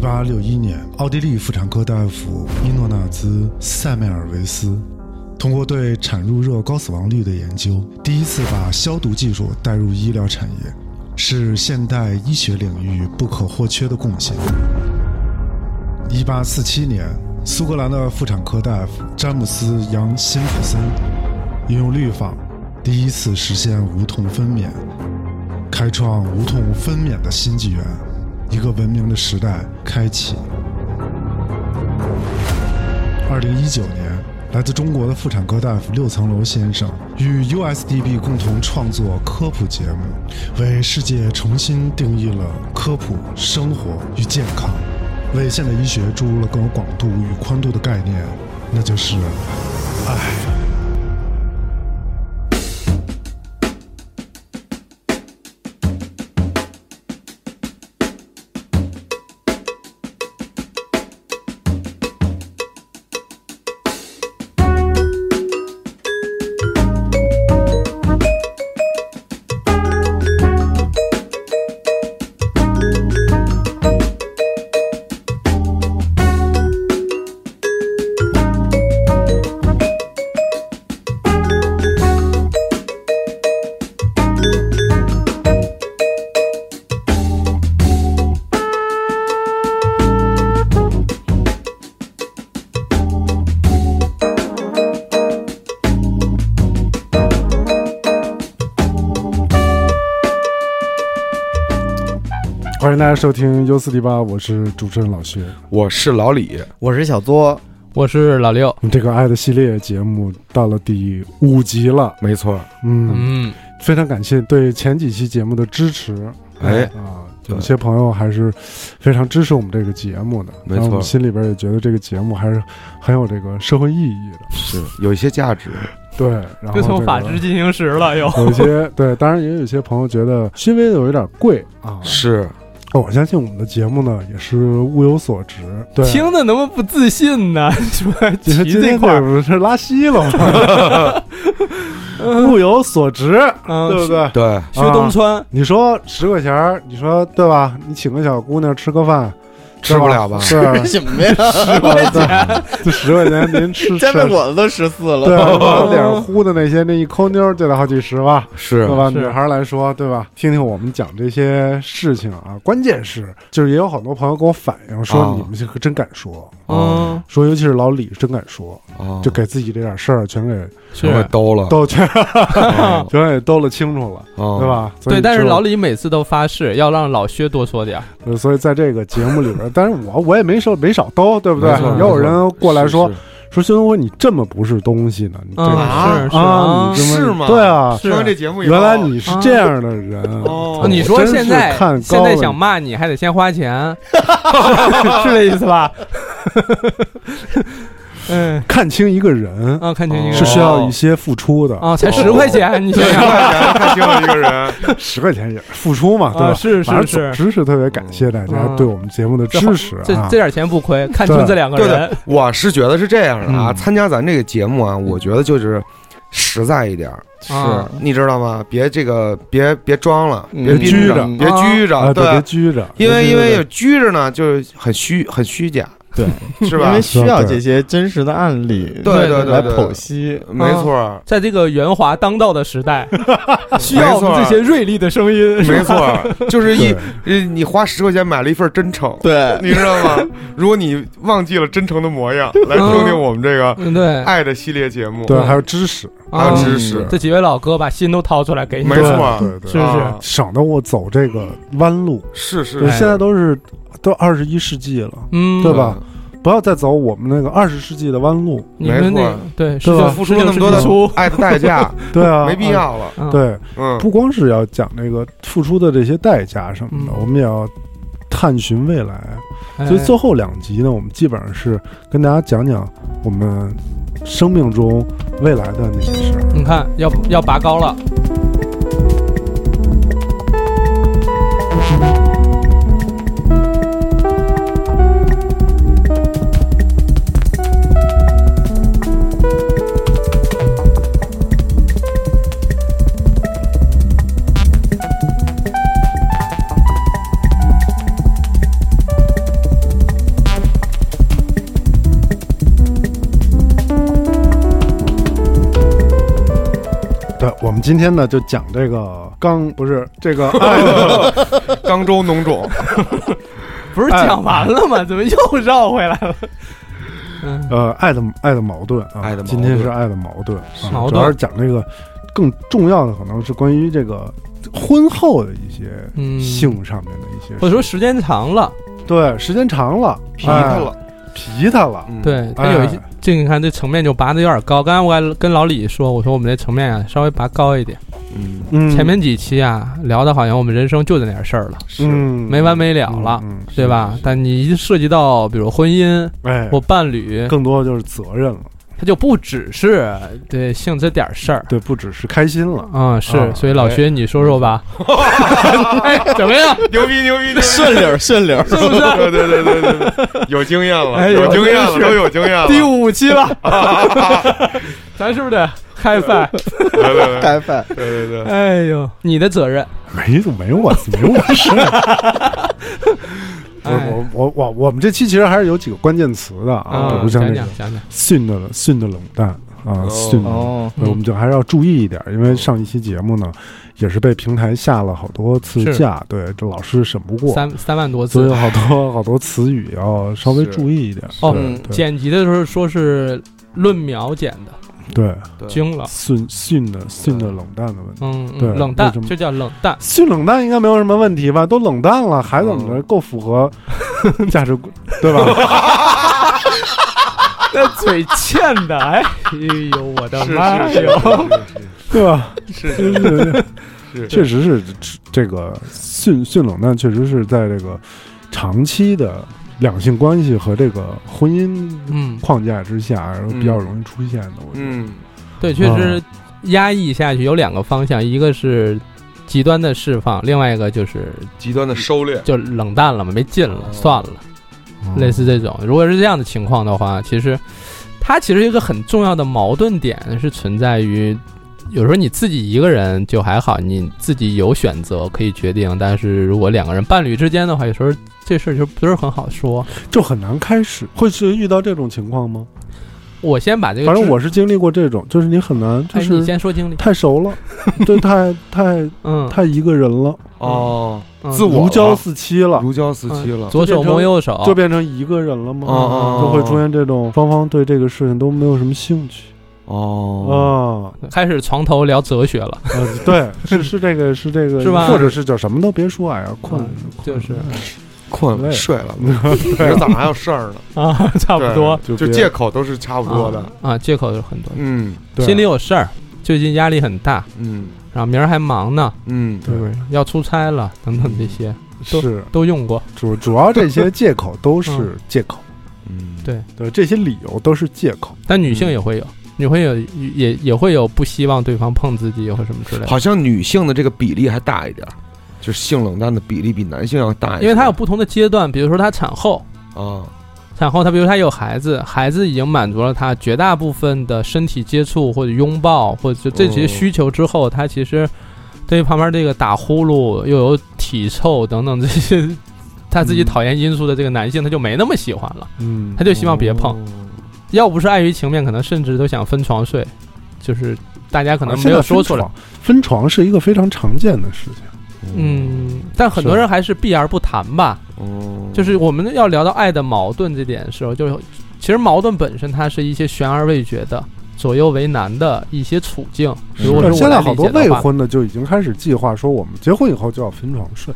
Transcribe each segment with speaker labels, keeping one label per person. Speaker 1: 八六一年，奥地利妇产科大夫伊诺纳兹·塞梅尔维斯通过对产褥热高死亡率的研究，第一次把消毒技术带入医疗产业，是现代医学领域不可或缺的贡献。一八四七年，苏格兰的妇产科大夫詹姆斯·杨辛普森引用氯仿，第一次实现无痛分娩，开创无痛分娩的新纪元，一个文明的时代开启。二零一九年，来自中国的妇产科大夫六层楼先生与 USDB 共同创作科普节目，为世界重新定义了科普、生活与健康，为现代医学注入了更有广度与宽度的概念，那就是爱。
Speaker 2: 欢迎大家收听 U 四 D 八，我是主持人老薛。
Speaker 3: 我是老李，
Speaker 4: 我是小作，
Speaker 5: 我是老六，
Speaker 2: 我们这个爱的系列节目到了第五集了，
Speaker 3: 没错。
Speaker 2: 嗯，
Speaker 5: 嗯，
Speaker 2: 非常感谢对前几期节目的支持。
Speaker 3: 哎
Speaker 2: 啊，
Speaker 3: 对
Speaker 2: 有些朋友还是非常支持我们这个节目的，
Speaker 3: 没错
Speaker 2: 然后我们心里边也觉得这个节目还是很有这个社会意义的。
Speaker 3: 是有一些价值，
Speaker 2: 对，然后
Speaker 5: 又从
Speaker 2: 这个
Speaker 5: 法制进行时了，又
Speaker 2: 有一些对，当然也有一些朋友觉得稍微的有一点贵
Speaker 3: 嗯
Speaker 2: 啊。
Speaker 3: 是
Speaker 2: 哦我相信我们的节目呢也是物有所值。对，
Speaker 5: 听的能不能不自信呢？ 说
Speaker 2: 你说
Speaker 5: 骑
Speaker 2: 今
Speaker 5: 这
Speaker 2: 天
Speaker 5: 块
Speaker 2: 这
Speaker 5: 儿，
Speaker 2: 不是拉稀了 吗？物有所值，
Speaker 5: 嗯，
Speaker 2: 对不啊对？
Speaker 3: 对，
Speaker 5: 薛东川，
Speaker 2: 你说十块钱儿，你说对吧？你请个小姑娘吃个饭，
Speaker 3: 吃不了吧？哦
Speaker 2: 是 吧，
Speaker 4: 什么呀？
Speaker 2: 十块钱，就十块钱，您吃吃
Speaker 4: 煎饼果子都十四了，
Speaker 2: 对， 往脸上糊的那些，那一抠妞儿就得好几十吧，
Speaker 3: 是
Speaker 2: 对吧？
Speaker 5: 是
Speaker 2: 女孩儿来说，对吧？听听我们讲这些事情啊，关键是就是也有好多朋友跟我反映说，
Speaker 3: 啊
Speaker 2: 你们这可真敢说，
Speaker 3: 哦
Speaker 5: 嗯，
Speaker 2: 说尤其是老李真敢说，
Speaker 3: 哦
Speaker 2: 就给自己这点事儿全给
Speaker 3: 全给
Speaker 5: 是
Speaker 3: 兜了，
Speaker 2: 都全
Speaker 5: 啊
Speaker 3: 哦
Speaker 2: 全给兜了清楚了，
Speaker 3: 哦
Speaker 2: 对吧？所以
Speaker 5: 对，但是
Speaker 2: 就
Speaker 5: 老李每次都发誓要让老薛多说点儿，
Speaker 2: 呃，所以在这个节目里边儿，但是我我也没少没少兜，对不对
Speaker 3: 没错？
Speaker 2: 也有
Speaker 3: 没错
Speaker 2: 人过来说
Speaker 3: 是是
Speaker 2: 说薛东辉，你这么不是东西呢？你这
Speaker 5: 嗯，
Speaker 2: 个
Speaker 4: 啊
Speaker 5: 是是
Speaker 2: 啊，你这
Speaker 3: 是
Speaker 2: 么
Speaker 3: 吗
Speaker 2: 对啊，
Speaker 5: 是
Speaker 3: 节目以后
Speaker 2: 原来 你是这样的人。
Speaker 3: 哦
Speaker 5: 啊哦你说
Speaker 2: 真是
Speaker 5: 现在
Speaker 2: 看高
Speaker 5: 现
Speaker 2: 了
Speaker 5: 在想骂你还得先 花钱，是这意思吧？ 嗯
Speaker 2: 看清一个人
Speaker 5: 啊，看清一个
Speaker 2: 哦是
Speaker 5: 人
Speaker 2: 需要一些付出的，
Speaker 5: 啊，才十块钱，你想
Speaker 3: 对，
Speaker 5: 想
Speaker 3: 看清了一个人，
Speaker 2: 十块钱也是付出 嘛，对
Speaker 5: 啊，
Speaker 2: 吧？
Speaker 5: 是
Speaker 2: 反
Speaker 5: 是
Speaker 2: 正
Speaker 5: 是，
Speaker 2: 总之是特别感谢大家
Speaker 5: 嗯
Speaker 2: 对我们节目的支持
Speaker 5: 这
Speaker 2: 啊
Speaker 5: 这。点钱不亏，看清
Speaker 2: 对
Speaker 5: 这两个
Speaker 3: 对
Speaker 5: 人
Speaker 3: 的，， 我是觉得是这样的啊。
Speaker 2: 嗯
Speaker 3: 参加咱这个节目啊，我觉得就是实在一点儿，
Speaker 5: 是
Speaker 2: 嗯
Speaker 3: 你知道吗？别这个，别别装了，
Speaker 4: 嗯
Speaker 3: 别逼
Speaker 2: 拘
Speaker 3: 着
Speaker 2: 着，
Speaker 3: 别拘
Speaker 2: 啊，
Speaker 3: 着，
Speaker 2: 对，别拘着，
Speaker 3: 因为
Speaker 2: 别拘
Speaker 3: 因
Speaker 2: 着
Speaker 3: 为有拘着呢，就是很虚很虚假，
Speaker 2: 对，
Speaker 3: 是
Speaker 4: 因
Speaker 3: 吧
Speaker 4: 为？需要这些真实的案例
Speaker 3: 对对对
Speaker 4: 来
Speaker 3: 对嗯
Speaker 4: 剖析。
Speaker 3: 没
Speaker 5: 嗯
Speaker 3: 错 儿，
Speaker 5: 在这个圆滑当道的时代，需
Speaker 3: 没
Speaker 5: 要我
Speaker 3: 错
Speaker 5: 们
Speaker 3: 儿
Speaker 5: 这些锐利的声音。
Speaker 3: 没错儿，就是一
Speaker 2: 对
Speaker 3: 呃你花十块钱买了一份真诚，
Speaker 4: 对，
Speaker 3: 你知道吗？如果你忘记了真诚的模样，来听听我们这个
Speaker 5: 嗯， 对，
Speaker 3: 爱的系列节目，
Speaker 5: 哦
Speaker 2: 对，还有知识，
Speaker 3: 还有
Speaker 5: 啊
Speaker 3: 知识，
Speaker 5: 这几位老哥把心都掏出来给你
Speaker 3: 没
Speaker 5: 们，
Speaker 3: 错儿
Speaker 2: 对对
Speaker 5: 是
Speaker 2: 对，
Speaker 3: 啊
Speaker 2: 省得我走这个弯路。
Speaker 3: 是
Speaker 2: 对，
Speaker 3: 是，
Speaker 2: 现在都是都二十一世纪了，
Speaker 5: 嗯，
Speaker 2: 对吧？不要再走我们那个二十世纪的弯路。
Speaker 5: 你们
Speaker 3: 没错
Speaker 5: 那
Speaker 3: 儿
Speaker 5: 对，
Speaker 2: 对吧
Speaker 3: 付出了那么多
Speaker 5: 的
Speaker 3: 的爱的代价，
Speaker 2: 对啊，
Speaker 3: 没必要了。
Speaker 2: 啊。，对，
Speaker 3: 嗯，
Speaker 2: 不光是要讲这个付出的这些代价什么的，
Speaker 5: 嗯
Speaker 2: 我们也要探寻未来。
Speaker 5: 哎
Speaker 2: 所以最后两集呢，我们基本上是跟大家讲讲我们生命中未来的那些事儿。
Speaker 5: 你看，要要拔高了，
Speaker 2: 对，我们今天呢就讲这个肛不是这个哎
Speaker 3: 肛周脓肿，
Speaker 5: 不是讲完了吗？怎么又绕回来了？嗯，
Speaker 2: 呃爱的爱的矛盾啊，
Speaker 3: 爱的矛盾
Speaker 2: 今天是爱的矛盾，啊
Speaker 5: 矛盾
Speaker 2: 主要是讲这个更重要的可能是关于这个婚后的一些
Speaker 5: 嗯
Speaker 2: 性上面的一些事，
Speaker 5: 或者说时间长了，
Speaker 2: 对时间长了
Speaker 3: 皮他，了，
Speaker 2: 哎皮他了，
Speaker 3: 嗯，
Speaker 5: 对它有一些
Speaker 2: 哎
Speaker 5: 这个你看这层面就拔的有点高。刚才我还跟老李说，我说我们这层面啊稍微拔高一点。
Speaker 3: 嗯，
Speaker 2: 嗯
Speaker 5: 前面几期啊聊的好像我们人生就这点事儿了，
Speaker 2: 嗯
Speaker 5: 没完没了了，
Speaker 2: 嗯，嗯
Speaker 5: 对吧？但你一涉及到比如婚姻
Speaker 2: 哎，
Speaker 5: 或伴侣，
Speaker 2: 更多的就是责任了，
Speaker 5: 它就不只是对性这点事儿。
Speaker 2: 对，不只是开心了，
Speaker 5: 嗯，是，
Speaker 2: 啊
Speaker 5: 所以老薛，你说 说吧，哎，怎么样？
Speaker 3: 牛逼牛逼牛逼，
Speaker 4: 顺溜儿顺
Speaker 3: 嗯
Speaker 4: 溜儿，
Speaker 5: 是不是？
Speaker 3: 对对对对对对，有经验
Speaker 5: 哎
Speaker 3: 了，
Speaker 5: 呦
Speaker 3: 有经验
Speaker 5: 真
Speaker 3: 了，
Speaker 5: 是
Speaker 3: 都有经验了，
Speaker 5: 第五期了， 咱是不是得开饭？
Speaker 3: 来来来，
Speaker 4: 开饭。
Speaker 3: 对对对，
Speaker 5: 哎呦，你的责任，
Speaker 2: 没没我没 我事儿。不是
Speaker 5: 哎
Speaker 2: 我我我我们这期其实还是有几个关键词的啊，比
Speaker 5: 啊，
Speaker 2: 如像
Speaker 5: 讲
Speaker 2: 那
Speaker 5: 讲
Speaker 2: 个
Speaker 5: 讲讲，
Speaker 2: 训的训的冷淡啊，
Speaker 3: 哦
Speaker 2: 训的，
Speaker 4: 哦，
Speaker 2: 呃对我们就还是要注意一点，因为上一期节目呢，也是被平台下了好多次
Speaker 5: 是
Speaker 2: 架，对，这老师审不过，
Speaker 5: 三三万多
Speaker 2: 所以
Speaker 5: 字
Speaker 2: 有好多好多词语要稍微
Speaker 3: 是
Speaker 2: 注意一点。
Speaker 5: 哦
Speaker 2: 对
Speaker 4: 嗯
Speaker 5: 剪辑的时候说是论秒剪的，
Speaker 2: 对
Speaker 3: 对
Speaker 5: 惊了，
Speaker 2: 训训的训的冷淡的问题。
Speaker 5: 嗯，
Speaker 2: 对
Speaker 5: 嗯冷淡
Speaker 2: 为什么
Speaker 5: 就叫冷淡，
Speaker 2: 训冷淡应该没有什么问题吧？都冷淡了，还怎么着？够符合价值观，对吧？
Speaker 5: 那嘴欠的，哎，哎呦我的
Speaker 3: 是
Speaker 5: 妈
Speaker 3: 是
Speaker 5: 哟，
Speaker 2: 对吧？
Speaker 3: 是
Speaker 2: 对
Speaker 3: 是
Speaker 2: 对对对
Speaker 3: 是
Speaker 2: 确实是这个训训冷淡，确实是在这个长期的两性关系和这个婚姻
Speaker 5: 嗯，
Speaker 2: 框架之下，然后比较容易出现的。我觉得，
Speaker 3: 嗯，
Speaker 5: 对，确实压抑下去有两个方向，一个是极端的释放，另外一个就是
Speaker 3: 极端的收敛，
Speaker 5: 就冷淡了嘛，没劲了，
Speaker 3: 哦
Speaker 5: 算了。类似这种，如果是这样的情况的话，其实它其实一个很重要的矛盾点是存在于，有时候你自己一个人就还好，你自己有选择可以决定，但是如果两个人伴侣之间的话，有时候这事儿就不是很好说。
Speaker 2: 就很难开始，会是遇到这种情况吗？
Speaker 5: 我先把这个知，
Speaker 2: 反正我是经历过这种，就是你很难，就
Speaker 5: 哎，你
Speaker 2: 是
Speaker 5: 先说经历，
Speaker 2: 太熟了， 对，太太
Speaker 5: 嗯，
Speaker 2: 太一个人 了，
Speaker 3: 哦，
Speaker 5: 嗯
Speaker 3: 自我
Speaker 2: 如
Speaker 3: 了
Speaker 2: 胶似漆了，
Speaker 3: 如胶似漆了，
Speaker 5: 左手摸右手，
Speaker 2: 就变成一个人了
Speaker 5: 啊
Speaker 3: 哦哦
Speaker 2: 吗？
Speaker 3: 哦
Speaker 2: 就会出现这种双方对这个事情都没有什么兴趣
Speaker 5: 嗯
Speaker 3: 哦，
Speaker 2: 啊。
Speaker 5: 开始床头聊哲学了，
Speaker 2: 呃，对， 是是这个是这个，
Speaker 5: 是吧嗯
Speaker 2: 或者是叫什么都别说，哎呀，困了，
Speaker 5: 就是
Speaker 3: 困
Speaker 2: 累
Speaker 3: 了，
Speaker 2: 了
Speaker 3: 睡了， 你这咋还有事儿 呢？
Speaker 5: 啊，差不多，
Speaker 2: 就
Speaker 3: 就
Speaker 2: 别
Speaker 3: 借口都是差不多的，
Speaker 5: 啊，借口有很多，
Speaker 3: 嗯
Speaker 2: 对
Speaker 5: 心里有事儿，最近压力很大，
Speaker 3: 嗯
Speaker 5: 然后明儿还忙呢，
Speaker 3: 嗯，
Speaker 5: 对不对？要出差了等等这些
Speaker 2: 是
Speaker 5: 都用过，
Speaker 2: 主主要这些借口都是借口，
Speaker 3: 嗯，
Speaker 5: 对
Speaker 2: 对，这些理由都是借口，
Speaker 5: 但女性也会有，女会有也也会有不希望对方碰自己或什么之类的，
Speaker 3: 嗯好像女性的这个比例还大一点儿，就是性冷淡的比例比男性要大一点儿，
Speaker 5: 因为她有不同的阶段，比如说她产后，
Speaker 3: 啊，
Speaker 5: 产后她比如她有孩子，孩子已经满足了她绝大部分的身体接触或者拥抱或者就这些
Speaker 3: 哦
Speaker 5: 需求之后，她其实对于旁边这个打呼噜又有体臭等等这些。 她自己
Speaker 2: 嗯
Speaker 5: 讨厌因素的这个男性，她就没那么喜欢了，
Speaker 2: 嗯
Speaker 5: 她就希望别碰。
Speaker 3: 哦
Speaker 5: 要不是碍于情面，可能甚至都想分床睡，就是大家可能没有说出来。。
Speaker 2: 啊分床是一个非常常见的事情，
Speaker 5: 嗯，但很多人还是避而不谈吧。
Speaker 3: 哦，
Speaker 5: 就是我们要聊到爱的矛盾这点的时候，就是其实矛盾本身它是一些悬而未决的、左右为难的一些处境。
Speaker 3: 是
Speaker 5: 如果
Speaker 2: 但
Speaker 5: 是
Speaker 2: 是
Speaker 5: 我
Speaker 2: 现在
Speaker 5: 来
Speaker 2: 好
Speaker 5: 理
Speaker 2: 多
Speaker 5: 解
Speaker 2: 未
Speaker 5: 的话，
Speaker 2: 婚的就已经开始计划说，我们结婚以后就要分床睡。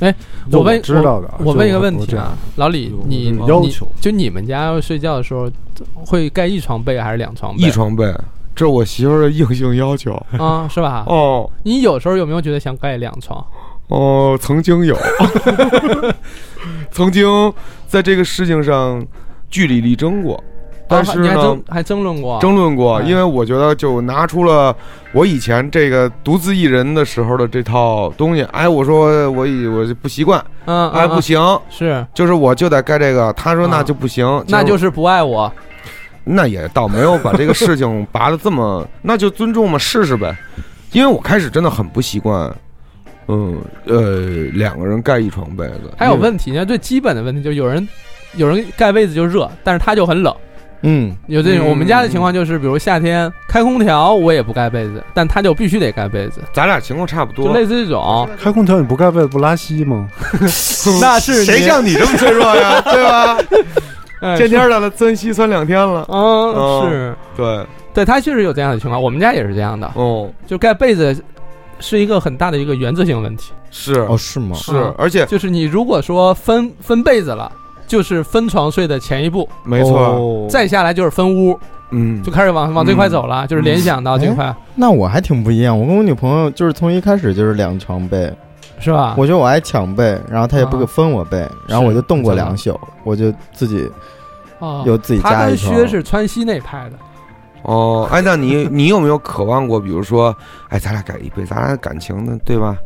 Speaker 5: 哎，
Speaker 2: 我
Speaker 5: 问
Speaker 2: 知道的啊，
Speaker 5: 我问一个问
Speaker 2: 就
Speaker 5: 题
Speaker 2: 有
Speaker 5: 啊
Speaker 2: 很，
Speaker 5: 老李
Speaker 2: 有，这
Speaker 5: 你
Speaker 2: 种要求
Speaker 5: 你就你们家睡觉的时候会盖一床被还是两床被？
Speaker 3: 哦一床被，这是我媳妇儿的硬性要 求。
Speaker 5: 啊，是吧？
Speaker 3: 哦
Speaker 5: 你有时候有没有觉得想盖两床？
Speaker 3: 哦，曾经 有，曾经在这个事情上据理力争过，但是
Speaker 5: 啊你还
Speaker 3: 呢
Speaker 5: 争。还争论过？
Speaker 3: 争论过，
Speaker 5: 哎
Speaker 3: 因为我觉得就拿出了我以前这个独自一人的时候的这套东西。哎，我说我以我就不习惯，
Speaker 5: 嗯，
Speaker 3: 哎
Speaker 5: 嗯
Speaker 3: 不，行，
Speaker 5: 嗯是
Speaker 3: 就是我就得盖这个。他说
Speaker 5: 嗯
Speaker 3: 那就不行，其实
Speaker 5: 那就是不爱我。
Speaker 3: 那也倒没有把这个事情拔的这 么，那就尊重嘛，试试呗。因为我开始真的很不习惯，嗯呃，两个人盖一床被子，
Speaker 5: 还有问题，你看最基本的问题就是有人有人盖被子就热，但是他就很冷，
Speaker 4: 嗯，
Speaker 5: 有这种，
Speaker 3: 嗯
Speaker 5: 我们家的情况就是，比如夏天开空调，我也不盖被子，但他就必须得盖被子，
Speaker 3: 咱俩情况差不
Speaker 5: 就
Speaker 3: 多。
Speaker 5: 类似这种。
Speaker 2: 开空调你不盖被子不拉稀吗？
Speaker 5: 那是
Speaker 3: 谁像 你这么脆弱呀？对吧？
Speaker 5: 哎
Speaker 3: 天天的钻西钻两天了。
Speaker 5: 嗯
Speaker 3: 嗯
Speaker 5: 是，
Speaker 3: 对，
Speaker 5: 对他确实有这样的情况，我们家也是这样的，
Speaker 3: 哦，
Speaker 5: 就盖被子是一个很大的一个原则性问题，
Speaker 3: 是
Speaker 4: 哦，是吗？
Speaker 3: 是
Speaker 5: 嗯，
Speaker 3: 而且
Speaker 5: 就是你如果说分分被子了。就是分床睡的前一步，
Speaker 3: 没错，啊
Speaker 4: 哦
Speaker 5: 再下来就是分屋，
Speaker 3: 嗯
Speaker 5: 就，开始往往这块走了，就是联想到这块，
Speaker 4: 那我还挺不一样，我跟我女朋友就是从一开始就是两床被，
Speaker 3: 啊
Speaker 5: 是吧？
Speaker 4: 我觉得我爱抢被，然后她也不给
Speaker 5: 啊
Speaker 4: 分我被，然后我就冻过两宿，我就自己
Speaker 5: 哦
Speaker 4: 又自己
Speaker 5: 他
Speaker 4: 加
Speaker 5: 跟
Speaker 4: 一床。
Speaker 5: 薛是川西那派的，
Speaker 3: 哦，哎，那你你有没有渴望过，比如说，哎，咱俩改一杯，咱俩感情的，对吧？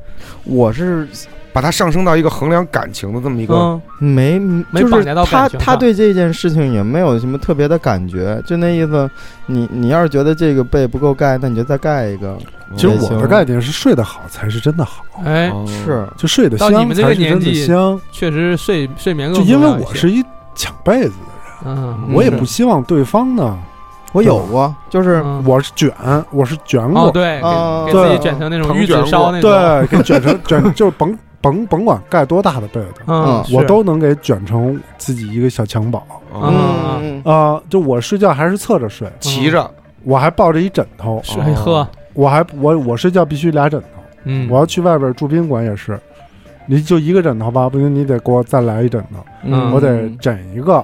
Speaker 4: 我是
Speaker 3: 把它上升到一个衡量感情的这么一个，
Speaker 5: 嗯，
Speaker 4: 没
Speaker 5: 没
Speaker 4: 就
Speaker 5: 绑
Speaker 4: 是
Speaker 5: 架到
Speaker 4: 他
Speaker 5: 感情
Speaker 4: 他
Speaker 5: 上
Speaker 4: 对这件事情也没有什么特别的感觉，就那意思，你你要是觉得这个被不够盖，那你就再盖一个。
Speaker 2: 嗯其实我
Speaker 4: 也
Speaker 2: 的
Speaker 4: 行
Speaker 2: 概念是睡得好才是真的好，
Speaker 5: 哎，
Speaker 3: 哦，
Speaker 4: 是，
Speaker 2: 就睡得香
Speaker 5: 到你们这
Speaker 2: 才
Speaker 5: 个
Speaker 2: 是真
Speaker 5: 年
Speaker 2: 的
Speaker 5: 纪
Speaker 2: 香。
Speaker 5: 确实睡睡眠
Speaker 2: 就
Speaker 5: 更
Speaker 2: 因为
Speaker 5: 重要一
Speaker 2: 我
Speaker 5: 些，
Speaker 2: 是一抢被子的人，
Speaker 5: 嗯，
Speaker 2: 我也
Speaker 5: 是
Speaker 2: 不希望对方呢，
Speaker 4: 嗯我有过，就是
Speaker 5: 嗯
Speaker 2: 我是卷，我是卷
Speaker 5: 哦
Speaker 2: 过，
Speaker 5: 对，
Speaker 4: 啊
Speaker 5: 给给自己
Speaker 2: 对
Speaker 5: 卷成那种
Speaker 3: 成
Speaker 5: 玉子
Speaker 3: 卷
Speaker 5: 烧
Speaker 3: 过
Speaker 5: 那种，
Speaker 2: 对，给卷成卷，就是甭甭甭管盖多大的被子，
Speaker 5: 嗯，
Speaker 4: 嗯
Speaker 5: 是
Speaker 2: 我都能给卷成自己一个小襁褓
Speaker 3: 哦
Speaker 5: 嗯
Speaker 4: 嗯，
Speaker 2: 啊！就我睡觉还是侧着睡，
Speaker 3: 骑着，
Speaker 2: 我还抱着一枕头，
Speaker 5: 是喝，
Speaker 2: 我还我我睡觉必须俩枕头。
Speaker 5: 嗯，
Speaker 2: 哦我要去外边住宾馆也是，你就一个枕头吧，不行你得给我再来一枕头，
Speaker 5: 嗯
Speaker 2: 我得枕一个，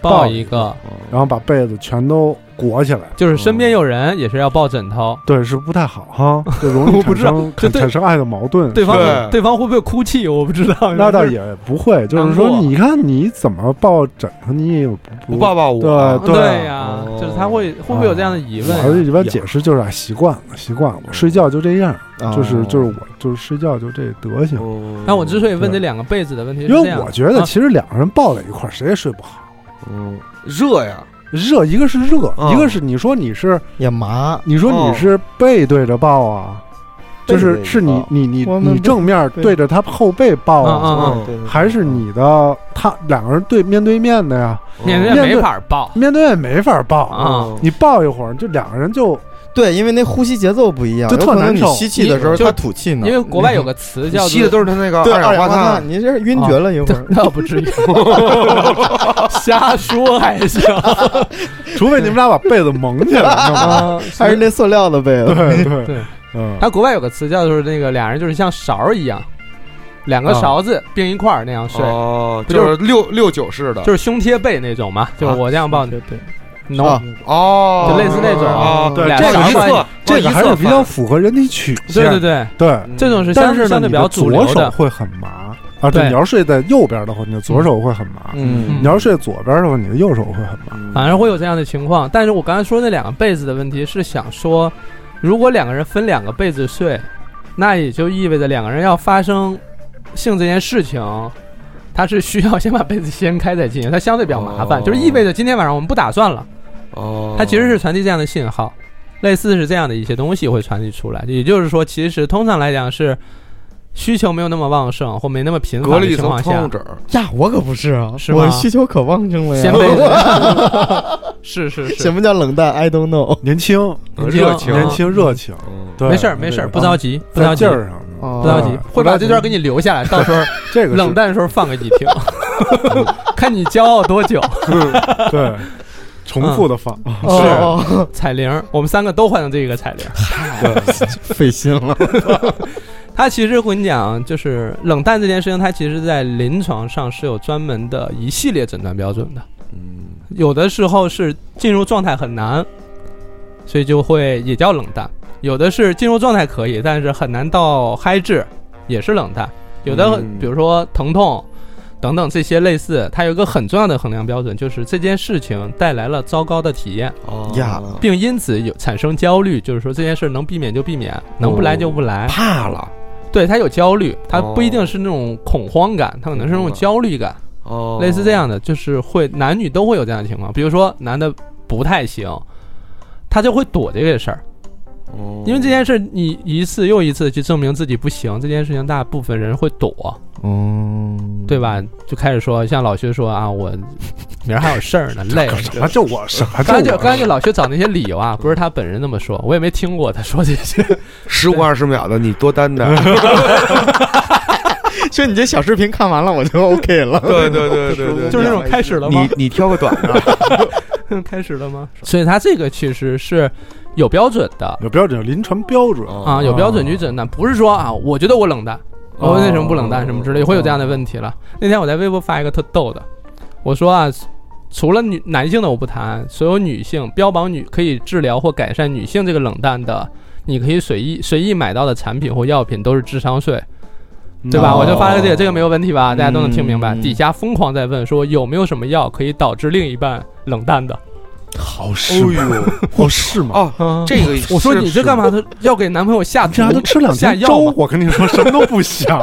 Speaker 5: 抱
Speaker 2: 抱
Speaker 5: 一个，
Speaker 2: 然后把被子全都裹起来。
Speaker 5: 就是身
Speaker 2: 嗯
Speaker 5: 边有人也是要抱枕头，
Speaker 2: 对，是不太好 哈，就容易
Speaker 5: 我
Speaker 2: 产
Speaker 5: 不知道
Speaker 2: 生
Speaker 5: 这
Speaker 2: 产
Speaker 5: 对
Speaker 2: 产生爱的矛盾。
Speaker 5: 对方
Speaker 3: 对
Speaker 5: 会对方会不会哭泣，我不知道，
Speaker 2: 嗯 那倒也不会，就是
Speaker 5: 难
Speaker 2: 说，
Speaker 5: 过
Speaker 2: 你看你怎么抱枕头，你也
Speaker 3: 不
Speaker 2: 不
Speaker 3: 抱抱我，
Speaker 2: 对
Speaker 5: 对
Speaker 2: 啊
Speaker 5: 呀，
Speaker 3: 哦
Speaker 5: 就是他会会不会有这样的嗯疑
Speaker 2: 我还是
Speaker 5: 问？
Speaker 2: 一般解释就是啊，习惯了，习惯了，我睡觉就这样，
Speaker 4: 嗯啊
Speaker 2: 就是就是我就是睡觉就这德行。
Speaker 3: 嗯
Speaker 5: 那我之所以问这两个被子的问题，
Speaker 2: 因为我觉
Speaker 5: 啊
Speaker 2: 得其实两个人抱在一块儿谁也睡不好，
Speaker 3: 嗯热呀，
Speaker 2: 热一个是热，
Speaker 3: 嗯
Speaker 2: 一个是你说你是
Speaker 4: 也麻，
Speaker 2: 你说你是背对着抱啊，就是
Speaker 4: 背对着
Speaker 2: 是你
Speaker 4: 抱
Speaker 2: 你你
Speaker 4: 我们
Speaker 2: 你正面对着他后背抱啊，
Speaker 5: 嗯
Speaker 3: 嗯
Speaker 4: 对对对
Speaker 2: 还是你的他两个人对面对面的呀，
Speaker 5: 面对
Speaker 2: 面
Speaker 5: 没
Speaker 2: 对
Speaker 5: 法抱
Speaker 2: 面对面没法抱
Speaker 5: 啊，
Speaker 3: 哦
Speaker 2: 你抱一会儿，就两个人就
Speaker 4: 对，因为那呼吸节奏不一样，
Speaker 2: 就
Speaker 4: 有
Speaker 2: 特
Speaker 4: 可能
Speaker 2: 难
Speaker 4: 你
Speaker 2: 受
Speaker 4: 吸气的时候
Speaker 5: 就
Speaker 4: 他吐气
Speaker 2: 嗯
Speaker 4: 呢，
Speaker 5: 因为国外有个词叫
Speaker 3: 吸的
Speaker 5: 做。
Speaker 3: 都是他那个
Speaker 4: 对
Speaker 3: 二氧
Speaker 4: 氧
Speaker 3: 化
Speaker 4: 碳，，你这是晕厥了一会儿。
Speaker 5: 那 不至于，瞎说还行。
Speaker 2: 除非你们俩把被子蒙起来，你知道吗
Speaker 5: 啊，
Speaker 4: 还是那塑料的被 子，
Speaker 2: 对 对
Speaker 5: 对，
Speaker 2: 嗯，
Speaker 5: 他国外有个词叫就是那个俩人就是像勺儿一样，两个
Speaker 2: 啊
Speaker 5: 勺子并一块儿那样睡，
Speaker 3: 哦，
Speaker 5: 不就
Speaker 3: 就是是六六九式的，
Speaker 5: 就是胸贴背那种嘛，就是我这样抱你，
Speaker 4: 对，
Speaker 5: 能、
Speaker 4: 啊
Speaker 3: 啊哦，
Speaker 5: 就类似那种
Speaker 3: 哦，
Speaker 2: 对
Speaker 5: 啊俩
Speaker 2: 这
Speaker 5: 勺
Speaker 2: 个
Speaker 3: 往
Speaker 2: 是
Speaker 3: 一
Speaker 5: 放
Speaker 3: 侧
Speaker 2: 这个还是比较
Speaker 5: 哦
Speaker 3: 往一侧
Speaker 2: 符合人体曲
Speaker 5: 对对
Speaker 2: 线，
Speaker 5: 对，
Speaker 2: 对
Speaker 3: 放
Speaker 5: 这种是
Speaker 2: 但
Speaker 5: 相
Speaker 2: 是呢，
Speaker 5: 相
Speaker 2: 你
Speaker 5: 对比
Speaker 2: 的
Speaker 5: 较主
Speaker 2: 左
Speaker 5: 流
Speaker 2: 手
Speaker 5: 的，
Speaker 2: 会很麻啊，
Speaker 5: 对
Speaker 2: 对，你要睡在右边的话，你的左手会很麻；
Speaker 4: 嗯
Speaker 2: 你要睡左边的话，你的右手会很麻。
Speaker 5: 反正会有这样的情况。但是我刚才说那两个被子的问题是想说，如果两个人分两个被子睡，那也就意味着两个人要发生性这件事情。他是需要先把被子掀开再进行，它相对比较麻烦，
Speaker 3: 哦
Speaker 5: 就是意味着今天晚上我们不打算了，
Speaker 3: 哦，
Speaker 5: 它其实是传递这样的信号，类似是这样的一些东西会传递出来。也就是说，其实通常来讲是需求没有那么旺盛或没那么频
Speaker 3: 隔
Speaker 5: 繁
Speaker 3: 了
Speaker 5: 的
Speaker 3: 一
Speaker 5: 情
Speaker 3: 层
Speaker 5: 况
Speaker 3: 窗户
Speaker 5: 下，
Speaker 3: 纸儿，
Speaker 4: 呀，我可不是啊，
Speaker 5: 是吗
Speaker 4: 我需求可旺盛了
Speaker 2: 啊
Speaker 4: 呀
Speaker 5: 先。被 子， 是是
Speaker 4: 什
Speaker 5: 是，
Speaker 4: 么叫冷淡？I don't know。
Speaker 2: 年轻，
Speaker 3: 热情，
Speaker 2: 年轻热情，
Speaker 3: 嗯
Speaker 2: 对，
Speaker 5: 没事儿没事儿，
Speaker 2: 对
Speaker 5: 不着急不
Speaker 2: 在
Speaker 5: 着急
Speaker 2: 嗯劲儿上呢，
Speaker 4: 哦
Speaker 5: 不着急
Speaker 2: 啊，
Speaker 5: 会把这段给你留下来，到 时候
Speaker 2: 这个是
Speaker 5: 冷淡的时候放给你 听， 看你骄傲多久。
Speaker 2: 嗯对，重复的放，
Speaker 4: 哦，哦
Speaker 5: 彩铃，我们三个都换成这个彩铃。
Speaker 4: 费心了。
Speaker 5: 它其实我跟你讲，就是冷淡这件事情，它其实在临床上是有专门的一系列诊断标准的。
Speaker 3: 嗯
Speaker 5: 有的时候是进入状态很难，所以就会也叫冷淡；有的是进入状态可以，但是很难到嗨质，也是冷淡。有的
Speaker 3: 嗯
Speaker 5: 比如说疼痛等等这些类似，它有一个很重要的衡量标准，就是这件事情带来了糟糕的体验，
Speaker 3: 哦
Speaker 4: 呀
Speaker 5: 并因此有产生焦虑，就是说这件事能避免就避免，能不来就不来。
Speaker 3: 怕了
Speaker 5: 对他有焦虑，他
Speaker 3: 哦
Speaker 5: 不一定是那种恐慌感，他可能是那种焦虑感。
Speaker 3: 哦，
Speaker 5: 类似这样的，就是会男女都会有这样的情况。比如说男的不太行，他就会躲这个事儿，
Speaker 3: 哦，
Speaker 5: 因为这件事你一次又一次地去证明自己不行，这件事情大部分人会躲，
Speaker 4: 嗯，
Speaker 5: 对吧？就开始说，像老薛说啊，我明儿还有事儿呢， 累。
Speaker 2: 啥就我啥
Speaker 5: 刚才
Speaker 2: 就
Speaker 5: 嗯就
Speaker 2: 我
Speaker 5: 刚才就老薛找那些理由啊，不是他本人那么说，我也没听过他说这些。
Speaker 3: 十五二十秒的，你多担待。
Speaker 4: 说你这小视频看完了我就 OK 了。
Speaker 3: 对对对对对，
Speaker 5: 就是那种开始了吗
Speaker 3: 你？你挑个短的，
Speaker 5: 开始了吗？所以他这个其实是有标准的
Speaker 2: 有标准，临床标准
Speaker 3: 啊
Speaker 5: 啊，有标准去诊断，不是说啊，我觉得我冷淡，我为什么不冷淡什么之类，会有这样的问题了。那天我在微博发一个特逗的，我说啊。除了女男性的我不谈，所有女性标榜女可以治疗或改善女性这个冷淡的，你可以随意随意买到的产品或药品都是智商税。对吧？
Speaker 4: 哦
Speaker 5: 我就发了这个，这个没有问题吧？大家都能听明白。
Speaker 4: 嗯
Speaker 5: 底下疯狂在问说有没有什么药可以导致另一半冷淡的？
Speaker 2: 哦好
Speaker 3: 哎
Speaker 2: 是吗？
Speaker 3: 呦，
Speaker 2: 哦是吗？
Speaker 3: 哦， 这个
Speaker 5: 我说
Speaker 3: 是
Speaker 5: 你这干嘛？？他要给男朋友下毒
Speaker 2: 这还能吃两
Speaker 5: 下
Speaker 2: 天粥
Speaker 5: 药吗？？
Speaker 2: 我跟你说，什么都不 想。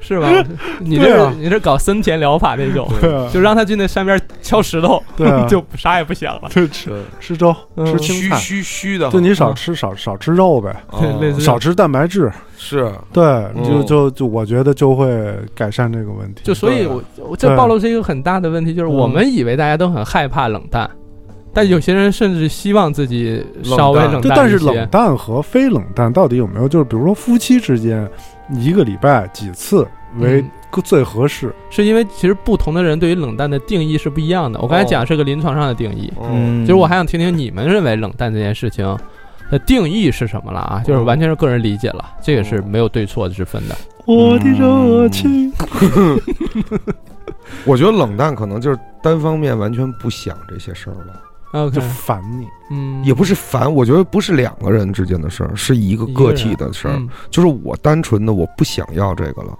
Speaker 5: 是吧？ 你这
Speaker 2: 对
Speaker 5: 是、
Speaker 2: 啊
Speaker 5: 你这搞森田疗法那种，
Speaker 2: 对啊
Speaker 5: 就让他去那山边敲石头，
Speaker 2: 对啊
Speaker 5: 就啥也不想了。
Speaker 2: 对，吃
Speaker 3: 对
Speaker 2: 吃粥，吃
Speaker 5: 嗯
Speaker 2: 青
Speaker 3: 虚
Speaker 2: 菜，
Speaker 3: 虚虚 的，
Speaker 2: 就你少吃少少吃肉呗，
Speaker 3: 啊
Speaker 5: 对类似
Speaker 2: 少吃蛋白质，
Speaker 3: 是
Speaker 2: 对，就
Speaker 3: 嗯
Speaker 2: 就就我觉得就会改善这个问题。
Speaker 5: 就所以
Speaker 3: 对啊嗯
Speaker 5: 我，我这暴露是一个很大的问题，就是我们以为大家都很害怕冷淡，但有些人甚至希望自己稍微
Speaker 3: 冷淡
Speaker 5: 冷淡一些。
Speaker 2: 对，但是冷淡和非冷淡到底有没有？就是比如说夫妻之间，一个礼拜几次为
Speaker 5: 嗯
Speaker 2: 最合适？
Speaker 5: 是因为其实不同的人对于冷淡的定义是不一样的。我刚才讲是个临床上的定义，
Speaker 3: 哦嗯，
Speaker 5: 其实我还想听听你们认为冷淡这件事情的定义是什么了啊？
Speaker 3: 哦
Speaker 5: 就是完全是个人理解了，这个是没有对错之分的。
Speaker 2: 我
Speaker 4: 的热情，
Speaker 3: 我觉得冷淡可能就是单方面完全不想这些事儿了，
Speaker 5: OK，
Speaker 2: 就烦你。
Speaker 5: 嗯，
Speaker 3: 也不是烦，我觉得不是两个人之间的事儿，是一个个体的事儿
Speaker 5: 嗯，，
Speaker 3: 就是我单纯的我不想要这个了。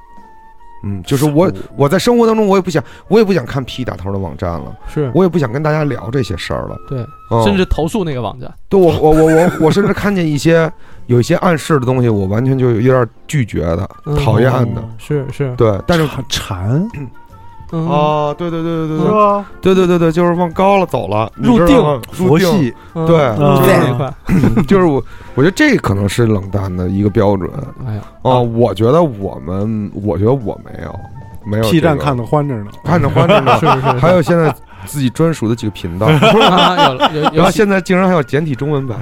Speaker 3: 嗯，就是我我在生活当中我也不想，我也不想看 P 打头的网站了，
Speaker 5: 是
Speaker 3: 我也不想跟大家聊这些事儿了，
Speaker 5: 对，
Speaker 3: 嗯
Speaker 5: 甚至投诉那个网站。
Speaker 3: 对我我我我我甚至看见一些有一些暗示的东西，我完全就有点拒绝的
Speaker 5: 嗯，
Speaker 3: 讨厌的。
Speaker 5: 是是，
Speaker 3: 对，但是
Speaker 2: 很馋，
Speaker 5: 嗯，
Speaker 3: 啊，对对对对
Speaker 2: 是
Speaker 3: 对
Speaker 2: 吧？
Speaker 3: 对对对对，就是往高了走了，你知道吗
Speaker 2: 佛，系，
Speaker 5: 嗯
Speaker 3: 对
Speaker 5: 嗯
Speaker 2: 对
Speaker 5: 这一块，
Speaker 3: 就是我，我觉得这可能是冷淡的一个标准
Speaker 5: 哎呀，
Speaker 3: 啊。我觉得我们，我觉得我没有，没有
Speaker 2: P
Speaker 3: 这个
Speaker 2: 站看的欢着呢。
Speaker 3: 看着欢着 呢
Speaker 5: 是，是是，
Speaker 3: 还有现在自己专属的几个频道，
Speaker 5: 啊，有有
Speaker 3: 然后
Speaker 5: 有，
Speaker 3: 现在竟然还有简体中文版，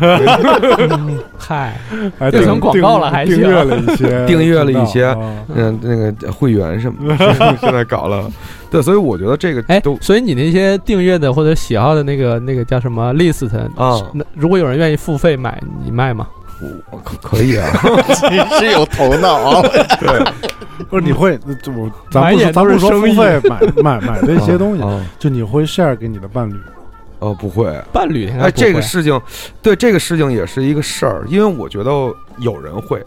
Speaker 5: 嗨，
Speaker 2: 哎，
Speaker 5: 就
Speaker 2: 订
Speaker 5: 成广告了
Speaker 2: 订
Speaker 5: 还
Speaker 2: 订
Speaker 5: 行
Speaker 2: 阅了一 些，
Speaker 3: 订阅了一些
Speaker 2: 啊
Speaker 3: 嗯，那个会员什么的，现在搞了。对，所以我觉得这个
Speaker 5: 哎
Speaker 3: 都，
Speaker 5: 所以你那些订阅的或者喜好的那个那个叫什么 list，
Speaker 3: 啊
Speaker 5: 那如果有人愿意付费买，你卖吗？
Speaker 3: 我可可以啊，
Speaker 4: 真是有头脑啊！
Speaker 2: 不是你会，
Speaker 3: 嗯
Speaker 2: 就我咱
Speaker 5: 满
Speaker 2: 不说
Speaker 5: 眼
Speaker 2: 咱
Speaker 5: 都
Speaker 2: 不
Speaker 5: 是
Speaker 2: 说付
Speaker 5: 生意
Speaker 2: 费买 买买这些东西，
Speaker 3: 啊
Speaker 2: 就你会 share 给你的伴侣。
Speaker 3: 哦，不会，
Speaker 5: 伴侣应该
Speaker 3: 哎，
Speaker 5: 不会啊
Speaker 3: 这个事情，对这个事情也是一个事儿，因为我觉得有人会，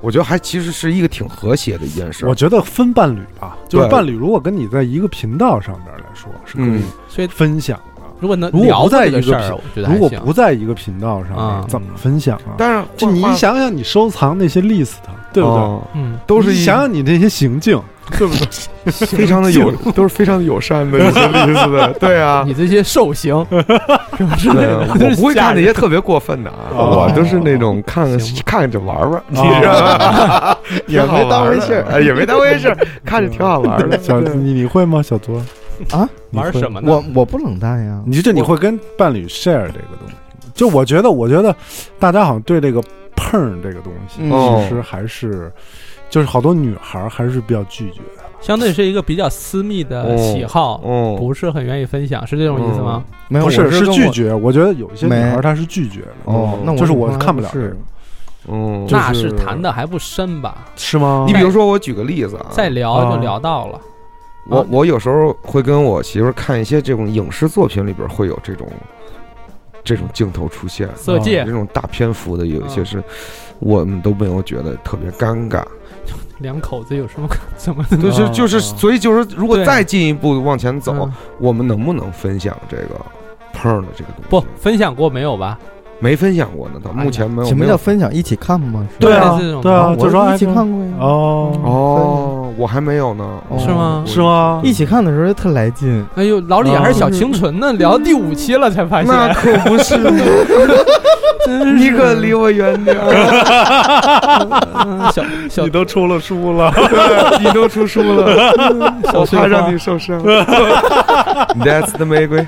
Speaker 3: 我觉得还其实是一个挺和谐的一件事
Speaker 2: 我
Speaker 3: 儿。
Speaker 2: 觉得分伴侣吧，就是
Speaker 3: 对
Speaker 2: 伴侣如果跟你在一个频道上边来说是可以
Speaker 3: 嗯
Speaker 5: 所以
Speaker 2: 分享
Speaker 5: 如果能
Speaker 2: 如果
Speaker 5: 聊
Speaker 2: 不在
Speaker 5: 这
Speaker 2: 一
Speaker 5: 事
Speaker 2: 个
Speaker 5: 儿，
Speaker 2: 平
Speaker 5: 我觉得
Speaker 2: 的，
Speaker 5: 还
Speaker 2: 如果
Speaker 5: 行。
Speaker 2: 不在一个频道上
Speaker 5: 啊
Speaker 2: 边怎么分享啊？
Speaker 3: 但是
Speaker 2: 就你想想，你收藏那些 list，对不对？
Speaker 3: 哦
Speaker 5: 嗯，
Speaker 3: 都是
Speaker 2: 你
Speaker 3: 一
Speaker 2: 想想你那些行径，对不对？
Speaker 3: 非常的友，都是非常的友善的一些例子的，对啊。
Speaker 5: 你这些受 刑什么之类
Speaker 3: 对
Speaker 5: 的
Speaker 3: 啊，
Speaker 5: 真
Speaker 3: 我
Speaker 5: 是
Speaker 3: 不会
Speaker 5: 吓
Speaker 3: 看那
Speaker 5: 人
Speaker 3: 些特别过分的啊，
Speaker 2: 哦
Speaker 3: 我都是那种看
Speaker 5: 行吧
Speaker 3: 看着玩玩，你
Speaker 2: 哦
Speaker 3: 知道吗？
Speaker 4: 也没当回事
Speaker 3: 挺好玩的
Speaker 4: 儿
Speaker 3: 哎也没当回事儿，看着挺好 玩的。
Speaker 2: 小
Speaker 3: 对
Speaker 2: 你你会吗？小卓
Speaker 4: 啊，
Speaker 2: 你会
Speaker 5: 玩什？么呢？
Speaker 4: 我我不冷淡呀，
Speaker 2: 你就你会跟伴侣 share 这个东西吗？就我觉得，我觉得大家好像对这个碰这个东西，
Speaker 4: 嗯
Speaker 2: 其实还是就是好多女孩还是比较拒绝。
Speaker 5: 相对是一个比较私密
Speaker 3: 哦
Speaker 5: 的喜好，
Speaker 2: 哦
Speaker 3: 嗯，
Speaker 5: 不是很愿意分享，是这种意思吗？
Speaker 4: 没有，
Speaker 2: 不
Speaker 4: 哎我
Speaker 2: 是
Speaker 4: 是
Speaker 2: 是
Speaker 4: 跟
Speaker 2: 拒
Speaker 4: 我。
Speaker 2: 绝，我觉得有一些女
Speaker 4: 没
Speaker 2: 孩她是拒绝的，
Speaker 3: 哦
Speaker 4: 那我
Speaker 2: 就是我
Speaker 4: 从来
Speaker 2: 看不了这
Speaker 4: 是
Speaker 2: 个，
Speaker 3: 嗯，
Speaker 2: 就是嗯
Speaker 5: 那是谈的还不深吧？
Speaker 2: 是吗？
Speaker 3: 你比如说，我举个例子啊，
Speaker 5: 再聊
Speaker 2: 啊
Speaker 5: 就聊到了，
Speaker 3: 我
Speaker 5: 啊
Speaker 3: 我有时候会跟我媳妇儿看一些这种影视作品里边会有这种这种镜头出现，
Speaker 5: 色戒
Speaker 3: 这种大篇幅的有一些
Speaker 5: 啊
Speaker 3: 是我们都没有觉得特别尴尬，
Speaker 5: 两口子有什么 可怎么
Speaker 3: 就
Speaker 5: 能
Speaker 3: 是就是
Speaker 2: 啊
Speaker 3: 所以就是如果
Speaker 5: 对
Speaker 3: 再进一步往前走
Speaker 5: 嗯，
Speaker 3: 我们能不能分享这个碰儿的这个东西？
Speaker 5: 不分享过没有吧？
Speaker 3: 没分享过呢，到目前没有
Speaker 4: 什么
Speaker 3: 没
Speaker 4: 叫
Speaker 3: 有
Speaker 4: 分享？一起看吗？是吧
Speaker 2: 对啊
Speaker 5: 类似这种，
Speaker 2: 对啊，
Speaker 4: 我
Speaker 2: 就说哎
Speaker 4: 一起看过呀。
Speaker 2: 哦，
Speaker 3: 哦，我还没有呢，
Speaker 4: 哦
Speaker 5: 是吗？
Speaker 2: 是吗？
Speaker 4: 一起看的时候就特来劲，
Speaker 5: 哎 呦，老李还是小清纯呢，聊到第五期了才发
Speaker 3: 那
Speaker 5: 现，
Speaker 3: 可不是，你可离我远点儿，
Speaker 5: 嗯小小
Speaker 2: 你都出了书了，
Speaker 3: 你都出书了， 我怕让你受伤。That's the 玫瑰，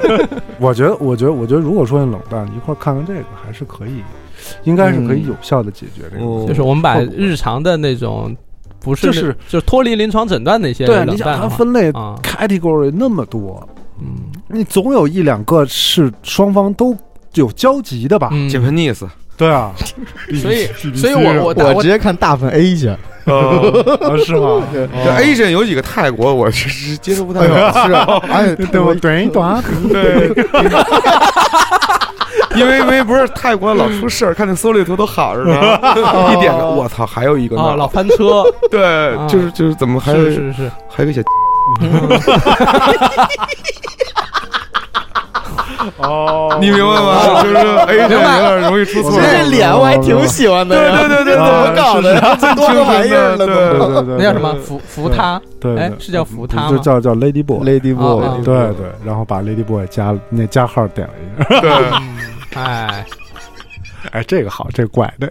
Speaker 2: 我觉得，我觉得，我觉得，如果说冷淡，一块儿看看这个，还是可以，应该是可
Speaker 4: 嗯
Speaker 2: 以有效的解决这个
Speaker 3: 嗯
Speaker 2: 问题。
Speaker 5: 就是我们把日常的那种，不是那
Speaker 2: 就是
Speaker 5: 就脱离临床诊断那些
Speaker 2: 对，啊
Speaker 5: 冷
Speaker 2: 你想
Speaker 5: 淡
Speaker 2: 它
Speaker 5: 的话
Speaker 2: 分类
Speaker 5: 啊，
Speaker 2: category 那么多，
Speaker 5: 嗯
Speaker 2: 你总有一两个是双方都有交集的吧？
Speaker 5: 嗯，
Speaker 3: 杰佩尼斯，
Speaker 2: 对 啊，
Speaker 5: 所以所以我我
Speaker 4: 我
Speaker 5: 我
Speaker 4: 直接看大份 A 去，
Speaker 2: 啊是吗？
Speaker 3: 这 Asian 有几个泰国，我是是接受不太
Speaker 4: 哎呦，
Speaker 3: 了，
Speaker 4: 是啊，哎，
Speaker 2: 对我短一短，
Speaker 3: 因为因 为不是泰国老出事儿，看那缩略图都好着呢， 一点开我操，还有一个
Speaker 5: 啊老
Speaker 3: 呢，
Speaker 5: 翻 车，
Speaker 3: 对，就是就是怎么还有
Speaker 5: 是是是，
Speaker 3: 还有一个小
Speaker 2: 哦
Speaker 3: 你明白吗？ 就是 A 这有点容易出错。
Speaker 2: 明白
Speaker 4: 这
Speaker 3: 对
Speaker 2: 了
Speaker 4: 脸我还挺喜欢的呀，
Speaker 3: 对对对
Speaker 4: 怎么搞的呀？这多个玩意儿
Speaker 2: 对
Speaker 4: 呢，
Speaker 3: 对
Speaker 4: 都。
Speaker 2: 对对，
Speaker 5: 那叫什么扶扶他？
Speaker 2: 对？对，
Speaker 5: 哎
Speaker 2: 对
Speaker 5: 是叫扶他
Speaker 2: 就
Speaker 5: 吗
Speaker 2: 叫叫 Lady Boy。
Speaker 4: Lady
Speaker 5: 啊啊
Speaker 4: Boy，
Speaker 2: 对对，然后把 Lady Boy 加那加号点了一下，
Speaker 5: 啊
Speaker 3: 对，
Speaker 5: 嗯哎，
Speaker 2: 哎，这个好，这个怪，对，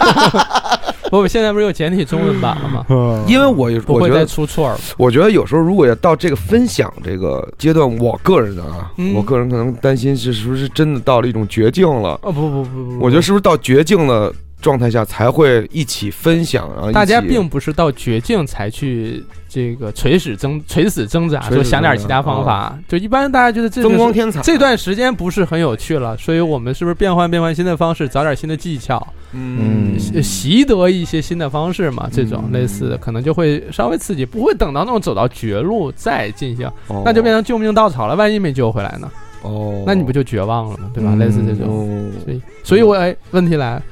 Speaker 5: 不不，现在不是有简体中文版了吗？
Speaker 2: 嗯
Speaker 3: 因为 我
Speaker 5: 不
Speaker 3: 我
Speaker 5: 会
Speaker 3: 觉
Speaker 5: 再
Speaker 3: 得，
Speaker 5: 出错儿。
Speaker 3: 我觉得有时候如果要到这个分享这个阶段，我个人啊
Speaker 5: 嗯，
Speaker 3: 我个人可能担心是是不是真的到了一种绝境了？
Speaker 5: 哦不不不不，
Speaker 3: 我觉得是不是到绝境的状态下才会一起分享，然后一起
Speaker 5: 大家并不是到绝境才去这个垂死挣垂死挣扎，
Speaker 3: 垂死
Speaker 5: 说想点
Speaker 3: 挣扎
Speaker 5: 其他方法。就一般大家觉得这就
Speaker 3: 增光
Speaker 5: 是
Speaker 3: 添彩。
Speaker 5: 这段时间不是很有趣了，所以我们是不是变换变换新的方式，找点新的技巧，
Speaker 3: 嗯，
Speaker 5: 习习得一些新的方式嘛？这种类似的可能就会稍微刺激，不会等到那种走到绝路再进行，
Speaker 3: 哦
Speaker 5: 那就变成救命稻草了。万一没救回来呢？
Speaker 3: 哦，
Speaker 5: 那你不就绝望了吗？对吧？
Speaker 4: 嗯
Speaker 5: 类似这种，
Speaker 3: 哦
Speaker 5: 所以，所以我哎，问题来了，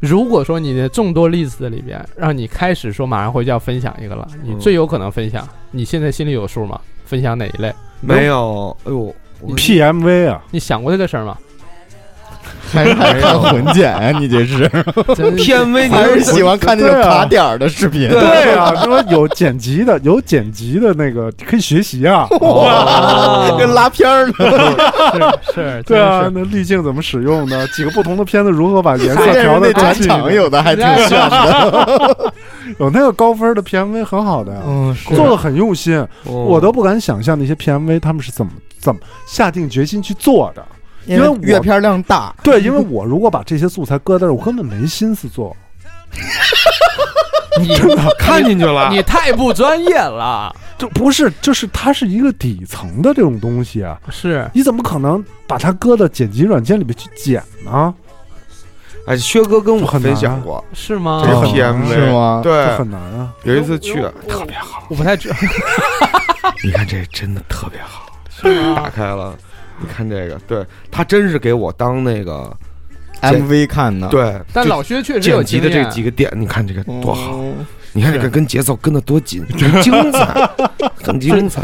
Speaker 5: 如果说你的众多例子里边，让你开始说马上回去要分享一个了，你
Speaker 3: 嗯
Speaker 5: 最有可能分享，你现在心里有数吗？分享哪一类？
Speaker 3: 没有？哎呦，我
Speaker 2: PMV 啊，
Speaker 5: 你想过这个事儿吗？
Speaker 4: 还还看混剪 啊？你这是
Speaker 5: 真是
Speaker 3: 偏微你
Speaker 4: 还是喜欢看那种
Speaker 2: 对啊
Speaker 4: 卡点儿的视频？
Speaker 2: 对 啊，说有剪辑的，有剪辑的那个可以学习啊，
Speaker 5: 哦
Speaker 4: 跟拉片儿呢，
Speaker 5: 是是，
Speaker 2: 对
Speaker 5: 真
Speaker 2: 啊，
Speaker 5: 是
Speaker 2: 那滤镜怎么使用呢？ 几个不同的片子如何把颜色
Speaker 4: 关键是
Speaker 2: 调
Speaker 4: 那
Speaker 2: 的
Speaker 4: 转场有的还挺炫的。
Speaker 2: 有那个高分的 PMV 很好的呀，
Speaker 4: 嗯，
Speaker 2: 做的很用心，我
Speaker 3: 我
Speaker 2: 都不敢想象那些 PMV 他们是怎么怎么下定决心去做的。
Speaker 4: 因
Speaker 2: 因为
Speaker 4: 为
Speaker 2: 我
Speaker 4: 阅片量大，
Speaker 2: 对，因为我如果把这些素材搁在这儿，我根本没心思做。
Speaker 5: 你
Speaker 2: 真的，
Speaker 3: 看进去了，
Speaker 5: 哦你太不专业了，
Speaker 2: 这不是，就是它是一个底层的这种东西啊，
Speaker 5: 是
Speaker 2: 你怎么可能把它搁到剪辑软件里面去剪呢？
Speaker 3: 哎，薛哥跟我
Speaker 2: 很难啊
Speaker 3: 分享过，
Speaker 5: 是吗
Speaker 3: 这？个
Speaker 2: 哦
Speaker 3: PMV
Speaker 4: 是吗？
Speaker 2: 这
Speaker 3: 对，
Speaker 2: 很难啊。
Speaker 3: 有一次去，
Speaker 5: 特别好，我不太知 道。
Speaker 3: 你看这真的特别好，
Speaker 5: 啊
Speaker 3: 打开了，你看这个，对他真是给我当那个
Speaker 4: ，MV 看的，，
Speaker 3: 对，
Speaker 5: 啊但
Speaker 3: 就
Speaker 5: 老薛确实有
Speaker 3: 剪辑
Speaker 5: 经
Speaker 3: 的这
Speaker 5: 验哦
Speaker 3: 几个点，你看这个多好，
Speaker 4: 嗯。
Speaker 3: 你看这个跟节奏跟的多 紧，很精彩，很精彩，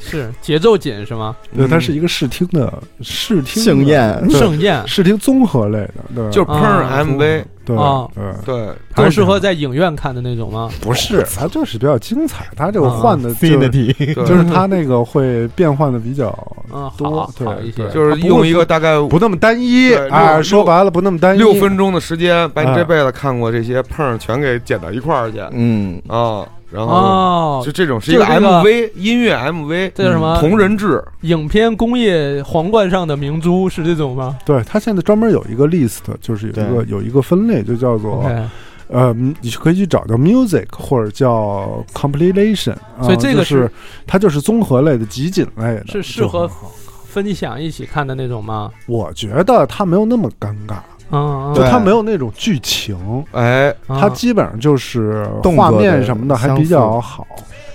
Speaker 5: 是节奏紧是吗？
Speaker 2: 对，它
Speaker 3: 嗯
Speaker 2: 是一个视听的视听的
Speaker 4: 盛宴，
Speaker 2: 对
Speaker 5: 盛宴
Speaker 2: 视听综合类的，对吧，
Speaker 3: 就是碰
Speaker 5: 啊
Speaker 3: 上 MV，
Speaker 2: 对
Speaker 5: 哦
Speaker 2: 对，
Speaker 3: 对，
Speaker 5: 更适合在影院看的那种吗？
Speaker 2: 不是，它就是比较精彩，它这个
Speaker 5: 啊
Speaker 2: 换的就是
Speaker 4: Infinity
Speaker 3: 对
Speaker 2: 就是它那个会变换的比 较
Speaker 5: 嗯，好
Speaker 2: 多，
Speaker 5: 好一
Speaker 2: 对，对，
Speaker 5: 些
Speaker 3: 就是用一个大概
Speaker 2: 不那么单一
Speaker 3: 对
Speaker 2: 啊，
Speaker 3: 六
Speaker 2: 说白了不那么单一，
Speaker 3: 六分钟的时间，把你
Speaker 2: 哎
Speaker 3: 这辈子看过这些碰儿全给剪到一块儿去
Speaker 4: 嗯，
Speaker 3: 啊，然后
Speaker 5: 哦
Speaker 3: 嗯就，这种是一个嗯
Speaker 5: 就是这个啊
Speaker 3: MV 音乐 MV
Speaker 5: 这叫什么？
Speaker 3: 同人志，
Speaker 5: 影片工业皇冠上的明珠是这种吗
Speaker 2: 对，它现在专门有一个 list，就是有一个有一个分类，就叫做
Speaker 5: ？OK，
Speaker 2: 呃，你可以去找叫 music 或者叫 compilation，啊
Speaker 5: 所以这个
Speaker 2: 就是是它就是综合类的、集锦类的，
Speaker 5: 是适合
Speaker 2: 就很好。
Speaker 5: 分享一起看的那种吗？
Speaker 2: 我觉得它没有那么尴尬，
Speaker 5: 嗯，嗯
Speaker 2: 就
Speaker 4: 对
Speaker 2: 它没有那种剧情，
Speaker 3: 哎，
Speaker 5: 嗯
Speaker 2: 它基本上就是
Speaker 4: 动
Speaker 2: 画
Speaker 4: 作
Speaker 2: 面
Speaker 4: 的
Speaker 2: 什么的还
Speaker 4: 相
Speaker 2: 比
Speaker 4: 似
Speaker 2: 较好。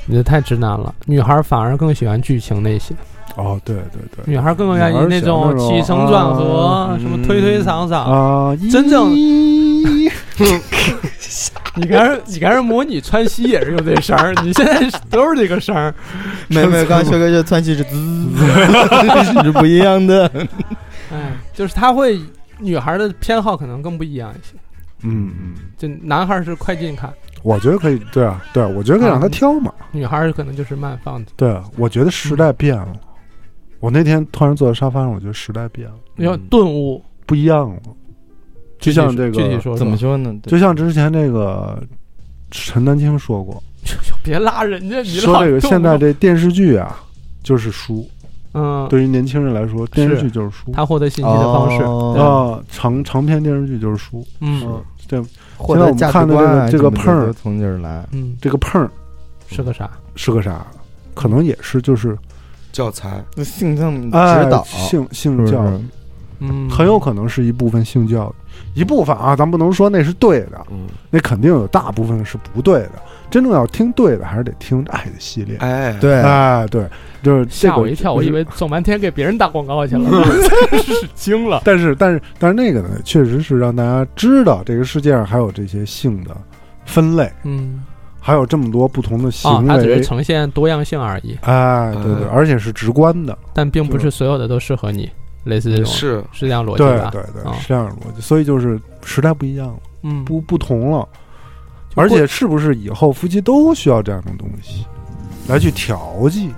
Speaker 5: 你这太直男了，女孩反而更喜欢剧情那些，
Speaker 2: 哦，对对对，
Speaker 5: 女孩更愿意那种
Speaker 2: 女孩喜欢那
Speaker 5: 嗯
Speaker 2: 种
Speaker 5: 起承转合
Speaker 2: 啊，
Speaker 5: 什么推推搡搡。
Speaker 2: 啊，
Speaker 5: 真正
Speaker 2: 咦嗯
Speaker 5: 你刚才你刚才模拟川西也是用这 声儿，你现在都是这个声儿。
Speaker 4: 没没，刚学哥就窜气是 滋，是不一样的。
Speaker 5: 哎，就是她会女孩的偏好可能更不一样一些，
Speaker 2: 嗯嗯，
Speaker 5: 就男孩是快进看，
Speaker 2: 我觉得可以，对啊，对啊，我觉得可以让他挑嘛。
Speaker 5: 女孩可能就是慢放着。
Speaker 2: 对啊，我觉得时代变了。
Speaker 3: 嗯
Speaker 2: 我那天突然坐在沙发上，我觉得时代变了，
Speaker 5: 要顿悟，
Speaker 2: 不一样了。就
Speaker 5: 具体
Speaker 2: 像这
Speaker 5: 具体
Speaker 2: 个，
Speaker 5: 说
Speaker 4: 怎么
Speaker 5: 说
Speaker 4: 说呢？
Speaker 2: 就像之前那个陈丹青说过，
Speaker 5: 别拉人家，你
Speaker 2: 说
Speaker 5: 老
Speaker 2: 这个
Speaker 5: 动
Speaker 2: 现在
Speaker 5: 我
Speaker 2: 这电视剧啊，就是书。
Speaker 5: 嗯，
Speaker 2: 对于年轻人来说，电视剧就是书。
Speaker 5: 他获得信息的方式，
Speaker 4: 哦
Speaker 5: 对
Speaker 2: 啊，长长篇电视剧就是书。
Speaker 5: 嗯
Speaker 2: 嗯，这
Speaker 4: 获得价值观啊
Speaker 2: 现在我们看的这个
Speaker 4: 什么的
Speaker 2: 这个碰儿
Speaker 4: 都从这儿来。
Speaker 5: 嗯，
Speaker 2: 这个碰儿
Speaker 5: 是个啥？
Speaker 2: 是个啥？可能也是就是
Speaker 3: 教材
Speaker 4: 那性向
Speaker 2: 哎
Speaker 4: 指导
Speaker 2: 性性
Speaker 4: 是
Speaker 2: 教育
Speaker 4: 不，是
Speaker 5: 嗯，
Speaker 2: 很有可能是一部分性教育，一部分啊，咱不能说那是对的，
Speaker 3: 嗯，
Speaker 2: 那肯定有大部分是不对的。真正要听对的，还是得听爱的系列。
Speaker 3: 哎，
Speaker 4: 对，
Speaker 2: 哎，对，就是嗯这
Speaker 5: 吓
Speaker 2: 个
Speaker 5: 我一跳，我以为走半天给别人打广告去了， 是惊了。
Speaker 2: 但是但是但是那个呢，确实是让大家知道这个世界上还有这些性的分类，
Speaker 5: 嗯，
Speaker 2: 还有这么多不同的行
Speaker 5: 啊，它只
Speaker 2: 为。
Speaker 5: 是呈现多样性而已，
Speaker 2: 哎，对对，
Speaker 3: 嗯
Speaker 2: 而且是直观的，
Speaker 5: 但并不是所有的都适合你，类似这种
Speaker 3: 是
Speaker 5: 是这样逻辑
Speaker 2: 对
Speaker 5: 吧？
Speaker 2: 对对，
Speaker 5: 啊
Speaker 2: 是这样的逻辑。所以就是时代不一样了，
Speaker 5: 嗯，
Speaker 2: 不不同了，
Speaker 5: 就
Speaker 2: 而
Speaker 5: 过
Speaker 2: 且是不是以后夫妻都需要这样的东西来去调剂？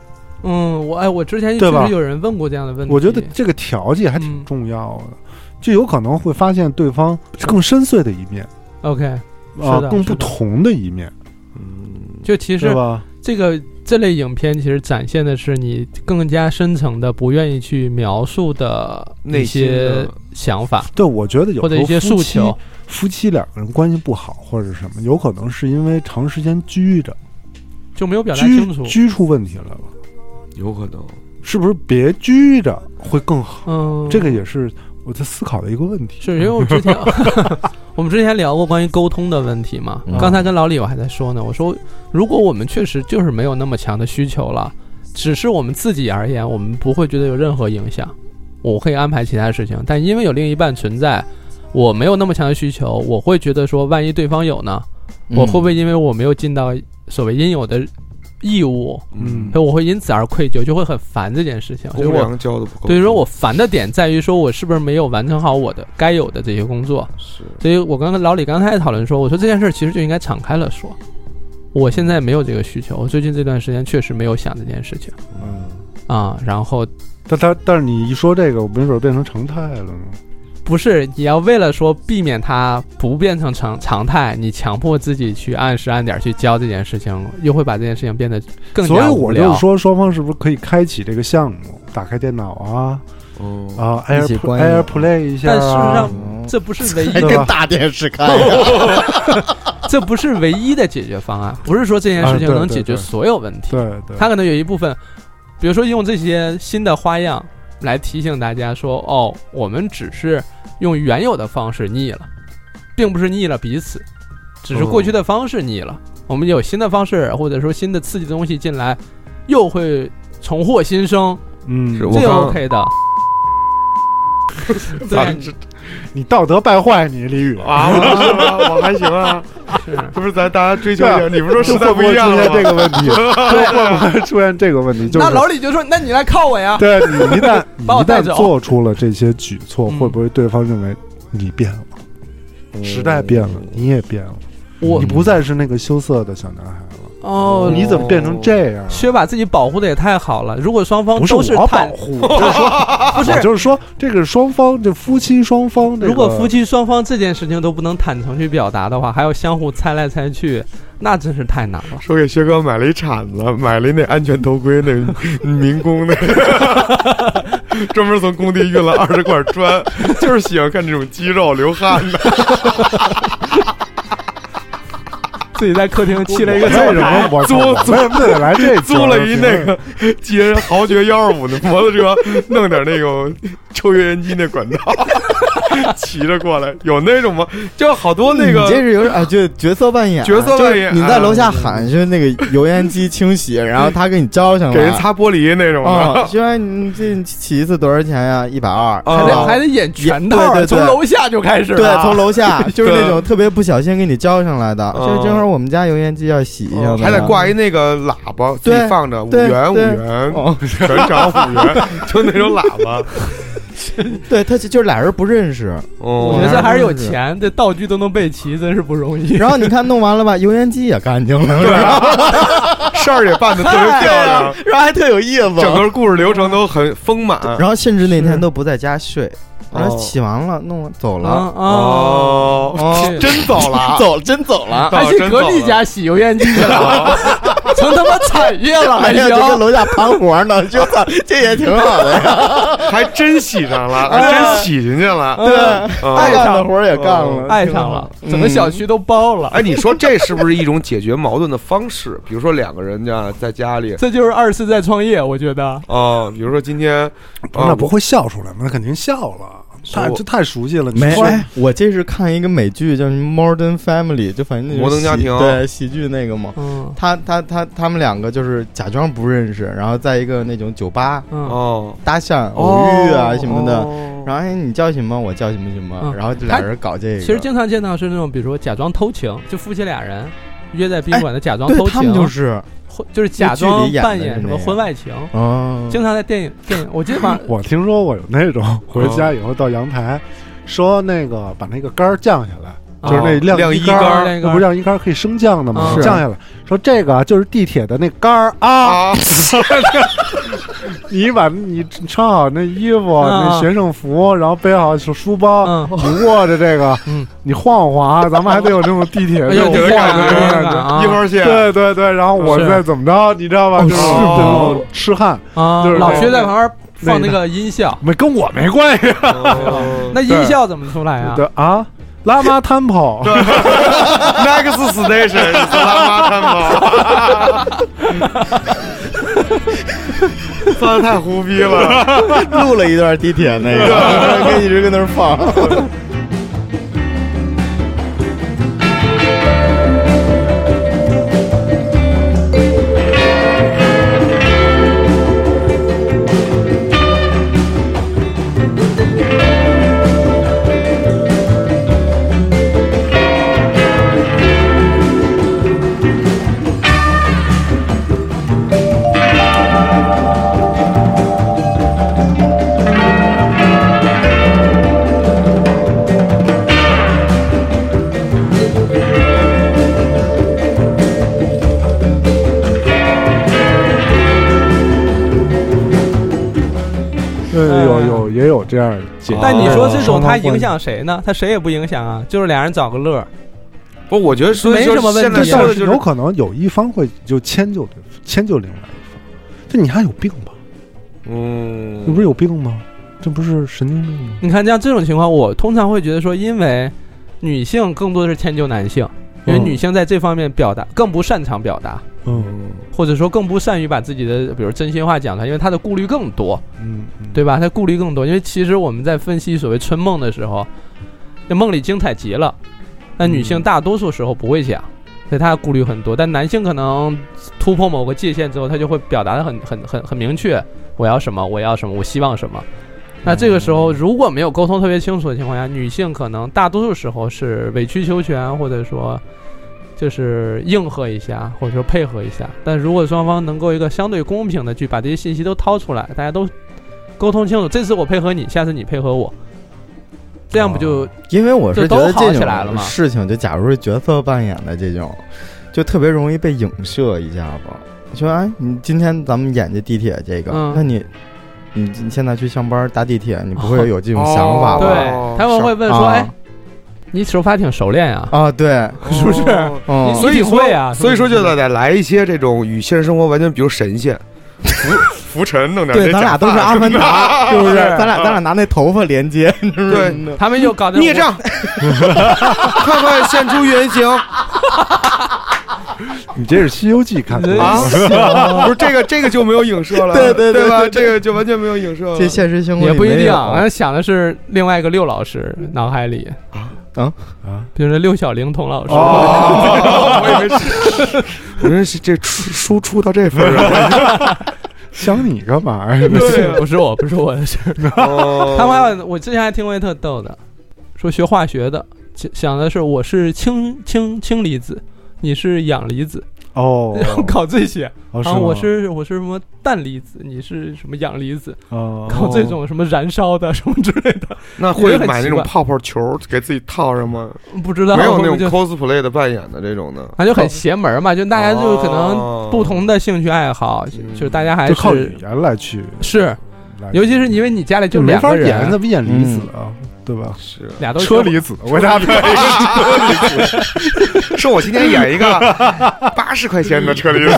Speaker 5: 嗯，我哎，我之前
Speaker 2: 对
Speaker 5: 确
Speaker 2: 吧
Speaker 5: 实有人问过这样的问题，
Speaker 2: 我觉得这个调剂还挺
Speaker 5: 嗯
Speaker 2: 重要的，就有可能会发现对方更深邃的一面
Speaker 5: OK，
Speaker 2: 啊
Speaker 5: 是的，
Speaker 2: 更不
Speaker 5: 是的
Speaker 2: 同的一面，
Speaker 3: 嗯，
Speaker 5: 就其实
Speaker 2: 对吧？
Speaker 5: 这个这类影片其实展现的是你更加深层的不愿意去描述的
Speaker 3: 内
Speaker 5: 一
Speaker 3: 心
Speaker 5: 些
Speaker 3: 的
Speaker 5: 想法
Speaker 2: 对，我觉得有
Speaker 5: 或者
Speaker 2: 时
Speaker 5: 一
Speaker 2: 候
Speaker 5: 些
Speaker 2: 夫
Speaker 5: 诉
Speaker 2: 妻
Speaker 5: 求。
Speaker 2: 夫妻两个人关系不好或者什么，有可能是因为长时间拘着，
Speaker 5: 就没有表达清楚
Speaker 2: 拘。拘出问题来了，
Speaker 3: 有可能，
Speaker 2: 是不是别拘着会更好？
Speaker 5: 嗯，
Speaker 2: 这个也是我在思考的一个问题。
Speaker 5: 是因为我们之前 我们之前聊过关于沟通的问题嘛。
Speaker 4: 嗯
Speaker 5: 刚才跟老李我还在说呢，我说如果我们确实就是没有那么强的需求了，只是我们自己而言，我们不会觉得有任何影响，我可以安排其他事情。但因为有另一半存在，我没有那么强的需求，我会觉得说，万一对方有呢，
Speaker 4: 嗯
Speaker 5: 我会不会因为我没有尽到所谓应有的义务，
Speaker 2: 嗯
Speaker 5: 所以我会因此而愧疚，就会很烦这件事情。所以
Speaker 3: 公
Speaker 5: 我
Speaker 3: 粮教的不够多，
Speaker 5: 所以说我烦的点在于说我是不是没有完成好我的该有的这些工作。
Speaker 3: 是
Speaker 5: 所以我刚跟老李刚才也讨论说，我说这件事儿其实就应该敞开了说。我现在没有这个需求，我最近这段时间确实没有想这件事情
Speaker 2: 嗯，
Speaker 5: 啊、然后
Speaker 2: 但他但是你一说这个，我没准变成常态了呢。
Speaker 5: 不是你要为了说避免它不变成常常态，你强迫自己去按时按点儿去教这件事情，又会把这件事情变得更加
Speaker 2: 所以
Speaker 5: 无
Speaker 2: 我
Speaker 5: 聊
Speaker 2: 就说，双方是不是可以开启这个项目，打开电脑啊
Speaker 4: 嗯
Speaker 3: 哦，
Speaker 2: 啊
Speaker 5: 嗯
Speaker 4: 一起观
Speaker 2: ，Air Air
Speaker 4: 影
Speaker 2: Play 一下
Speaker 5: 但事实
Speaker 2: 啊
Speaker 5: 上，
Speaker 4: 嗯
Speaker 5: 这不是唯一
Speaker 2: 对
Speaker 4: 还
Speaker 2: 吧
Speaker 4: 跟大电视看呀，
Speaker 5: 这不是唯一的解决方案，不是说这件事情
Speaker 2: 啊对
Speaker 5: 能解决
Speaker 2: 对对
Speaker 5: 所有问题。
Speaker 2: 对对，
Speaker 5: 他可能有一部分，比如说用这些新的花样来提醒大家说，哦，我们只是用原有的方式腻了，并不是腻了彼此，只是过去的方式腻了。我们有新的方式，或者说新的刺激的东西进来，又会重获新生，
Speaker 2: 嗯
Speaker 3: 是，我
Speaker 5: 这个
Speaker 3: 刚
Speaker 5: OK 的。
Speaker 3: 咱
Speaker 5: 对，
Speaker 3: 这
Speaker 2: 你道德败坏你李宇
Speaker 3: 啊，我是吗？我还行啊，
Speaker 5: 是
Speaker 3: 不是咱大家追求
Speaker 2: 对啊
Speaker 3: 一个，你 不是说时代
Speaker 2: 会不
Speaker 3: 不
Speaker 2: 会
Speaker 3: 一样
Speaker 2: 出
Speaker 3: 了
Speaker 2: 现这
Speaker 3: 吗？
Speaker 2: 个问 题？会不会出现这个问题？就
Speaker 5: 那
Speaker 2: 是
Speaker 5: 老李就说：“那你来靠我呀。
Speaker 2: 对你一旦你一
Speaker 5: 把我带
Speaker 2: 旦
Speaker 5: 走
Speaker 2: 做出了这些举措，
Speaker 5: 嗯
Speaker 2: 会不会对方认为你变了，时代变了，你也变了，
Speaker 5: 我
Speaker 2: 你不再是那个羞涩的小男孩了，”
Speaker 5: 哦，
Speaker 2: 你怎么变成这样？啊
Speaker 5: 薛把自己保护的也太好了。如果双方
Speaker 2: 不
Speaker 5: 哦都
Speaker 2: 是我保
Speaker 5: 坦，
Speaker 2: 护，我就是说，
Speaker 5: 不是
Speaker 2: 我就是说，这个双方，这夫妻双方，这个
Speaker 5: 如果夫妻双方这件事情都不能坦诚去表达的话，还要相互猜来猜去，那真是太难了。
Speaker 3: 说给薛哥买了一铲子，买了一那安全头盔，那民工的， 专门从工地运了二十块砖， 就是喜欢看这种肌肉流汗的。
Speaker 5: 自己在客 厅砌了一个
Speaker 2: 为什么我
Speaker 3: 租
Speaker 2: 我
Speaker 3: 租
Speaker 2: 为什么得来这节
Speaker 3: 租
Speaker 2: 儿
Speaker 3: 了一那个捷豪爵幺二五的摩托车，弄点那种抽油烟机那管道， 骑着过来，有那种吗？就好多 那
Speaker 4: 你这
Speaker 3: 个
Speaker 4: 是有点啊，就角色扮演啊，
Speaker 3: 角色扮演
Speaker 4: 就是你在楼下喊是那个油烟机清洗，然后他给你招上来，
Speaker 3: 给人擦玻璃那种的，
Speaker 4: 啊，虽然你这骑一次多少钱呀？一百二，
Speaker 3: 啊
Speaker 5: 还
Speaker 4: 是吧
Speaker 5: 得还得演拳套，啊
Speaker 4: 对对对
Speaker 5: 从楼下就开始了。
Speaker 4: 对，从楼 下就是
Speaker 3: 对
Speaker 4: 那种特别不小心给你招上来的，
Speaker 3: 嗯
Speaker 4: 就是正好我们家油烟机要洗一下，
Speaker 3: 哦还得。挂一那个喇叭，自己
Speaker 4: 哦对
Speaker 3: 放着五
Speaker 4: 对
Speaker 3: 元五
Speaker 4: 对
Speaker 3: 元，
Speaker 4: 哦，
Speaker 3: 全场五元，就那种喇叭。
Speaker 4: 对他就就是俩人不 认识，
Speaker 5: 我
Speaker 3: 哦
Speaker 5: 觉得
Speaker 4: 俩人
Speaker 5: 还是有
Speaker 4: 都是
Speaker 5: 钱，这道具都能备齐，真是不容易。
Speaker 4: 然后你看弄完了吧，油烟机也干净了，是吧
Speaker 3: 事儿也啊办的特别漂 亮，
Speaker 4: 啊然后还特有意思。
Speaker 3: 整个故事流程都很丰满。
Speaker 2: 哦
Speaker 4: 然后甚至那天都不在家睡，然后
Speaker 3: 哦
Speaker 4: 洗完了弄完走
Speaker 5: 啊
Speaker 4: 了，
Speaker 5: 啊！
Speaker 3: 哦，
Speaker 5: 哦
Speaker 3: 真走了啊，
Speaker 4: 走真走了，
Speaker 5: 还去格力家洗油烟机去了，成他妈产业了，还
Speaker 4: 哎呀，
Speaker 5: 行
Speaker 4: 就。跟楼下盘活呢，就操，这也挺好的呀。
Speaker 3: 还真洗上了，
Speaker 2: 哎
Speaker 3: 还真洗进去了。
Speaker 5: 嗯
Speaker 3: 哦
Speaker 4: 爱干的活儿也干了，
Speaker 3: 嗯
Speaker 5: 爱上了，整个小区都包了。
Speaker 3: 哎，你说这是不是一种解决矛盾的方式？比如说两个人家在家里，
Speaker 5: 这就是二次再创业，我觉得。
Speaker 3: 哦，比如说今天，
Speaker 2: 那
Speaker 3: 啊，
Speaker 2: 不会笑出来吗？那肯定笑了，太这太熟悉了。
Speaker 4: 没
Speaker 2: 你说
Speaker 4: 哎我这是看一个美剧叫《Modern Family》，就反正那种
Speaker 3: 摩登家
Speaker 4: 喜
Speaker 3: 庭
Speaker 4: 对喜剧那个嘛。
Speaker 5: 嗯
Speaker 4: 他他他他们两个就是假装不认识，然后在一个那种酒吧
Speaker 5: 嗯，
Speaker 3: 哦，
Speaker 4: 搭讪、偶遇啊什么的。
Speaker 3: 哦
Speaker 4: 然后哎，你叫什么？我叫什么什么？
Speaker 5: 嗯
Speaker 4: 然后就俩人搞这个。
Speaker 5: 其实经常见到是那种，比如说假装偷情，就夫妻俩人约在宾馆的
Speaker 2: 哎
Speaker 5: 假装偷
Speaker 4: 对
Speaker 5: 情，
Speaker 4: 他们就是，
Speaker 5: 或就是假装扮演什么婚外情，
Speaker 4: 嗯，
Speaker 5: 经常在电影电影，我记得 好像
Speaker 2: 我听说过有那种回家以后到阳台，说那个把那个杆儿降下来，就是那晾
Speaker 3: 哦晾
Speaker 2: 衣
Speaker 3: 衣
Speaker 2: 杆
Speaker 3: 杆
Speaker 2: 儿，
Speaker 5: 啊儿
Speaker 2: 那不晾衣杆儿可以升降的吗？
Speaker 5: 是
Speaker 2: 降下来，说这个啊就是地铁的那杆儿啊，
Speaker 3: 啊，
Speaker 2: 你把你穿好那衣服、
Speaker 5: 啊
Speaker 2: 那学生服，然后背好书书包，
Speaker 5: 嗯
Speaker 2: 你握着这个，
Speaker 5: 嗯
Speaker 2: 你晃晃啊，咱们还得有那种地铁
Speaker 5: 有
Speaker 2: 那种
Speaker 5: 有
Speaker 2: 晃
Speaker 5: 点
Speaker 2: 的
Speaker 5: 感
Speaker 2: 那种
Speaker 5: 觉有
Speaker 2: 感
Speaker 5: 点
Speaker 2: 觉。
Speaker 5: 啊
Speaker 3: 一号线，
Speaker 2: 对对对，然后我
Speaker 5: 是
Speaker 2: 再怎么着，你知道吧？
Speaker 5: 哦
Speaker 2: 就是是那种
Speaker 3: 吗
Speaker 2: 痴汉，
Speaker 5: 啊，
Speaker 2: 就是
Speaker 5: 老
Speaker 2: 那
Speaker 5: 薛
Speaker 2: 个
Speaker 5: 在旁边放那个音效，
Speaker 2: 没跟我没关系。
Speaker 3: 哦
Speaker 5: 那音效怎么出来啊？
Speaker 2: 对啊，拉妈 temple，
Speaker 3: Next Station 是拉马探宝，操，太胡逼了！
Speaker 4: 录了一段地铁那个，然 后一直跟那儿放。
Speaker 2: 对，有有也有这样的解决。
Speaker 5: 但你说这
Speaker 2: 哦双
Speaker 5: 种
Speaker 2: 方
Speaker 5: 他
Speaker 2: 关系
Speaker 5: 影响谁呢？他谁也不影响啊，就是俩人找个乐儿。
Speaker 3: 不，我觉得说
Speaker 5: 没什么问题
Speaker 2: 对，
Speaker 3: 现在
Speaker 5: 那
Speaker 3: 说
Speaker 2: 但
Speaker 3: 的
Speaker 2: 是
Speaker 3: 就
Speaker 2: 有
Speaker 3: 是
Speaker 2: 可能有一方会就迁就对迁就另外一方，就你还有病吧？你不
Speaker 3: 嗯，
Speaker 2: 是有病吗？这不是神经病吗？
Speaker 5: 你看，像这种情况，我通常会觉得说，因为女性更多的是迁就男性，因为
Speaker 2: 嗯
Speaker 5: 女性在这方面表达更不擅长表达，
Speaker 2: 嗯
Speaker 5: 或者说更不善于把自己的，比如真心话讲出来，因为她的顾虑更多，
Speaker 2: 嗯，
Speaker 5: 对吧？她顾虑更多，因为其实我们在分析所谓春梦的时候，那梦里精彩极了，但女性大多数时候不会讲。所以她的顾虑很多，但男性可能突破某个界限之后，他就会表达的很很很很明确，我要什么，我要什么，我希望什么。那这个时候如果没有沟通特别清楚的情况下，女性可能大多数时候是委曲求全，或者说就是应和一下，或者说配合一下。但如果双方能够一个相对公平的去把这些信息都掏出来，大家都沟通清楚，这次我配合你，下次你配合我，这样不就
Speaker 4: 哦因为我是觉得
Speaker 5: 就都好
Speaker 4: 这
Speaker 5: 起来了
Speaker 4: 种
Speaker 5: 嘛
Speaker 4: 事情，就假如是角色扮演的这种，就特别容易被影射一下子。说哎，你今天咱们演这地铁这个，
Speaker 5: 嗯
Speaker 4: 那你你你现在去上班搭地铁，你不会
Speaker 5: 哦
Speaker 4: 有这种想法吧？
Speaker 5: 对？他们会问说：“
Speaker 4: 啊
Speaker 5: 哎，你手法挺熟练呀、
Speaker 4: 啊，对，
Speaker 5: 是不是
Speaker 3: 哦
Speaker 4: 嗯
Speaker 5: 你，
Speaker 3: 所以
Speaker 5: 挺
Speaker 3: 说
Speaker 5: 会啊
Speaker 3: 所以说
Speaker 5: 是不
Speaker 3: 就是得来一些这种与现实生活完全，比如神仙，浮浮尘弄点这
Speaker 4: 对，咱俩都是阿凡达， 是不是？咱俩咱俩拿那头发连接， 你知道吗？
Speaker 5: 他们就搞这种
Speaker 3: 孽障，快快现出原形！
Speaker 2: 你这是《西游记》看 的
Speaker 3: 啊
Speaker 2: 吗？
Speaker 3: 不是这个，这个就没有影射了，
Speaker 4: 对对
Speaker 3: 对
Speaker 4: 对
Speaker 3: 吧？
Speaker 4: 对对
Speaker 3: 这个就完全没有影射了。
Speaker 4: 这现实生活
Speaker 5: 也不一定，
Speaker 4: 啊
Speaker 5: 我，想的是另外一个六老师脑海里
Speaker 4: 啊
Speaker 2: 啊，
Speaker 5: 比如说六小龄童老师，
Speaker 3: 哦，我以为是，我说是这书书出到这份儿上，
Speaker 2: 想你干嘛呀？
Speaker 5: 不是不是我，不是我的事儿。他
Speaker 3: 他
Speaker 5: 们还有，我之前还听过一特逗的，说学化学的想想的是我是氢氢氢离子，你是氧离子，
Speaker 2: 哦，
Speaker 5: 然后 搞这些
Speaker 2: 哦
Speaker 5: 啊，我
Speaker 2: 吗
Speaker 5: 是我是什么氮离子，你是什么氧离子，
Speaker 2: 哦，
Speaker 5: 搞这种什么燃烧的什么之类的，
Speaker 3: 那
Speaker 5: 也
Speaker 3: 会
Speaker 5: 很
Speaker 3: 买
Speaker 5: 奇
Speaker 3: 那种
Speaker 5: 怪
Speaker 3: 泡泡球给自己套上吗？
Speaker 5: 不知道
Speaker 3: 没有
Speaker 5: 我
Speaker 3: 那
Speaker 5: 就
Speaker 3: 种 cosplay 的扮演的这种的，
Speaker 5: 反正就很邪门嘛，就大家就可能
Speaker 3: 能
Speaker 5: 不同的兴趣爱好，
Speaker 3: 哦嗯
Speaker 5: 就是大家还
Speaker 2: 就靠语
Speaker 5: 是
Speaker 2: 言来去，
Speaker 5: 是，
Speaker 2: 来
Speaker 5: 尤其是因为你家里
Speaker 2: 就没
Speaker 5: 两
Speaker 2: 法
Speaker 5: 个
Speaker 2: 演，
Speaker 5: 人
Speaker 2: 怎，么演离子啊？对吧？
Speaker 3: 是。
Speaker 5: 俩都是
Speaker 2: 车厘子，我家
Speaker 3: 说我今天演 一个八十块钱的车厘子，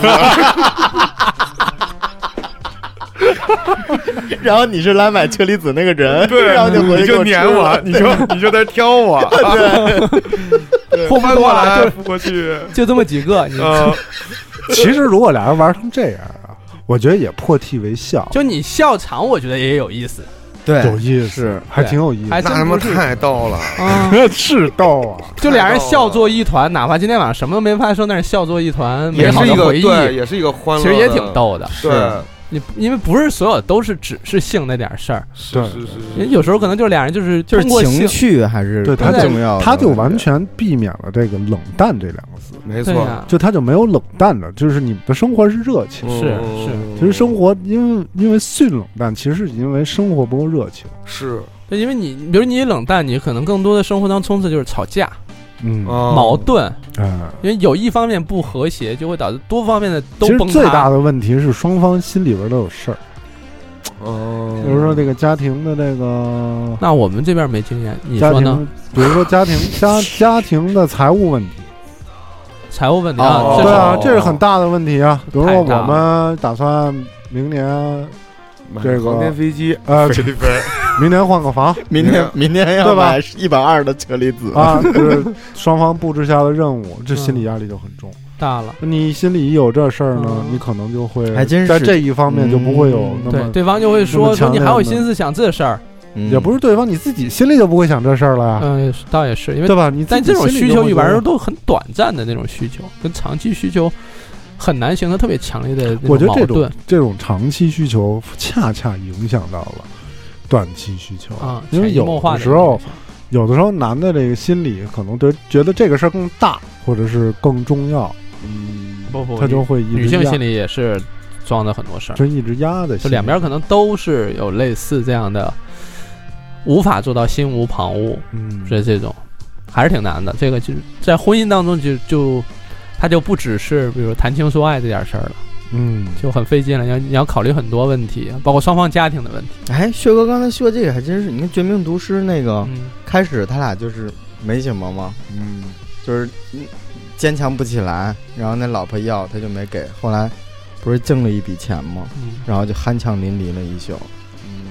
Speaker 4: 然后你是来买车厘子那个人，
Speaker 3: 对，
Speaker 4: 然后就回
Speaker 3: 你
Speaker 4: 去给
Speaker 3: 就
Speaker 4: 吃
Speaker 3: 撵我，你就你就在挑我，
Speaker 5: 货不
Speaker 3: 翻
Speaker 5: 多
Speaker 3: 过
Speaker 5: 了，
Speaker 3: 来
Speaker 5: 就
Speaker 3: 不过 去，
Speaker 5: 就这么几个，你
Speaker 3: 呃，
Speaker 2: 其实如果俩人玩成这样啊，我觉得也破涕为笑，
Speaker 5: 就你笑场，我觉得也有意思，
Speaker 4: 对，
Speaker 2: 有意思，
Speaker 4: 是
Speaker 2: 还挺有意思
Speaker 5: 还
Speaker 3: 那
Speaker 5: 真
Speaker 3: 他妈
Speaker 5: 不是
Speaker 3: 太逗了，
Speaker 5: 啊。
Speaker 2: 的， 是逗啊！
Speaker 5: 就俩人笑作一团，哪怕今天晚上什么都没发生，但是笑作一团，美
Speaker 3: 也
Speaker 5: 好
Speaker 3: 是一
Speaker 5: 的
Speaker 3: 个
Speaker 5: 回忆，
Speaker 3: 对，也是一个欢乐
Speaker 5: 其
Speaker 3: 的，
Speaker 5: 实也挺逗的。
Speaker 3: 对，
Speaker 5: 你因为不是所有都是只是性那点事儿，
Speaker 3: 是
Speaker 2: 对
Speaker 3: 是是
Speaker 5: 因为
Speaker 3: 是，
Speaker 5: 有时候可能就是俩人就是
Speaker 4: 就是
Speaker 5: 通过
Speaker 4: 情
Speaker 5: 性，
Speaker 4: 绪还是
Speaker 2: 对他
Speaker 4: 很
Speaker 5: 就
Speaker 4: 重要的
Speaker 2: 他就完全避免了这个“冷淡”这两个字，
Speaker 3: 没
Speaker 5: 对啊
Speaker 3: 错，
Speaker 5: 呀，
Speaker 2: 就他就没有冷淡的，就是你的生活是热情。
Speaker 3: 嗯
Speaker 5: 是
Speaker 2: 其实生活因为因为迅冷淡，其实是因为生活不够热情。
Speaker 3: 是
Speaker 5: 对，因为你比如你冷淡，你可能更多的生活当冲刺就是吵架、
Speaker 2: 嗯
Speaker 5: 矛
Speaker 3: 矛，
Speaker 5: 盾，
Speaker 2: 啊，
Speaker 5: 因为有一方面不和谐，就会导致多方面的都
Speaker 2: 其实
Speaker 5: 崩
Speaker 2: 最大
Speaker 5: 塌。
Speaker 2: 的问题是双方心里边都有事儿，
Speaker 3: 哦
Speaker 5: 嗯
Speaker 2: 比如说这个家庭的这个
Speaker 5: 那我们这边没经验，你
Speaker 2: 家
Speaker 5: 说呢？
Speaker 2: 庭，比如说家 庭家家庭的财务问题，
Speaker 5: 财务问题啊
Speaker 3: 哦，
Speaker 5: 这
Speaker 2: 对啊，
Speaker 5: 是
Speaker 2: 这是很大的问题啊。比如说
Speaker 5: 太大
Speaker 2: 我们打算明年
Speaker 3: 买
Speaker 2: 这
Speaker 4: 啊
Speaker 2: 个
Speaker 3: 航天飞机，
Speaker 2: 呃，
Speaker 3: 菲律宾
Speaker 2: 明年换个房
Speaker 4: 明
Speaker 3: 明
Speaker 4: 天
Speaker 3: 天
Speaker 4: 明天要
Speaker 2: 对吧
Speaker 4: 买一百二的车厘子，
Speaker 2: 啊，就是双方布置下的任务，这心理压力就很重。
Speaker 5: 大了。
Speaker 2: 你心里有这事儿呢，
Speaker 5: 嗯
Speaker 2: 你可能就会
Speaker 4: 还真
Speaker 2: 在
Speaker 4: 是
Speaker 2: 这一方面就不会有那
Speaker 5: 对，
Speaker 2: 么，
Speaker 5: 对方就会
Speaker 2: 那
Speaker 5: 说
Speaker 2: 么
Speaker 5: 说
Speaker 2: 强
Speaker 5: 你
Speaker 2: 烈
Speaker 5: 还有
Speaker 2: 的
Speaker 5: 心思想这事儿，
Speaker 4: 嗯
Speaker 2: 也不是对方你自己心里就不会想这事儿了呀，
Speaker 5: 嗯，也是倒也是，因为
Speaker 2: 对吧？你
Speaker 5: 但
Speaker 2: 啊自己
Speaker 5: 这种
Speaker 2: 心里
Speaker 5: 需
Speaker 2: 就
Speaker 5: 求
Speaker 2: 会
Speaker 5: 一般
Speaker 2: 觉得
Speaker 5: 都很短暂的那种需求，跟长期需求很难形成特别强烈的那
Speaker 2: 我觉得
Speaker 5: 矛
Speaker 2: 这
Speaker 5: 盾
Speaker 2: 种这种长期需求恰恰影响到了短期需求
Speaker 5: 啊，
Speaker 2: 因为
Speaker 5: 潜移默
Speaker 2: 有
Speaker 5: 化
Speaker 2: 的
Speaker 5: 的
Speaker 2: 时候，有的时候男的这个心理可能对觉得这个事儿更大，或者是更重要，
Speaker 3: 嗯
Speaker 5: 不不，
Speaker 2: 他就
Speaker 5: 女
Speaker 2: 会一直
Speaker 5: 女性
Speaker 2: 压
Speaker 5: 心里也是装的很多事儿，
Speaker 2: 就一直压在心里，
Speaker 5: 就两边可能都是有类似这样的，无法做到心无旁骛，
Speaker 2: 嗯，
Speaker 5: 这这种还是挺难的。这个就是在婚姻当中就就。它就不只是比如谈情说爱这点事儿了，
Speaker 2: 嗯，
Speaker 5: 就很费劲了。你要你要考虑很多问题，包括双方家庭的问题。
Speaker 4: 哎，薛哥刚才说这个还真是，你看《绝命毒师》那个
Speaker 5: 嗯，
Speaker 4: 开始他俩就是没什么嘛，
Speaker 3: 嗯，
Speaker 4: 就是嗯坚强不起来，然后那老婆要他就没给，后来不是挣了一笔钱吗？
Speaker 5: 嗯
Speaker 4: 然后就酣畅淋漓了一宿，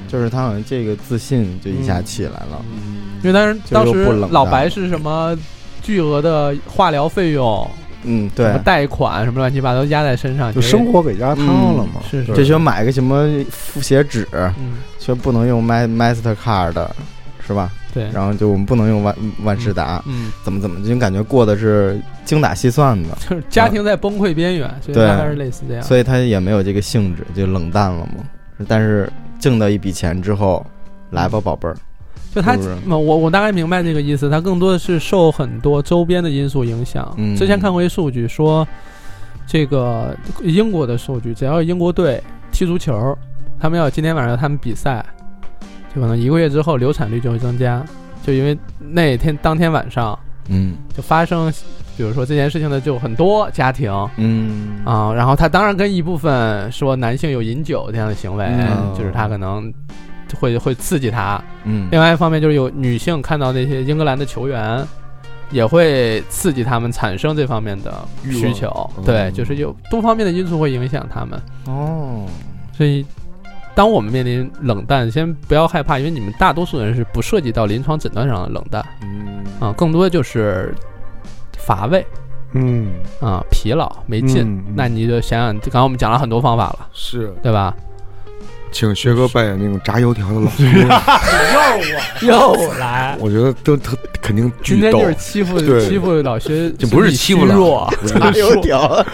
Speaker 4: 就是他好像这个自信就一下起来了，
Speaker 3: 嗯
Speaker 5: 因为当时
Speaker 4: 就
Speaker 5: 当
Speaker 4: 又
Speaker 5: 时
Speaker 4: 不冷
Speaker 5: 老
Speaker 4: 淡
Speaker 5: 白是什么巨额的化疗费用、
Speaker 4: 嗯，
Speaker 5: 什
Speaker 4: 对
Speaker 5: 么，贷款、什么乱七八糟压在身上，
Speaker 2: 就
Speaker 5: 觉得
Speaker 2: 生活给压塌了
Speaker 4: 嗯
Speaker 2: 嘛，
Speaker 5: 是是
Speaker 4: 这就买个什么复写纸，
Speaker 5: 嗯
Speaker 4: 说不能用 My Master Card，是吧？
Speaker 5: 对，
Speaker 4: 然后就我们不能用万万事达，
Speaker 5: 嗯，
Speaker 4: 怎么怎么，就感觉过的是精打细算的，
Speaker 5: 就是家庭在崩溃边缘，所以
Speaker 4: 对
Speaker 5: 大概是类似这样。
Speaker 4: 所以他也没有这个兴致，就冷淡了嘛。但是挣到一笔钱之后，来吧，宝贝儿，
Speaker 5: 就他，嗯
Speaker 4: 是不是
Speaker 5: 我我大概明白这个意思，他更多的是受很多周边的因素影响。
Speaker 4: 嗯
Speaker 5: 之前看过一数据说，这个英国的数据，只要英国队踢足球，他们要今天晚上他们比赛，就可能一个月之后流产率就会增加，就因为那天当天晚上
Speaker 4: 嗯
Speaker 5: 就发生，比如说这件事情的就很多家庭。
Speaker 4: 嗯，
Speaker 5: 啊、然后他当然跟一部分说男性有饮酒这样的行为，
Speaker 4: 嗯
Speaker 5: 就是他可能会会刺激他，
Speaker 4: 嗯
Speaker 5: 另外一方面就是有女性看到那些英格兰的球员，也会刺激他们产生这方面的需求。
Speaker 3: 嗯
Speaker 5: 对，就是有多方面的因素会影响他们。
Speaker 4: 哦，
Speaker 5: 所以，当我们面临冷淡，先不要害怕，因为你们大多数人是不涉及到临床诊断上的冷淡
Speaker 4: 嗯
Speaker 5: 啊，更多就是乏味
Speaker 2: 嗯，
Speaker 5: 啊、疲劳、没劲。
Speaker 2: 嗯嗯
Speaker 5: 那你就想想，刚刚我们讲了很多方法了，
Speaker 3: 是，
Speaker 5: 对吧？
Speaker 3: 请薛哥扮演那种炸油条的老师，
Speaker 5: 又 来，
Speaker 3: 我觉得都特肯定
Speaker 5: 今
Speaker 3: 巨
Speaker 5: 天
Speaker 3: 逗
Speaker 5: 就，是欺负
Speaker 3: 对
Speaker 5: 欺负老薛，
Speaker 3: 就不是欺负了
Speaker 5: 弱，
Speaker 4: 哪有屌？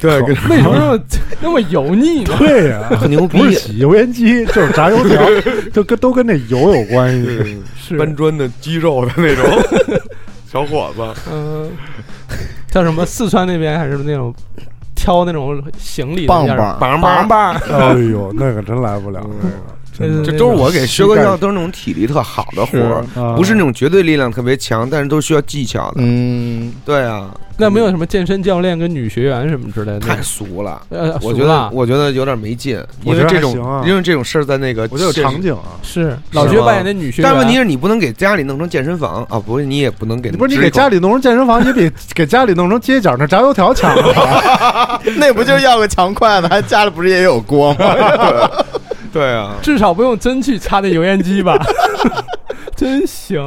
Speaker 3: 对，跟
Speaker 5: 为什么那么 那么油腻呢？
Speaker 2: 对呀、
Speaker 3: 很牛逼
Speaker 2: 不，是洗油烟机就是炸油条，就跟都跟这油有关系。
Speaker 3: 对
Speaker 5: 是
Speaker 3: 搬砖的肌肉的那 种小伙子，
Speaker 5: 嗯，叫什么？四川那边还是那种敲那种行李的
Speaker 4: 棒
Speaker 5: 那样
Speaker 4: 棒，
Speaker 3: 棒棒棒！
Speaker 2: 哎呦，那可真来不了，
Speaker 5: 对对对
Speaker 3: 这都是我给薛哥
Speaker 2: 膝盖
Speaker 3: 要，都是那种体力特好的活儿，
Speaker 2: 那个
Speaker 3: 不是那种绝对力量特别强，但是都需要技巧的。
Speaker 4: 嗯，
Speaker 3: 对啊，
Speaker 5: 那没有什么健身教练跟女学员什么之类的。
Speaker 3: 太俗了。
Speaker 5: 呃，
Speaker 3: 我
Speaker 5: 熟
Speaker 3: 觉得
Speaker 5: 了，
Speaker 3: 我觉得有点没劲，
Speaker 2: 我
Speaker 3: 因
Speaker 2: 觉
Speaker 3: 为
Speaker 2: 得
Speaker 3: 这
Speaker 2: 还
Speaker 3: 种
Speaker 2: 行啊
Speaker 3: 因为这种事儿在那个
Speaker 2: 我就有
Speaker 3: 现实
Speaker 2: 场景啊，
Speaker 5: 是老
Speaker 3: 是
Speaker 5: 薛
Speaker 3: 吗
Speaker 5: 扮演的女学员，
Speaker 3: 但问题是你不能给家里弄成健身房啊，不是你也不能给
Speaker 2: 不是你给家
Speaker 3: 里
Speaker 2: 里弄成健身房，你比给家里弄成街角那炸油条强啊！
Speaker 4: 那不就要个强筷子，还家里不是也有锅吗？
Speaker 3: 对啊，
Speaker 5: 至少不用真去插那油烟 机吧？真行，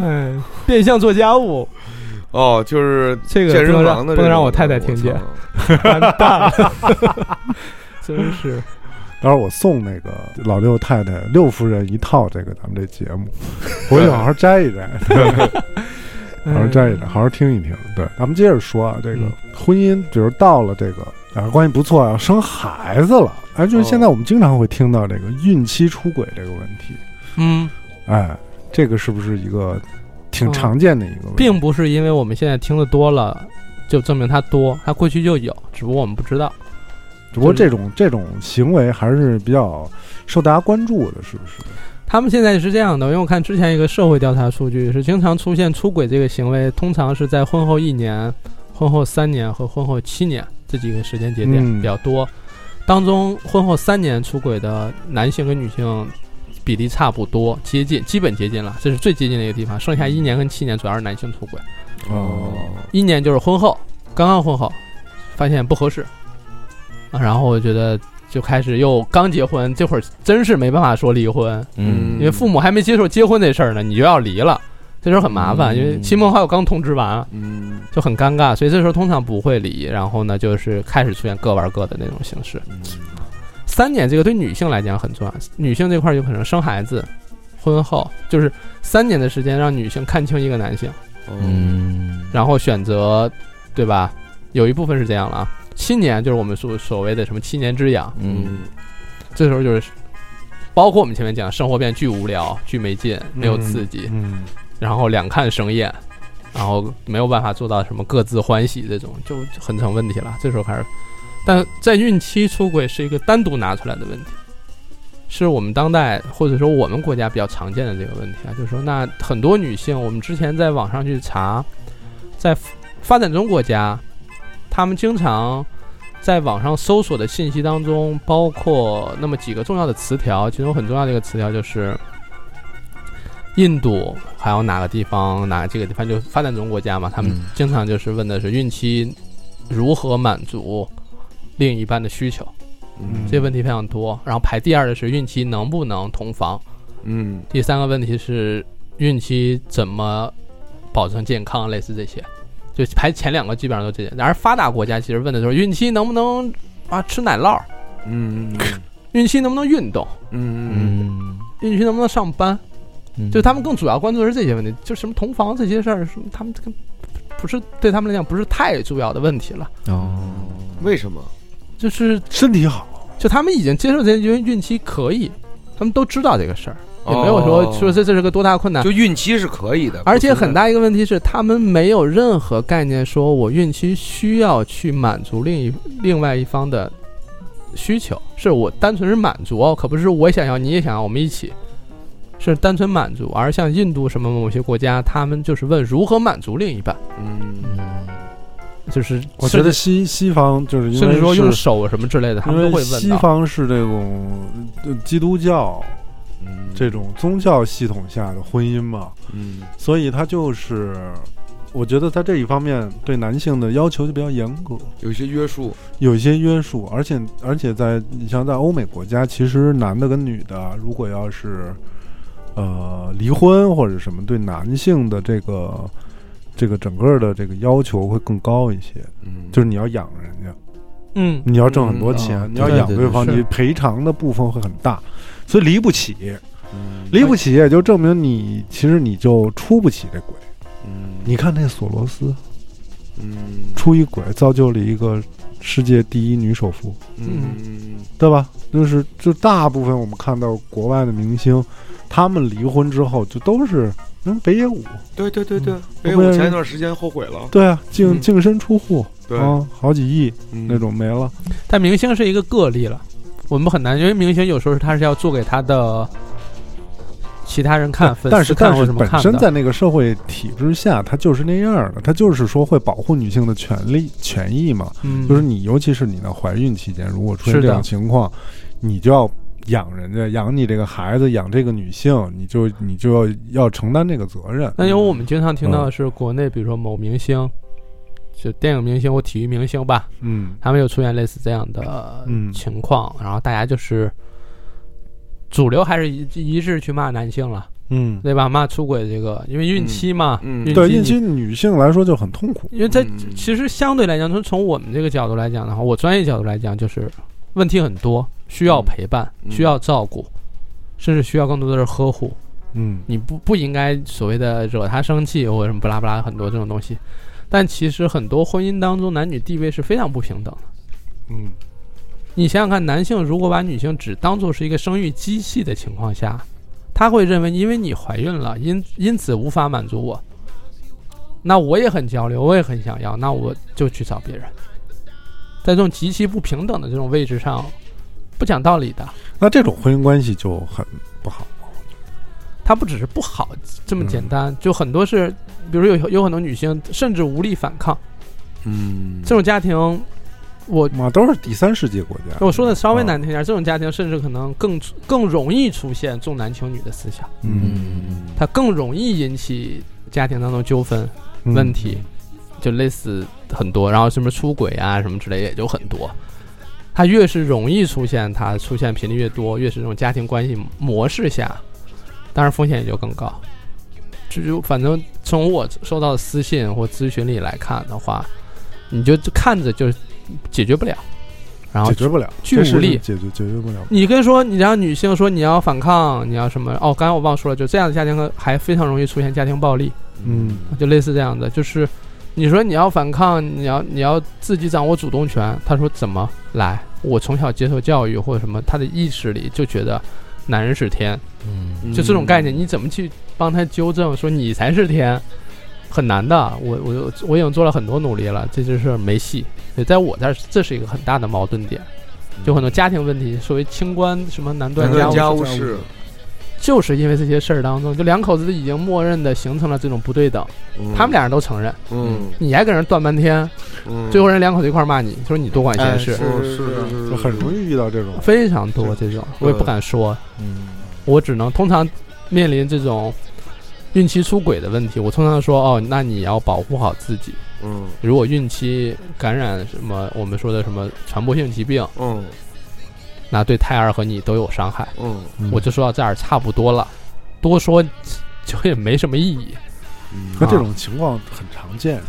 Speaker 5: 哎，变相做家务，
Speaker 3: 哦，就是
Speaker 5: 这个
Speaker 3: 健
Speaker 5: 不
Speaker 3: 身
Speaker 5: 能
Speaker 3: 房
Speaker 5: 让
Speaker 3: 的
Speaker 5: 不能让
Speaker 3: 这
Speaker 5: 我
Speaker 3: 种
Speaker 5: 太太听见
Speaker 3: 我，操
Speaker 5: 完 蛋了，真是
Speaker 2: 当时我送那个老六太太六夫人一套这个咱们这节目，回去好好摘一摘，好
Speaker 5: 哎
Speaker 2: 好摘一摘，好好听一听。对，咱们接着说啊，这个
Speaker 5: 嗯
Speaker 2: 婚姻，比如到了这个两个关系不错啊，生孩子了，哎，就是现在我们经常会听到这个孕期出轨这个问题，
Speaker 5: 嗯，
Speaker 2: 哎，这个是不是一个挺
Speaker 5: 嗯
Speaker 2: 常见的一个问题？
Speaker 5: 并不是因为我们现在听的多了。就证明它多，它过去就有，只不过我们不知道。
Speaker 2: 只不过这种这种行为还是比较受大家关注的，是不是？
Speaker 5: 他们现在是这样的，因为我看之前一个社会调查数据是，经常出现出轨这个行为，通常是在婚后一年、婚后三年和婚后七年这几个时间节点
Speaker 2: 嗯
Speaker 5: 比较多。当中，婚后三年出轨的男性跟女性比例差不多，接近，基本接近了，这是最接近的一个地方。剩下一年跟七年主要是男性出轨，
Speaker 2: 哦，
Speaker 5: 一年就是婚后，刚刚婚后，发现不合适，啊，然后我觉得就开始又刚结婚，这会儿真是没办法说离婚，
Speaker 3: 嗯
Speaker 5: 因为父母还没接受结婚这事儿呢，你就要离了，这时候很麻烦，
Speaker 4: 嗯
Speaker 5: 因为亲朋好友刚通知完
Speaker 3: 嗯
Speaker 5: 就很尴尬，所以这时候通常不会离，然后呢就是开始出现各玩各的那种形式。三年这个对女性来讲很重要，女性这块儿有可能生孩子、婚后，就是三年的时间让女性看清一个男性，
Speaker 3: 嗯
Speaker 4: 嗯，
Speaker 5: 然后选择，对吧？有一部分是这样了啊，七年就是我们所所谓的什么七年之痒，
Speaker 4: 嗯，
Speaker 5: 这时候就是。包括我们前面讲，生活变巨无聊、巨没劲，没有刺激，
Speaker 2: 嗯，
Speaker 5: 然后两看生厌，然后没有办法做到什么各自欢喜这种，就就很成问题了。这时候开始，但在孕期出轨是一个单独拿出来的问题，是我们当代或者说我们国家比较常见的这个问题啊，就是说那很多女性，我们之前在网上去查，在发展中国家，她们经常。在网上搜索的信息当中，包括那么几个重要的词条，其中很重要的一个词条就是印度还有哪个地方哪这个地方就发展中国家嘛，他们
Speaker 4: 嗯
Speaker 5: 经常就是问的是孕期如何满足另一半的需求，
Speaker 3: 嗯
Speaker 5: 这些问题非常多。然后排第二的是孕期能不能同房，
Speaker 3: 嗯
Speaker 5: 第三个问题是孕期怎么保证健康，类似这些，就排前两个基本上都这些。然而发达国家其实问的就是孕期能不能啊吃奶酪，
Speaker 3: 嗯
Speaker 5: 孕期能不能运动，
Speaker 3: 嗯
Speaker 4: 嗯，
Speaker 5: 孕期能不能上班，
Speaker 4: 嗯
Speaker 5: 就他们更主要关注的是这些问题，就什么同房这些事儿，什么他们这个不是对他们来讲不是太重要的问题了。
Speaker 4: 哦，
Speaker 3: 为什么？
Speaker 5: 就是
Speaker 2: 身体好，
Speaker 5: 就他们已经接受这些，因为孕期可以，他们都知道这个事儿，也没有说
Speaker 3: 哦
Speaker 5: 说这这是个多大困难。
Speaker 3: 就孕期是可以的，
Speaker 5: 而且很
Speaker 3: 大
Speaker 5: 大一个问题是，他们没有任何概念，说我孕期需要去满足另一另外一方的需求，是我单纯是满足哦，可不是我想要你也想要，我们一起，是单纯满足。而像印度什么某些国家，他们就是问如何满足另一半，
Speaker 3: 嗯
Speaker 5: 就是
Speaker 2: 我觉得西西方就是因
Speaker 5: 甚
Speaker 2: 为
Speaker 5: 至说用
Speaker 2: 是
Speaker 5: 手什么之类的，他们都
Speaker 2: 因
Speaker 5: 会
Speaker 2: 为
Speaker 5: 问
Speaker 2: 西
Speaker 5: 到。
Speaker 2: 方是这种呃基督教这种宗教系统下的婚姻嘛，
Speaker 3: 嗯
Speaker 2: 所以他就是，我觉得他这一方面对男性的要求就比较严格，
Speaker 3: 有一些约束，
Speaker 2: 有一些约束，而且而且在你像在欧美国家，其实男的跟女的啊如果要是呃离婚或者什么，对男性的这个这个整个的这个要求会更高一些，
Speaker 3: 嗯
Speaker 2: 就是你要养人家。
Speaker 5: 嗯，
Speaker 2: 你要挣很多钱，
Speaker 4: 嗯
Speaker 2: 你要养对方，
Speaker 5: 对对对
Speaker 2: 你赔偿的部分会很大，所以离不起，
Speaker 3: 嗯
Speaker 2: 离不起也就证明你其实你就出不起这轨。
Speaker 3: 嗯
Speaker 2: 你看那索罗斯
Speaker 3: 嗯
Speaker 2: 出一轨，造就了一个世界第一女首富，
Speaker 3: 嗯，
Speaker 2: 对吧？就是就大部分我们看到国外的明星，他们离婚之后就都是，嗯，北野武，
Speaker 3: 对对对对，
Speaker 2: 嗯
Speaker 3: 哎，我前一段时间后悔了，
Speaker 2: 对啊，净
Speaker 5: 嗯
Speaker 2: 净身出户
Speaker 3: 对
Speaker 2: 啊，好几亿
Speaker 3: 嗯
Speaker 2: 那种没了，
Speaker 5: 但明星是一个个例了，我们很难，因为明星有时候他是要做给他的其他人看，粉
Speaker 2: 但
Speaker 5: 丝
Speaker 2: 是
Speaker 5: 看
Speaker 2: 但
Speaker 5: 或
Speaker 2: 是
Speaker 5: 者什么
Speaker 2: 本
Speaker 5: 看
Speaker 2: 身
Speaker 5: 的。
Speaker 2: 在那个社会体制下，他就是那样的，他就是说会保护女性的权利权益嘛，
Speaker 5: 嗯，
Speaker 2: 就是你，尤其是你的怀孕期间，如果出现
Speaker 5: 是的
Speaker 2: 这种情况，你就要养人家，养你这个孩子，养这个女性，你就你就要要承担这个责任。
Speaker 5: 那因为我们经常听
Speaker 3: 嗯
Speaker 5: 到的是国内，比如说某明星，就电影明星或体育明星吧，
Speaker 2: 嗯
Speaker 5: 他们有出现类似这样的
Speaker 2: 嗯
Speaker 5: 情况，然后大家就是主流还是一一致去骂男性了，
Speaker 2: 嗯，
Speaker 5: 对吧？骂出轨这个，因为孕期嘛，
Speaker 3: 嗯嗯
Speaker 5: 孕
Speaker 2: 对，
Speaker 5: 期
Speaker 2: 孕
Speaker 5: 你
Speaker 2: 期女性来说就很痛苦。
Speaker 5: 因为在
Speaker 3: 嗯
Speaker 5: 其实相对来讲，从从我们这个角度来讲的话，我专业角度来讲，就是问题很多，需要陪伴，
Speaker 3: 嗯
Speaker 5: 需要照顾，甚至需要更多的是呵护。
Speaker 2: 嗯
Speaker 5: 你不不应该所谓的惹他生气或者什么不拉不拉很多这种东西。但其实很多婚姻当中男女地位是非常不平等的。
Speaker 2: 嗯
Speaker 5: 你想想看，男性如果把女性只当做是一个生育机器的情况下，他会认为因为你怀孕了，因因此无法满足我，那我也很焦虑，我也很想要，那我就去找别人。在这种极其不平等的这种位置上，不讲道理的，
Speaker 2: 那这种婚姻关系就很不好。
Speaker 5: 它不只是不好这么简单，就很多是，比如有有很多女性甚至无力反抗
Speaker 3: 嗯
Speaker 5: 这种家庭，我
Speaker 2: 嘛，都是第三世界国家。啊
Speaker 5: 我说的稍微难听一点，这种家庭甚至可能更更容易出现重男轻女的思想，
Speaker 2: 嗯，
Speaker 4: 嗯
Speaker 5: 它更容易引起家庭当中纠纷
Speaker 2: 嗯
Speaker 5: 问题，就类似很多，然后什么出轨啊什么之类也就很多。它越是容易出现，它出现频率越多，越是这种家庭关系模式下，当然风险也就更高。就就反正从我收到的私信或咨询里来看的话，你就看着就解决不了，然后
Speaker 2: 解决不了，
Speaker 5: 巨
Speaker 2: 这事
Speaker 5: 无力
Speaker 2: 解决解决不了。
Speaker 5: 你跟说你让女性说你要反抗，你要什么？哦，刚才我忘说了，就这样的家庭还非常容易出现家庭暴力，
Speaker 2: 嗯
Speaker 5: 就类似这样的，就是你说你要反抗，你要你要自己掌握主动权，他说怎么来？我从小接受教育或者什么，他的意识里就觉得男人是天，
Speaker 4: 嗯
Speaker 5: 就这种概念，你怎么去帮他纠正说你才是天？很难的，我我我已经做了很多努力了，这就是没戏。所以在我这儿，这是一个很大的矛盾点，就很多家庭问题，所谓清官什么难断
Speaker 3: 断
Speaker 5: 家务
Speaker 3: 嗯家
Speaker 5: 事，
Speaker 3: 务事，
Speaker 5: 就是因为这些事儿当中，就两口子已经默认的形成了这种不对等，
Speaker 3: 嗯
Speaker 5: 他们俩人都承认，
Speaker 3: 嗯
Speaker 5: 你还跟人断半天，
Speaker 3: 嗯，
Speaker 5: 最后人两口子一块儿骂你，说你多管闲
Speaker 4: 哎
Speaker 5: 事，
Speaker 3: 是
Speaker 4: 是
Speaker 3: 是
Speaker 4: 是
Speaker 5: 嗯
Speaker 3: 是
Speaker 2: 就很容易遇到这种。
Speaker 5: 非常多这种，我也不敢说，
Speaker 4: 嗯
Speaker 5: 我只能通常面临这种孕期出轨的问题，我通常说哦，那你要保护好自己。
Speaker 3: 嗯
Speaker 5: 如果孕期感染什么我们说的什么传播性疾病，
Speaker 3: 嗯
Speaker 5: 那对胎儿和你都有伤害。
Speaker 3: 嗯
Speaker 5: 我就说到这儿差不多了，多说就也没什么意义，
Speaker 3: 嗯
Speaker 5: 啊
Speaker 2: 那这种情况很常见。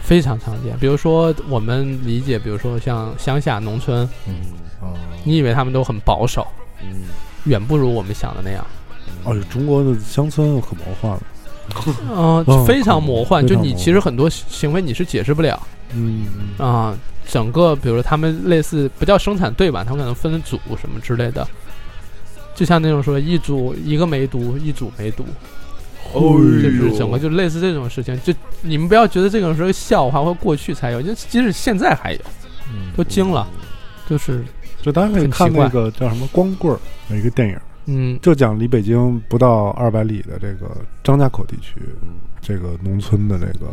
Speaker 5: 非常常见。比如说我们理解，比如说像乡下农村，
Speaker 4: 嗯哦，
Speaker 5: 你以为他们都很保守，
Speaker 3: 嗯
Speaker 5: 远不如我们想的那样。
Speaker 2: 哦，中国的乡村可魔幻了。
Speaker 5: 嗯、
Speaker 2: 哦
Speaker 5: 非常魔幻。
Speaker 2: 非
Speaker 5: 就
Speaker 2: 常
Speaker 5: 你
Speaker 2: 魔
Speaker 5: 其实很多行为你是解释不了
Speaker 2: 嗯，
Speaker 5: 啊、整个比如说他们类似不叫生产队吧，他们可能分组什么之类的，就像那种说一组一个梅毒，一组梅毒，
Speaker 3: 哦
Speaker 2: 哎
Speaker 5: 就是整个就类似这种事情。就你们不要觉得这种是个笑话或过去才有，就即使现在还有，都惊了，就是
Speaker 2: 就大家可以
Speaker 5: 很奇
Speaker 2: 看那
Speaker 5: 怪
Speaker 2: 个叫什么《光棍儿》有一个电影，
Speaker 5: 嗯
Speaker 2: 就讲离北京不到二百里的这个张家口地区嗯这个农村的这个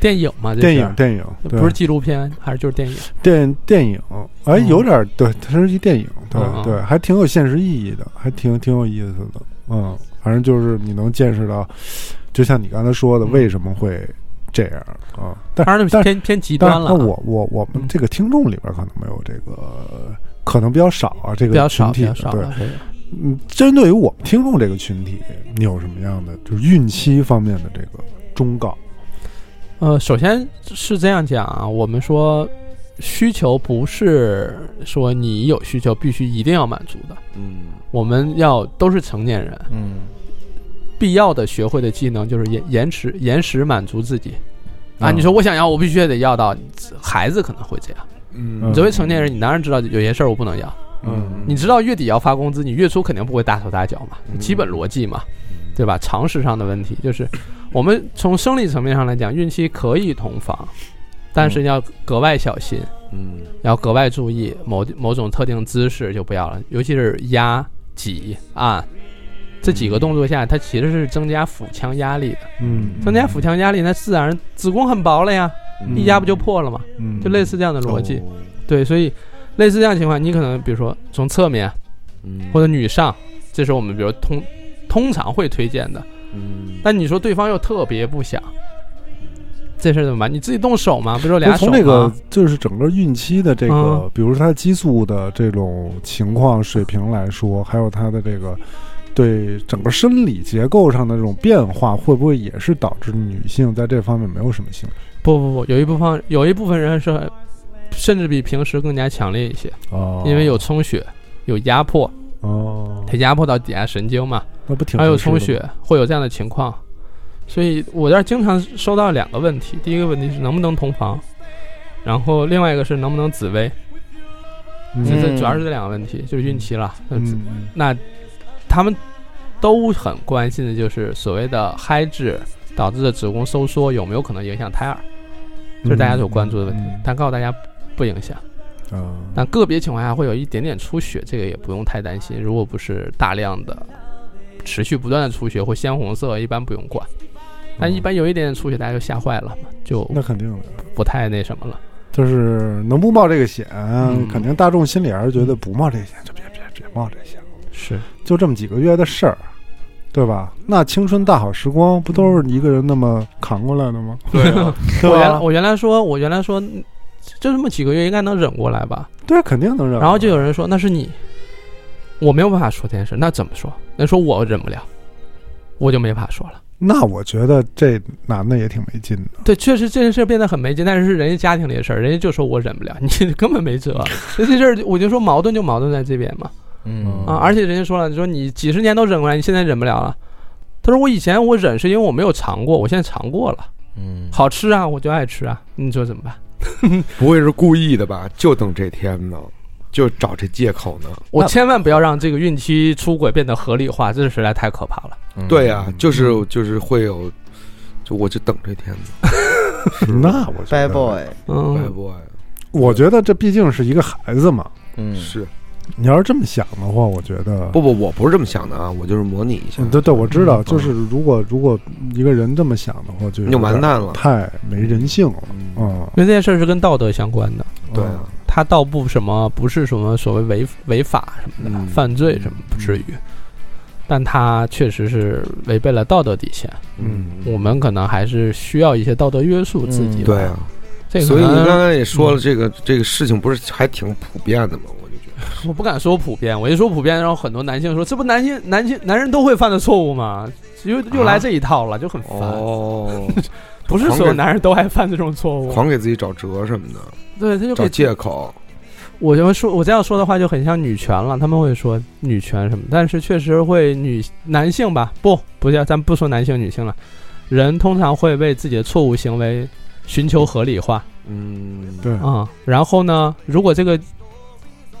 Speaker 5: 电影嘛，这
Speaker 2: 电
Speaker 5: 是
Speaker 2: 影，电影对
Speaker 5: 不是纪录片，还是就是电影。
Speaker 2: 电电影，哎，
Speaker 5: 嗯
Speaker 2: 有点儿对，它是一电影，对
Speaker 5: 嗯嗯
Speaker 2: 对，还挺有现实意义的，还挺挺有意思的，嗯，反正就是你能见识到，就像你刚才说的，
Speaker 5: 嗯
Speaker 2: 为什么会这样啊？但
Speaker 5: 当然那
Speaker 2: 但
Speaker 5: 偏偏极
Speaker 2: 但
Speaker 5: 端了
Speaker 2: 那，我我我们
Speaker 5: 嗯
Speaker 2: 这个听众里边可能没有这个，可能比较少啊，这个
Speaker 5: 比较少，比
Speaker 2: 群
Speaker 5: 较
Speaker 2: 体
Speaker 5: 少
Speaker 2: 对
Speaker 5: 了，。这个
Speaker 2: 嗯，针对于我们听众这个群体，你有什么样的就是孕期方面的这个忠告？
Speaker 5: 呃，首先是这样讲啊，我们说需求不是说你有需求必须一定要满足的，
Speaker 3: 嗯
Speaker 5: 我们要都是成年人，
Speaker 4: 嗯
Speaker 5: 必要的学会的技能就是延延迟延时满足自己，啊，
Speaker 2: 嗯
Speaker 5: 你说我想要，我必须也得要到，孩子可能会这样。
Speaker 3: 嗯
Speaker 5: 你作为成年人，你当然知道有些事儿我不能要，
Speaker 2: 嗯
Speaker 5: 你知道月底要发工资，你月初肯定不会大手大脚嘛，
Speaker 3: 嗯
Speaker 5: 基本逻辑嘛，对吧？常识上的问题就是，我们从生理层面上来讲，孕期可以同房，但是要格外小心，
Speaker 3: 嗯
Speaker 5: 要格外注意某某种特定姿势就不要了，尤其是压、挤、按。这几个动作下，它其实是增加腹腔压力的。
Speaker 2: 嗯
Speaker 5: 增加腹腔压力，那自然子宫很薄了呀，一压不就破了吗？
Speaker 2: 嗯，
Speaker 5: 就类似这样的逻
Speaker 4: 哦
Speaker 5: 辑。对，所以类似这样的情况，你可能比如说从侧面
Speaker 3: 嗯
Speaker 5: 或者女上，这是我们比如通通常会推荐的。
Speaker 3: 嗯
Speaker 5: 但你说对方又特别不想，这事儿怎么办？你自己动手嘛，不是说
Speaker 2: 就
Speaker 5: 俩手
Speaker 2: 从
Speaker 5: 吗？
Speaker 2: 这个就是整个孕期的这个
Speaker 5: 嗯，
Speaker 2: 比如说它激素的这种情况水平来说，还有它的这个对整个生理结构上的这种变化，会不会也是导致女性在这方面没有什么兴趣？
Speaker 5: 不不不，有一部分有一部分人是甚至比平时更加强烈一些，
Speaker 2: 哦
Speaker 5: 因为有充血，有压迫，
Speaker 2: 哦，
Speaker 5: 它压迫到底下神经嘛，
Speaker 2: 那不挺
Speaker 5: 还有
Speaker 2: 合适的
Speaker 5: 充
Speaker 2: 吗
Speaker 5: 血，会有这样的情况。所以我这儿经常收到两个问题，第一个问题是能不能同房，然后另外一个是能不能紫薇，这
Speaker 2: 嗯
Speaker 5: 这主要是这两个问题，就是孕期了。那紫
Speaker 2: 嗯嗯
Speaker 5: 那他们都很关心的就是所谓的嗨质导致的子宫收缩有没有可能影响胎儿，这是大家所关注的问题。
Speaker 2: 嗯
Speaker 5: 但告诉大家不影响，
Speaker 2: 嗯
Speaker 5: 但个别情况下会有一点点出血，这个也不用太担心。如果不是大量的持续不断的出血或鲜红色，一般不用管。但一般有一点点出血，大家就吓坏了嘛，就
Speaker 2: 那肯定的，
Speaker 5: 不太那什么了。
Speaker 2: 就是能不冒这个险，
Speaker 5: 嗯
Speaker 2: 肯定大众心里还是觉得不冒这个险就别别别冒这个险，
Speaker 5: 是，
Speaker 2: 就这么几个月的事儿，对吧？那青春大好时光不都是一个人那么扛过来的吗？
Speaker 3: 对啊，
Speaker 2: 对
Speaker 5: 嗯我原来
Speaker 2: 吧？
Speaker 5: 我原来说，我原来说，嗯就这么几个月应该能忍过来吧。
Speaker 2: 对，肯定能忍。
Speaker 5: 然后就有人说那是你，我没有办法说这件事，那怎么说？那说我忍不了，我就没法说了。
Speaker 2: 那我觉得这男的也挺没劲的，
Speaker 5: 对，确实这件事变得很没劲，但是是人家家庭里的事儿，人家就说我忍不了， 你根本没辙。所以这事儿我就说矛盾就矛盾在这边嘛
Speaker 4: 嗯
Speaker 5: 啊！而且人家说了，你说你几十年都忍过来，你现在忍不了了。他说我以前我忍是因为我没有尝过，我现在尝过了，
Speaker 4: 嗯，
Speaker 5: 好吃啊，我就爱吃啊。你说怎么办？
Speaker 3: 不会是故意的吧？就等这天呢，就找这借口呢。
Speaker 5: 我千万不要让这个孕期出轨变得合理化，这实在太可怕了。
Speaker 4: 嗯
Speaker 3: 对呀、就是就是会有，就我就等这天呢。
Speaker 2: 那我觉得，
Speaker 4: ，bad boy，
Speaker 3: 拜
Speaker 5: 嗯，
Speaker 3: 不
Speaker 2: 我觉得这毕竟是一个孩子嘛。
Speaker 4: 嗯，
Speaker 3: 是
Speaker 2: 你要是这么想的话，我觉得
Speaker 3: 不不，我不是这么想的啊，我就是模拟一下
Speaker 2: 嗯，对对，我知道，
Speaker 3: 嗯
Speaker 2: 就是如果如果一个人这么想的话，就
Speaker 3: 你就完蛋了。
Speaker 2: 太没人性了。
Speaker 3: 嗯，
Speaker 2: 嗯，
Speaker 5: 因为这件事儿是跟道德相关的。
Speaker 3: 对啊，
Speaker 2: 哦
Speaker 5: 他倒不什么，不是什么所谓违违法什么的、
Speaker 3: 嗯
Speaker 5: 犯罪什么，不至于。但他确实是违背了道德底线，
Speaker 3: 嗯，
Speaker 5: 我们可能还是需要一些道德约束自己吧。
Speaker 4: 嗯
Speaker 3: 对啊。
Speaker 5: 这个
Speaker 3: 所以
Speaker 5: 可
Speaker 3: 你
Speaker 5: 能嗯
Speaker 3: 刚才也说了，这个这个事情不是还挺普遍的吗？我就觉得，
Speaker 5: 我不敢说普遍，我一说普遍，然后很多男性说这不男性男性男人都会犯的错误吗？又又来这一套了，就很烦。
Speaker 3: 啊哦，
Speaker 5: 不是所有男人都爱犯这种错误，
Speaker 3: 狂给自己找辙什么的，
Speaker 5: 对他就
Speaker 3: 找
Speaker 5: 给
Speaker 3: 借口。
Speaker 5: 我就说，我这样说的话就很像女权了，他们会说女权什么，但是确实会女男性吧，不，不叫，咱不说男性女性了，人通常会为自己的错误行为寻求合理化
Speaker 3: 嗯，
Speaker 2: 对
Speaker 5: 啊、，然后呢，如果这个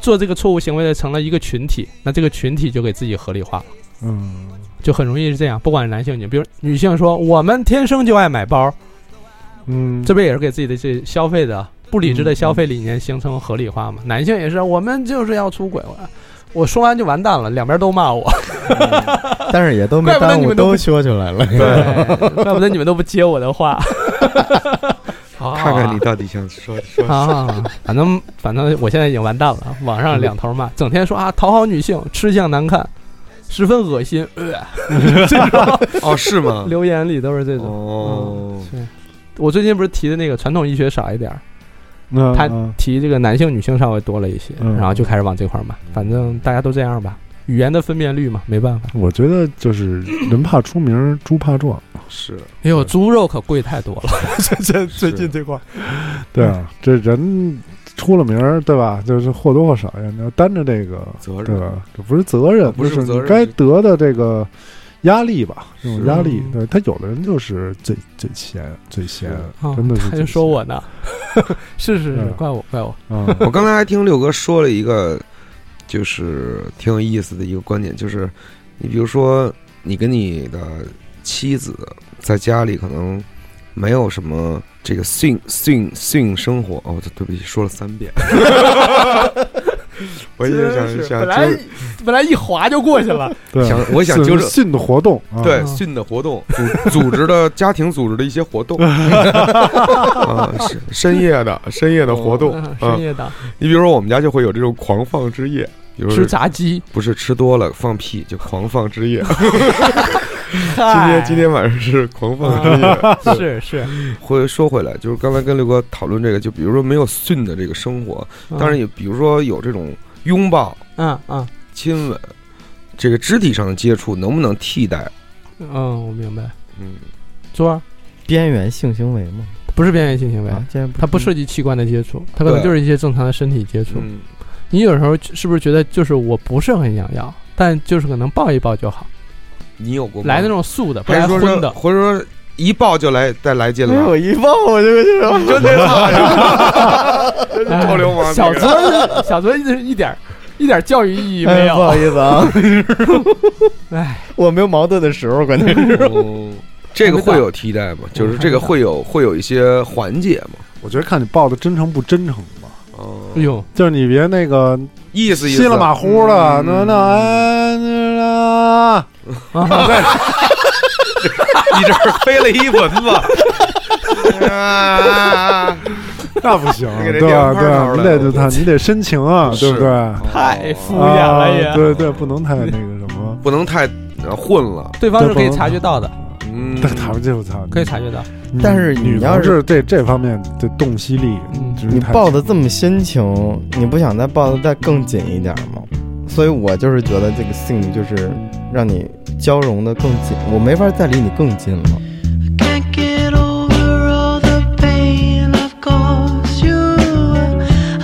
Speaker 5: 做这个错误行为的成了一个群体，那这个群体就给自己合理化了，
Speaker 2: 嗯，
Speaker 5: 就很容易是这样，不管是男性女，比如女性说我们天生就爱买包，
Speaker 2: 嗯，
Speaker 5: 这不也是给自己的这消费的不理智的消费理念形成合理化吗？男性也是，啊我们就是要出轨，我我说完就完蛋了，两边都骂我，
Speaker 4: 但是也都没
Speaker 5: 怪不得
Speaker 4: 耽
Speaker 5: 你
Speaker 4: 误，
Speaker 5: 们都不
Speaker 4: 都说出来了。
Speaker 5: 对， 怪不得你们都不接我的话。好
Speaker 3: 看看你到底想说说
Speaker 5: 啊，啊反正反正我现在已经完蛋了，网上两头骂，整天说啊讨好女性，吃相难看，十分恶心，呃，这种
Speaker 3: 哦，是吗？
Speaker 5: 留言里都是这种。
Speaker 3: 哦，
Speaker 5: 是我最近不是提的那个传统医学少一点儿，
Speaker 2: 那
Speaker 5: 他
Speaker 2: 嗯
Speaker 5: 提这个男性女性稍微多了一些，
Speaker 2: 嗯
Speaker 5: 然后就开始往这块儿买。反正大家都这样吧，语言的分辨率嘛，没办法。
Speaker 2: 我觉得就是人怕出名，猪怕壮。
Speaker 3: 是
Speaker 5: 哎呦，猪肉可贵太多了，
Speaker 2: 这
Speaker 3: 最近
Speaker 2: 这块，对
Speaker 3: 嗯
Speaker 2: 啊，这人出了名儿，对吧？就是或多或少呀，你要担着这个
Speaker 3: 责
Speaker 2: 对
Speaker 3: 任。哦
Speaker 2: 吧？这不是责任，
Speaker 3: 不是
Speaker 2: 就是
Speaker 3: 责任
Speaker 2: 你该得的这个压力吧，这种
Speaker 3: 是
Speaker 2: 压力。对他有的人就是嘴嘴闲，嘴闲，
Speaker 5: 啊
Speaker 2: 真的是
Speaker 5: 他
Speaker 2: 嘴
Speaker 5: 就说
Speaker 2: 闲
Speaker 5: 我呢，是是是
Speaker 2: 嗯，
Speaker 5: 怪我怪我，
Speaker 2: 啊，
Speaker 3: 我刚才还听六哥说了一个，就是挺有意思的一个观点，就是你比如说，你跟你的妻子在家里可能没有什么这个性性性生活。哦，对不起，说了三 遍。我一直想想
Speaker 5: 本来
Speaker 3: 纠
Speaker 5: 本来一划就过去了，
Speaker 2: 对，
Speaker 3: 想我想
Speaker 2: 是
Speaker 3: 纠正
Speaker 2: 性的活动，啊、
Speaker 3: 对训的活动，组组织的家庭组织的一些活 动啊，是深夜的深夜的活动
Speaker 5: 嗯
Speaker 3: 啊
Speaker 5: 深。夜档
Speaker 3: 你比如说，我们家就会有这种狂放之夜，比如说
Speaker 5: 吃炸鸡，
Speaker 3: 不是吃多了放屁，就狂放之夜。今
Speaker 5: 嗨
Speaker 3: 天今天晚上是狂放之
Speaker 5: 啊
Speaker 3: 夜。
Speaker 5: 是是，
Speaker 3: 回说回来，就是刚才跟刘哥讨论这个，就比如说没有训的这个生活，
Speaker 5: 嗯
Speaker 3: 当然也比如说有这种拥抱、
Speaker 5: 嗯嗯
Speaker 3: 亲吻，这个肢体上的接触能不能替代？
Speaker 5: 嗯，我明白，
Speaker 3: 嗯，
Speaker 5: 桌儿
Speaker 4: 边缘性行为嘛，
Speaker 5: 不是边缘性行为。
Speaker 4: 啊，竟然不
Speaker 5: 它不涉及器官的接触，它可能
Speaker 3: 对
Speaker 5: 就是一些正常的身体接触。
Speaker 3: 嗯
Speaker 5: 你有时候是不是觉得就是我不是很想要，但就是可能抱一抱就好，
Speaker 3: 你有过吗
Speaker 5: 来那种素的，不
Speaker 3: 还
Speaker 5: 来
Speaker 3: 是说
Speaker 5: 荤
Speaker 3: 是
Speaker 5: 的。
Speaker 3: 或者说一抱就来再来劲
Speaker 4: 没
Speaker 3: 了？
Speaker 4: 有一抱我这个就是
Speaker 3: 真的操
Speaker 5: 哎
Speaker 3: 臭流氓
Speaker 5: 小
Speaker 3: 这
Speaker 5: 泽，小泽一一点儿一点儿教育意义
Speaker 4: 哎
Speaker 5: 没
Speaker 4: 不
Speaker 5: 有
Speaker 4: 好。意思啊，
Speaker 5: 哎，
Speaker 4: 我没有矛盾的时候， 关键是
Speaker 3: 哦 这个会有替代吗？就是这个会有会有一些缓解吗？
Speaker 2: 我觉得看你抱的真诚不真诚吧，
Speaker 3: 哦
Speaker 5: 哎呦，
Speaker 2: 就是你别那个
Speaker 3: 意思意思，
Speaker 2: 稀了马虎的，
Speaker 3: 嗯
Speaker 2: 那那哎那啊，
Speaker 5: 啊
Speaker 3: 你这儿飞了一蚊子。啊！
Speaker 2: 那不
Speaker 3: ，
Speaker 2: 行
Speaker 3: 给这
Speaker 2: 对吧？
Speaker 3: 电话
Speaker 2: 对吧，
Speaker 3: 拿
Speaker 2: 你
Speaker 3: 出来
Speaker 2: 得对他，你得深情啊，对不对？啊，
Speaker 5: 太敷
Speaker 3: 哦
Speaker 5: 衍了也
Speaker 2: 对对，不能太那个什 么。
Speaker 3: 不能太呃混了。
Speaker 5: 对方是可以察觉到的，
Speaker 3: 嗯
Speaker 2: 但他们这我操，
Speaker 5: 可以察觉到。
Speaker 2: 嗯
Speaker 4: 但是
Speaker 2: 女
Speaker 4: 你要
Speaker 2: 同
Speaker 4: 是
Speaker 2: 志这这方面的洞悉力，
Speaker 5: 嗯
Speaker 2: 真是
Speaker 4: 你
Speaker 2: 太
Speaker 4: 抱
Speaker 2: 强
Speaker 4: 的
Speaker 2: 了
Speaker 4: 这么深情，你不想再抱的再更紧一点吗？所以我就是觉得这个性就是让你交融的更紧，我没法再离你更近了。
Speaker 6: Can't get over all the pain I've caused you.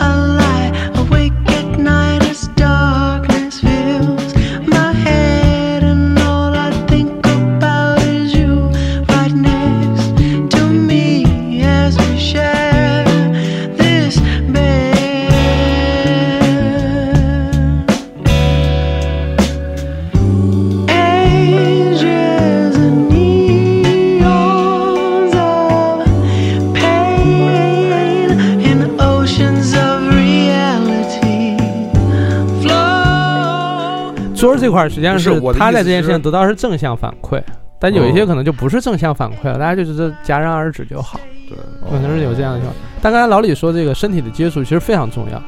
Speaker 6: I lie awake at night as darkness fills my head, and all I think about is you right next to me as we share this bed. Angels and neons of pain in oceans of reality flow.
Speaker 5: 桌儿这块儿实际上
Speaker 3: 嗯不是我的
Speaker 5: 他
Speaker 3: 意
Speaker 5: 在
Speaker 3: 思
Speaker 5: 这件事
Speaker 3: 是
Speaker 5: 情得到是正向反馈，但有一些
Speaker 3: 嗯
Speaker 5: 可能就不是正向反馈了，大家就觉得戛然而止就好。
Speaker 3: 对，
Speaker 5: 可能是有这样的情况。但刚才老李说这个身体的接触其实非常重要，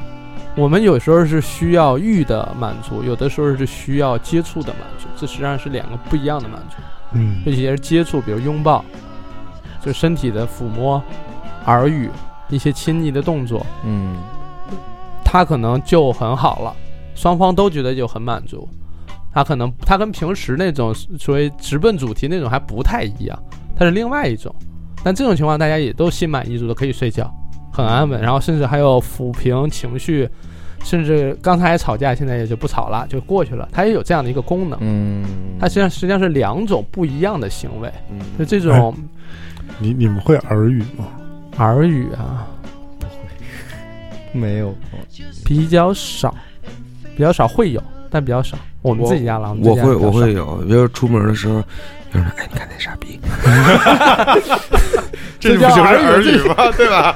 Speaker 5: 我们有时候是需要欲的满足，有的时候是需要接触的满足，这实际上是两个不一样的满足。
Speaker 2: 嗯，
Speaker 5: 尤其是接触，比如拥抱，就身体的抚摸、耳语、一些亲昵的动作，
Speaker 4: 嗯，
Speaker 5: 他可能就很好了，双方都觉得就很满足。他可能他跟平时那种呃所谓直奔主题那种还不太一样，它是另外一种。但这种情况大家也都心满意足的可以睡觉，很安稳，然后甚至还有抚平情绪，甚至刚才还吵架，现在也就不吵了，就过去了。它也有这样的一个功能，
Speaker 4: 嗯，
Speaker 5: 它实际上实际上是两种不一样的行为。就这种
Speaker 2: 你你们会耳语吗？
Speaker 5: 耳语啊，
Speaker 4: 没有，
Speaker 5: 比较少，比较少会有，但比较少。我们自己家了，们自
Speaker 3: 我
Speaker 5: 己家
Speaker 3: 会
Speaker 5: 比较
Speaker 3: 我
Speaker 5: 少
Speaker 3: 会有，比如说出门的时候，有人说哎，你看那傻逼，
Speaker 5: 这叫耳语，
Speaker 3: 吗？对吧？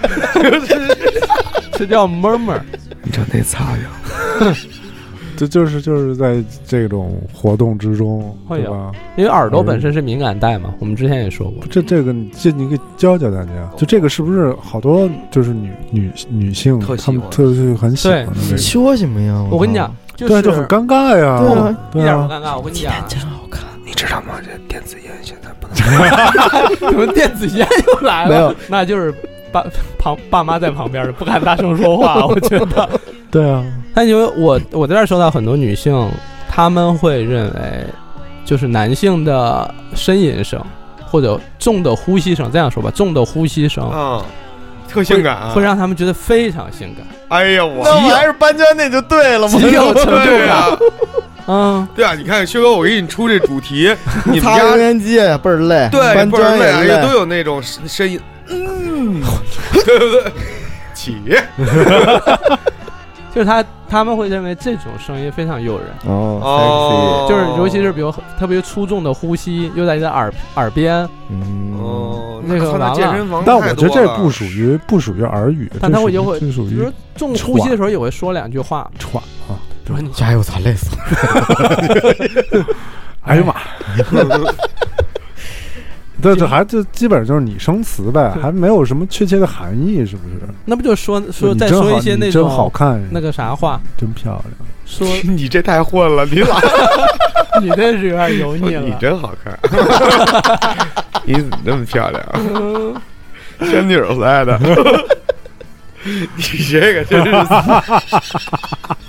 Speaker 5: 这叫 murmur。
Speaker 3: 你瞅那苍蝇，
Speaker 2: 这就是就是在这种活动之中，
Speaker 5: 会
Speaker 2: 对
Speaker 5: 有
Speaker 2: 吧？
Speaker 5: 因为耳朵本身是敏感带嘛，我们之前也说过。
Speaker 2: 这这个你这你给教教大家，就这个是不是好多就是女女女性
Speaker 3: 特喜
Speaker 2: 她
Speaker 3: 欢
Speaker 2: 们特是很喜欢的那个？
Speaker 4: 说什么呀？
Speaker 5: 我跟你讲，，就
Speaker 2: 对啊，
Speaker 5: 是
Speaker 2: 就很尴尬
Speaker 4: 对
Speaker 2: 呀
Speaker 4: 啊，
Speaker 5: 一
Speaker 2: 对
Speaker 5: 点不
Speaker 2: 啊，
Speaker 5: 尴尬。我跟你讲，
Speaker 3: 你知道吗？这电子烟现在不 能。
Speaker 5: 你们电子烟又来了，
Speaker 4: 没有，
Speaker 5: 那就是爸旁爸妈在旁边的，不敢大声说话。我觉得，
Speaker 2: 对啊，
Speaker 5: 但因为我我在这儿收到很多女性，她们会认为，就是男性的呻吟声或者重的呼吸声，这样说吧，重的呼吸声
Speaker 7: 啊
Speaker 3: 嗯，特性感啊
Speaker 5: 会！让他们觉得非常性感，
Speaker 3: 哎呀，我
Speaker 4: 那我还是搬砖那就对了 嘛。
Speaker 5: 极有成就
Speaker 3: 对
Speaker 5: 感
Speaker 3: 呀，
Speaker 5: 啊、嗯，
Speaker 7: 对啊，你看薛哥，我给你出这主 题，你们
Speaker 4: 擦
Speaker 7: 家
Speaker 4: 油烟机也倍儿累，
Speaker 7: 对
Speaker 4: 搬
Speaker 7: 倍儿
Speaker 4: 砖
Speaker 7: 累
Speaker 4: 也
Speaker 7: 啊，也都有那种呻呻吟， 嗯，对不对？起，
Speaker 5: 就是他他们会认为这种声音非常诱人，
Speaker 4: 哦
Speaker 5: 就是尤其是比如特别粗重的呼吸，又在你的耳耳边，
Speaker 4: ，sexy，嗯，
Speaker 7: 哦，
Speaker 5: 那个
Speaker 7: 看到
Speaker 5: 完了
Speaker 7: 健身房
Speaker 2: 但我
Speaker 7: 太
Speaker 2: 觉得
Speaker 7: 多
Speaker 2: 这
Speaker 7: 了
Speaker 2: 不属于不属于耳语，
Speaker 5: 但
Speaker 2: 这
Speaker 5: 他
Speaker 2: 属
Speaker 5: 会
Speaker 2: 于
Speaker 5: 也会，
Speaker 2: 这属
Speaker 5: 比
Speaker 2: 于
Speaker 5: 如重呼吸的时候也会说两句话，
Speaker 2: 喘啊！
Speaker 5: 说你
Speaker 4: 哎呦我操，累死了，
Speaker 2: 哎 呀妈！对对，还就基本上就是拟声词呗，还没有什么确切的含义，是不是？
Speaker 5: 那不就说说
Speaker 2: 你
Speaker 5: 再
Speaker 2: 真
Speaker 5: 说
Speaker 2: 好
Speaker 5: 一些
Speaker 2: 你
Speaker 5: 那
Speaker 2: 真好
Speaker 5: 种
Speaker 2: 看，
Speaker 5: 那个啥话，
Speaker 2: 真漂亮。
Speaker 5: 说
Speaker 7: 你这太混了，你老
Speaker 5: 你这是有点油腻
Speaker 7: 你
Speaker 5: 了。
Speaker 7: 真好看， 你怎么这么漂亮？啊仙女儿来的， 你这个真是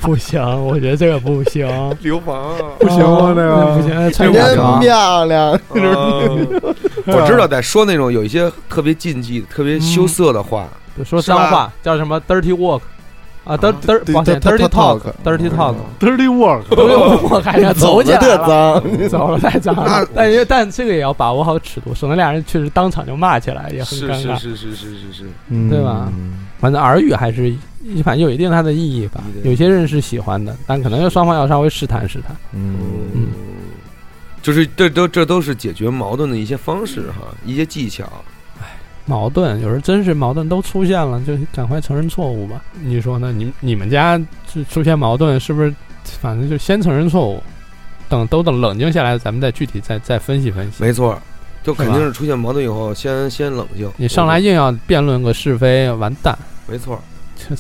Speaker 5: 不行，我觉得这个不行，哦
Speaker 7: 流氓 啊！
Speaker 2: 不行啊，这
Speaker 5: 那 不
Speaker 2: 个
Speaker 5: 行，那穿
Speaker 7: 这
Speaker 5: 假
Speaker 4: 真
Speaker 5: 条
Speaker 4: 漂亮，
Speaker 7: 我
Speaker 3: 我知道在说那种有一些特别禁忌、特别
Speaker 7: 嗯
Speaker 3: 羞涩的话，
Speaker 5: 就说脏
Speaker 7: 是吧
Speaker 5: 话，叫什么 dirty walk 啊，dir dir，
Speaker 4: 对嗯
Speaker 5: 抱歉
Speaker 4: 对
Speaker 5: ，dirty
Speaker 4: dirty
Speaker 5: talk 哦
Speaker 4: talk
Speaker 5: dirty talk，
Speaker 2: dirty work，
Speaker 5: 都用我感觉走起来
Speaker 4: 特
Speaker 5: 了。
Speaker 4: 脏，
Speaker 5: 走了太脏
Speaker 7: 那
Speaker 5: 了，但因为但这个也要把握好尺度，省得俩人确实当场就骂起来，也很
Speaker 7: 是
Speaker 5: 尴
Speaker 3: 嗯
Speaker 7: 是
Speaker 5: 尬。
Speaker 7: 是是是是是，
Speaker 4: 嗯
Speaker 5: 对吧反正耳语还是反正有一定它的意义吧
Speaker 3: 对，对对
Speaker 5: 有些人是喜欢的，但可能要双方要稍微试探试探。
Speaker 4: 嗯，
Speaker 5: 嗯
Speaker 3: 就是这都这都是解决矛盾的一些方式哈，一些技巧。
Speaker 5: 矛盾有时候真是矛盾都出现了，就赶快承认错误吧。你说呢？你你们家是出现矛盾是不是？反正就先承认错误，等都等冷静下来，咱们再具体再再分析分析。
Speaker 3: 没错，就肯定
Speaker 5: 是
Speaker 3: 是出现矛盾以后，先先冷静。
Speaker 5: 你上来硬要辩论个是非，完蛋！
Speaker 3: 没错，
Speaker 5: 这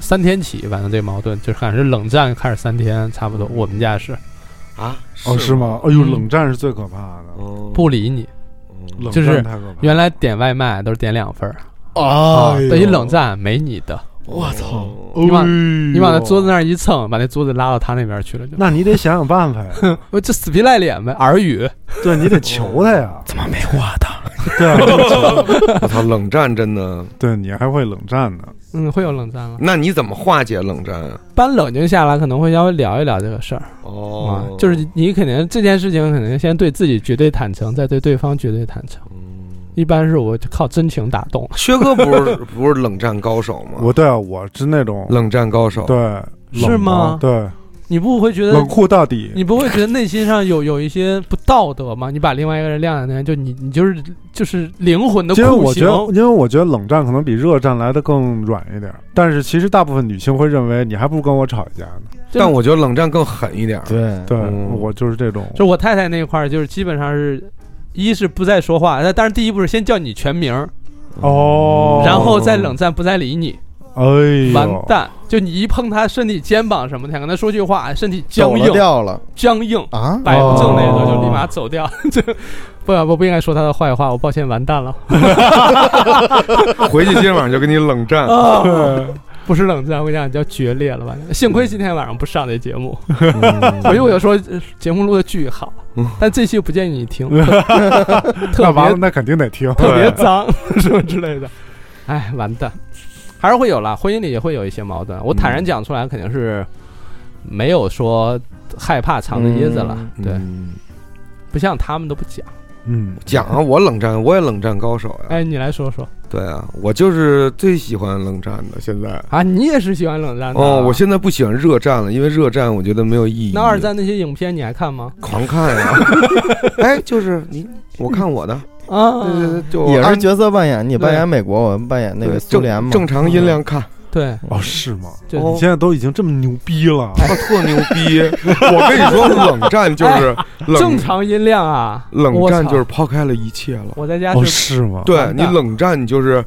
Speaker 5: 三天起，反正这矛盾就是反正是冷战开始三天差不多。我们家是
Speaker 3: 啊？
Speaker 2: 哦，是？吗？哎呦，
Speaker 5: 嗯
Speaker 2: 冷战是最可怕的，
Speaker 3: 哦，
Speaker 5: 不理你，
Speaker 3: 哦，
Speaker 2: 冷
Speaker 5: 就是
Speaker 2: 战太可怕了。
Speaker 5: 原来点外卖都是点两份儿
Speaker 2: 啊
Speaker 5: 啊，等于冷，战没你的，
Speaker 2: 我操！
Speaker 5: 你往你往那桌子那
Speaker 2: 儿，
Speaker 5: 儿一蹭，把那桌子拉到他那边去了就。
Speaker 2: 那你得想想办 法呀。
Speaker 5: 我这死皮赖脸呗，耳语。
Speaker 2: 对你得求他 呀。
Speaker 4: 怎么没我的？
Speaker 2: 对啊，
Speaker 3: 我操，冷战真的？
Speaker 2: 对你还会冷战呢。
Speaker 5: 嗯，会有冷战了。
Speaker 3: 那你怎么化解冷战啊？
Speaker 5: 般冷静下来，可能会稍微聊一聊这个事儿啊、
Speaker 3: 哦，
Speaker 5: 就是你肯定这件事情，肯定先对自己绝对坦诚，再对对方绝对坦诚。
Speaker 3: 嗯
Speaker 5: 一般是我靠真情打动，
Speaker 3: 薛哥不 是不是冷战高手吗？
Speaker 2: 我对啊，我是那种
Speaker 3: 冷战高手。
Speaker 2: 对冷
Speaker 5: 是吗
Speaker 2: 的对，
Speaker 5: 你不会觉得
Speaker 2: 冷酷到底。
Speaker 5: 你不会觉得内心上有有一些不道德吗？你把另外一个人晾在那边，就你你就是就是灵魂的
Speaker 2: 其实
Speaker 5: 酷
Speaker 2: 我觉
Speaker 5: 刑
Speaker 2: 得，因为我觉得冷战可能比热战来的更软一点儿，但是其实大部分女性会认为你还不如跟我吵一架
Speaker 3: 嗯
Speaker 2: 呢。
Speaker 5: 就
Speaker 3: 但我觉得冷战更狠一 点。，
Speaker 4: 对，
Speaker 2: 对、
Speaker 3: 嗯
Speaker 2: 我就是这种，
Speaker 5: 就我太太那块儿，就是基本上是。一是不再说话，但但是第一步是先叫你全名儿，
Speaker 3: 嗯
Speaker 2: 哦，
Speaker 5: 然后再冷战不再理你，
Speaker 2: 哎呦，
Speaker 5: 完蛋！就你一碰他身体肩膀什么的，想跟他说句话，身体
Speaker 4: 走
Speaker 5: 僵
Speaker 4: 了
Speaker 5: 硬，
Speaker 4: 掉了
Speaker 5: 僵硬，
Speaker 4: 啊，
Speaker 5: 摆不正那种，就立马走掉。 这不，我不应该说他的坏话，我抱歉，完蛋了。
Speaker 3: 回去今天晚上就跟你冷 战。
Speaker 5: 不是冷战，我跟你讲叫决裂了吧？幸亏今天晚上不上这节目，回去我就说呃节目录的巨好，但这期不建议你听，特
Speaker 2: 那
Speaker 5: 特
Speaker 2: 完了，
Speaker 5: 别
Speaker 2: 那肯定得听。
Speaker 5: 特别脏什么之类的，哎，完蛋，还是会有啦，婚姻里也会有一些矛盾。我坦然讲出来，肯定是没有说害怕藏着掖着了，
Speaker 4: 嗯
Speaker 5: 对，
Speaker 3: 嗯
Speaker 5: 不像他们都不讲。
Speaker 2: 嗯，
Speaker 3: 讲啊，我冷战，我也冷战高手呀。
Speaker 5: 哎，你来说说
Speaker 3: 对啊，我就是最喜欢冷战的。现在
Speaker 5: 啊，你也是喜欢冷战的啊？
Speaker 3: 哦，我现在不喜欢热战了，因为热战我觉得没有意义。
Speaker 5: 那二战那些影片你还看吗？
Speaker 3: 狂看 呀！哎，就是你，我看我的，
Speaker 5: 啊，
Speaker 3: 对对对，就
Speaker 4: 也是
Speaker 3: 按
Speaker 4: 角色扮演，你扮
Speaker 5: 对
Speaker 4: 演美国，我扮演那个
Speaker 3: 对
Speaker 4: 苏联嘛，
Speaker 3: 正正常音量看，
Speaker 5: 对，
Speaker 2: 哦，是吗？
Speaker 5: 就
Speaker 2: 你现在都已经这么牛逼了，
Speaker 3: 他特牛逼。 我跟你说，冷战就是冷
Speaker 5: 正，常音量啊，
Speaker 3: 冷
Speaker 5: 我
Speaker 3: 战
Speaker 5: 操
Speaker 3: 就是抛开了一切了。
Speaker 5: 我在家
Speaker 2: 哦，
Speaker 5: 是
Speaker 2: 是吗？
Speaker 3: 对
Speaker 5: 完
Speaker 3: 你
Speaker 5: 蛋
Speaker 3: 冷战，你就是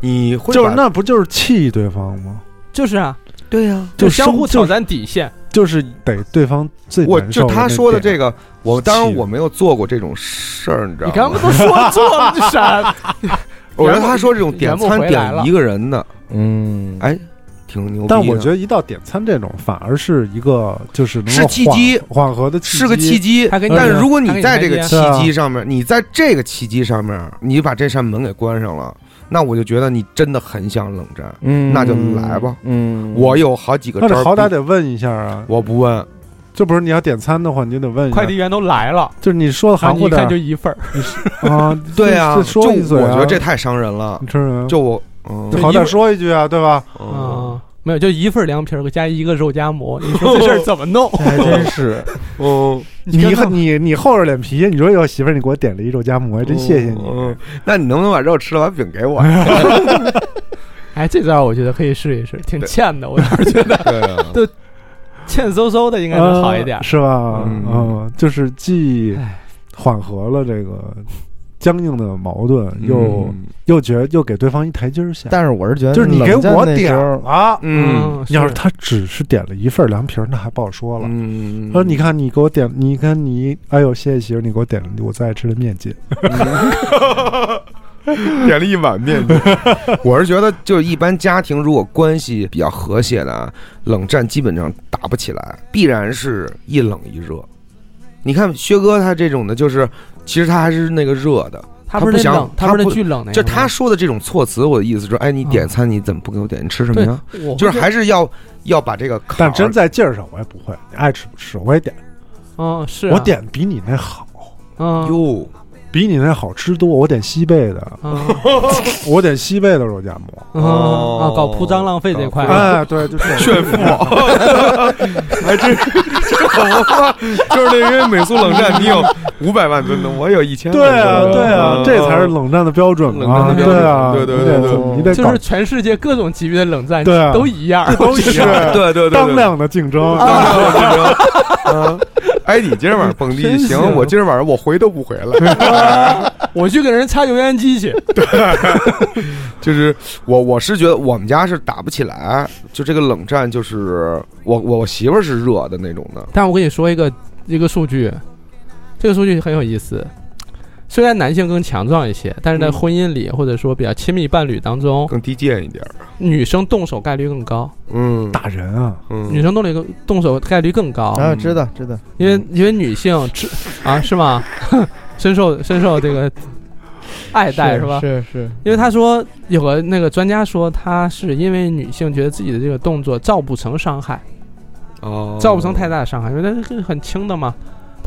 Speaker 3: 你会
Speaker 2: 就是
Speaker 3: 把
Speaker 2: 那不就是气对方吗？
Speaker 5: 就是啊，
Speaker 3: 对呀，
Speaker 5: 就
Speaker 2: 生
Speaker 5: 相互挑
Speaker 2: 就是
Speaker 5: 战底线，
Speaker 2: 就是得对方最
Speaker 3: 我
Speaker 2: 难受
Speaker 3: 就他
Speaker 2: 那
Speaker 3: 说的
Speaker 2: 点
Speaker 3: 这个，我当
Speaker 2: 气
Speaker 3: 然
Speaker 2: 的
Speaker 3: 我没有做过这种事儿，你知
Speaker 5: 你
Speaker 3: 道
Speaker 5: 刚
Speaker 3: 吗
Speaker 5: 刚？都说 做了，你 闪，
Speaker 3: 我觉得他说这种点
Speaker 5: 圆不
Speaker 3: 餐
Speaker 5: 回来
Speaker 3: 点
Speaker 5: 了
Speaker 3: 一个人的，
Speaker 4: 嗯，
Speaker 3: 哎，挺牛逼的。
Speaker 2: 但我觉得一到点餐这种，反而是一个就是能够
Speaker 3: 是契机
Speaker 2: 缓缓和的
Speaker 3: 是个契机，
Speaker 5: 他给你
Speaker 3: 但是如果
Speaker 5: 他给
Speaker 3: 你
Speaker 5: 你
Speaker 3: 在这个
Speaker 5: 台
Speaker 3: 契
Speaker 2: 阶
Speaker 3: 机上面，你在这个契机上面，你把这扇门给关上了，那我就觉得你真的很想冷战。
Speaker 4: 嗯，
Speaker 3: 那就来吧，
Speaker 4: 嗯，
Speaker 3: 我有好几个
Speaker 2: 那
Speaker 3: 招
Speaker 2: 得
Speaker 3: 儿，
Speaker 2: 好歹得问一下啊。
Speaker 3: 我不问，
Speaker 2: 这不是你要点餐的话，你就得问一下
Speaker 5: 快递，员都来了，
Speaker 2: 就是你说的含
Speaker 5: 然后
Speaker 2: 糊
Speaker 5: 一
Speaker 2: 点
Speaker 5: 看就一份儿，
Speaker 2: 啊，
Speaker 3: 对啊，
Speaker 2: 就
Speaker 3: 就
Speaker 2: 说一嘴啊
Speaker 3: 我觉得这太伤人了。
Speaker 2: 你吃什么？
Speaker 3: 就我，嗯
Speaker 2: 就好歹说一句啊，对吧？
Speaker 3: 嗯
Speaker 5: 嗯，没有，就一份凉皮儿加一个肉夹馍，你说这事儿怎么 弄？
Speaker 4: 还真是，
Speaker 3: 嗯，
Speaker 2: 你你你厚着脸皮，你说哟媳妇儿，你给我点了一肉夹馍，真谢谢你。
Speaker 3: 嗯，那你能不能把肉吃了，把饼 给我？
Speaker 5: 哎，这招我觉得可以试一试，挺欠的，我倒是觉得
Speaker 3: 对啊，
Speaker 5: 欠嗖嗖的应该能好一点
Speaker 2: 呃。是吧？
Speaker 3: 嗯
Speaker 2: 嗯，就是既
Speaker 5: 唉
Speaker 2: 缓和了这个僵硬的矛盾，又
Speaker 3: 嗯
Speaker 2: 又觉又给对方一台阶儿下。
Speaker 4: 但是我是觉得，
Speaker 2: 就是你给我点
Speaker 4: 候，
Speaker 2: 了，
Speaker 3: 嗯，
Speaker 2: 要是他只是点了一份凉皮儿，那还不好说了。
Speaker 3: 嗯，
Speaker 2: 说啊你看，你给我点，你看你，哎呦，谢谢媳妇儿，你给我点了我最爱吃的面筋。
Speaker 7: 点了一碗面，
Speaker 3: 我是觉得，就一般家庭如果关系比较和谐的啊，冷战基本上打不起来，必然是一冷一热。你看薛哥他这种的，就是其实他还是那个热的，
Speaker 5: 他
Speaker 3: 不
Speaker 5: 不是那
Speaker 3: 想
Speaker 5: 冷，
Speaker 3: 他
Speaker 5: 不是那
Speaker 3: 不
Speaker 5: 巨
Speaker 2: 哎
Speaker 5: 冷那个
Speaker 3: 就
Speaker 5: 吗，
Speaker 3: 他说的这种措辞，我的意思是，哎，你点
Speaker 2: 嗯
Speaker 3: 餐你怎么不给我点？你吃什么
Speaker 5: 对
Speaker 3: 呀？，
Speaker 5: 我
Speaker 3: 就是
Speaker 5: 会
Speaker 3: 还是要要把这个坎
Speaker 2: 但
Speaker 3: 儿
Speaker 2: 真在劲儿上，我也不会，你爱吃不吃，我也点，
Speaker 5: 嗯是啊
Speaker 2: 我点比你那好，
Speaker 5: 嗯
Speaker 3: 哟，
Speaker 2: 比你那好吃多。我点西贝的，
Speaker 5: 嗯
Speaker 3: 哦
Speaker 2: 我点西贝的肉夹馍。
Speaker 5: 嗯啊搞铺张浪费这块
Speaker 3: 搞铺
Speaker 5: 啊
Speaker 2: 哎，对，就是炫富。
Speaker 7: 就是那因为美苏冷战，你有五百万吨的，我有一千万
Speaker 2: 对啊，
Speaker 7: 吨的嗯
Speaker 2: 对啊，这才是冷战的标准
Speaker 3: 嗯冷战
Speaker 2: 嘛。
Speaker 3: 的标准
Speaker 2: 对啊，
Speaker 7: 对对
Speaker 2: 你
Speaker 7: 对
Speaker 2: 得
Speaker 7: 对
Speaker 4: 对
Speaker 2: 你得
Speaker 5: 就
Speaker 2: 搞
Speaker 5: 是全世界各种级别的冷战
Speaker 2: 对啊
Speaker 5: 都一样，
Speaker 2: 都是
Speaker 7: 对对对，
Speaker 2: 啊当量的竞争。
Speaker 7: 当量的竞争。嗯 哎，你今儿晚上蹦迪
Speaker 2: 真
Speaker 7: 行
Speaker 2: 行，
Speaker 7: 我今儿晚上我回都不回 了。
Speaker 5: 我去给人擦油烟机去，
Speaker 3: 就是我我是觉得我们家是打不起来，就这个冷战，就是我我我媳妇儿是热的那种的，
Speaker 5: 但我跟你说一个一个数据，这个数据很有意思。虽然男性更强壮一些，但是在婚姻里、或者说比较亲密伴侣当中，
Speaker 7: 更低贱一点儿，
Speaker 5: 女生动手概率更高，
Speaker 3: 嗯
Speaker 2: 打人啊，
Speaker 5: 女
Speaker 3: 嗯，
Speaker 5: 生动了一个动手概率更高，
Speaker 4: 啊，知道知道，
Speaker 5: 因为因为女性吃啊是吗？ 深受深受这个爱戴是吧？
Speaker 4: 是是，
Speaker 5: 因为他说有个那个专家说，他是因为女性觉得自己的这个动作造不成伤害，
Speaker 3: 哦
Speaker 5: 造不成太大的伤害，因为它是很轻的嘛，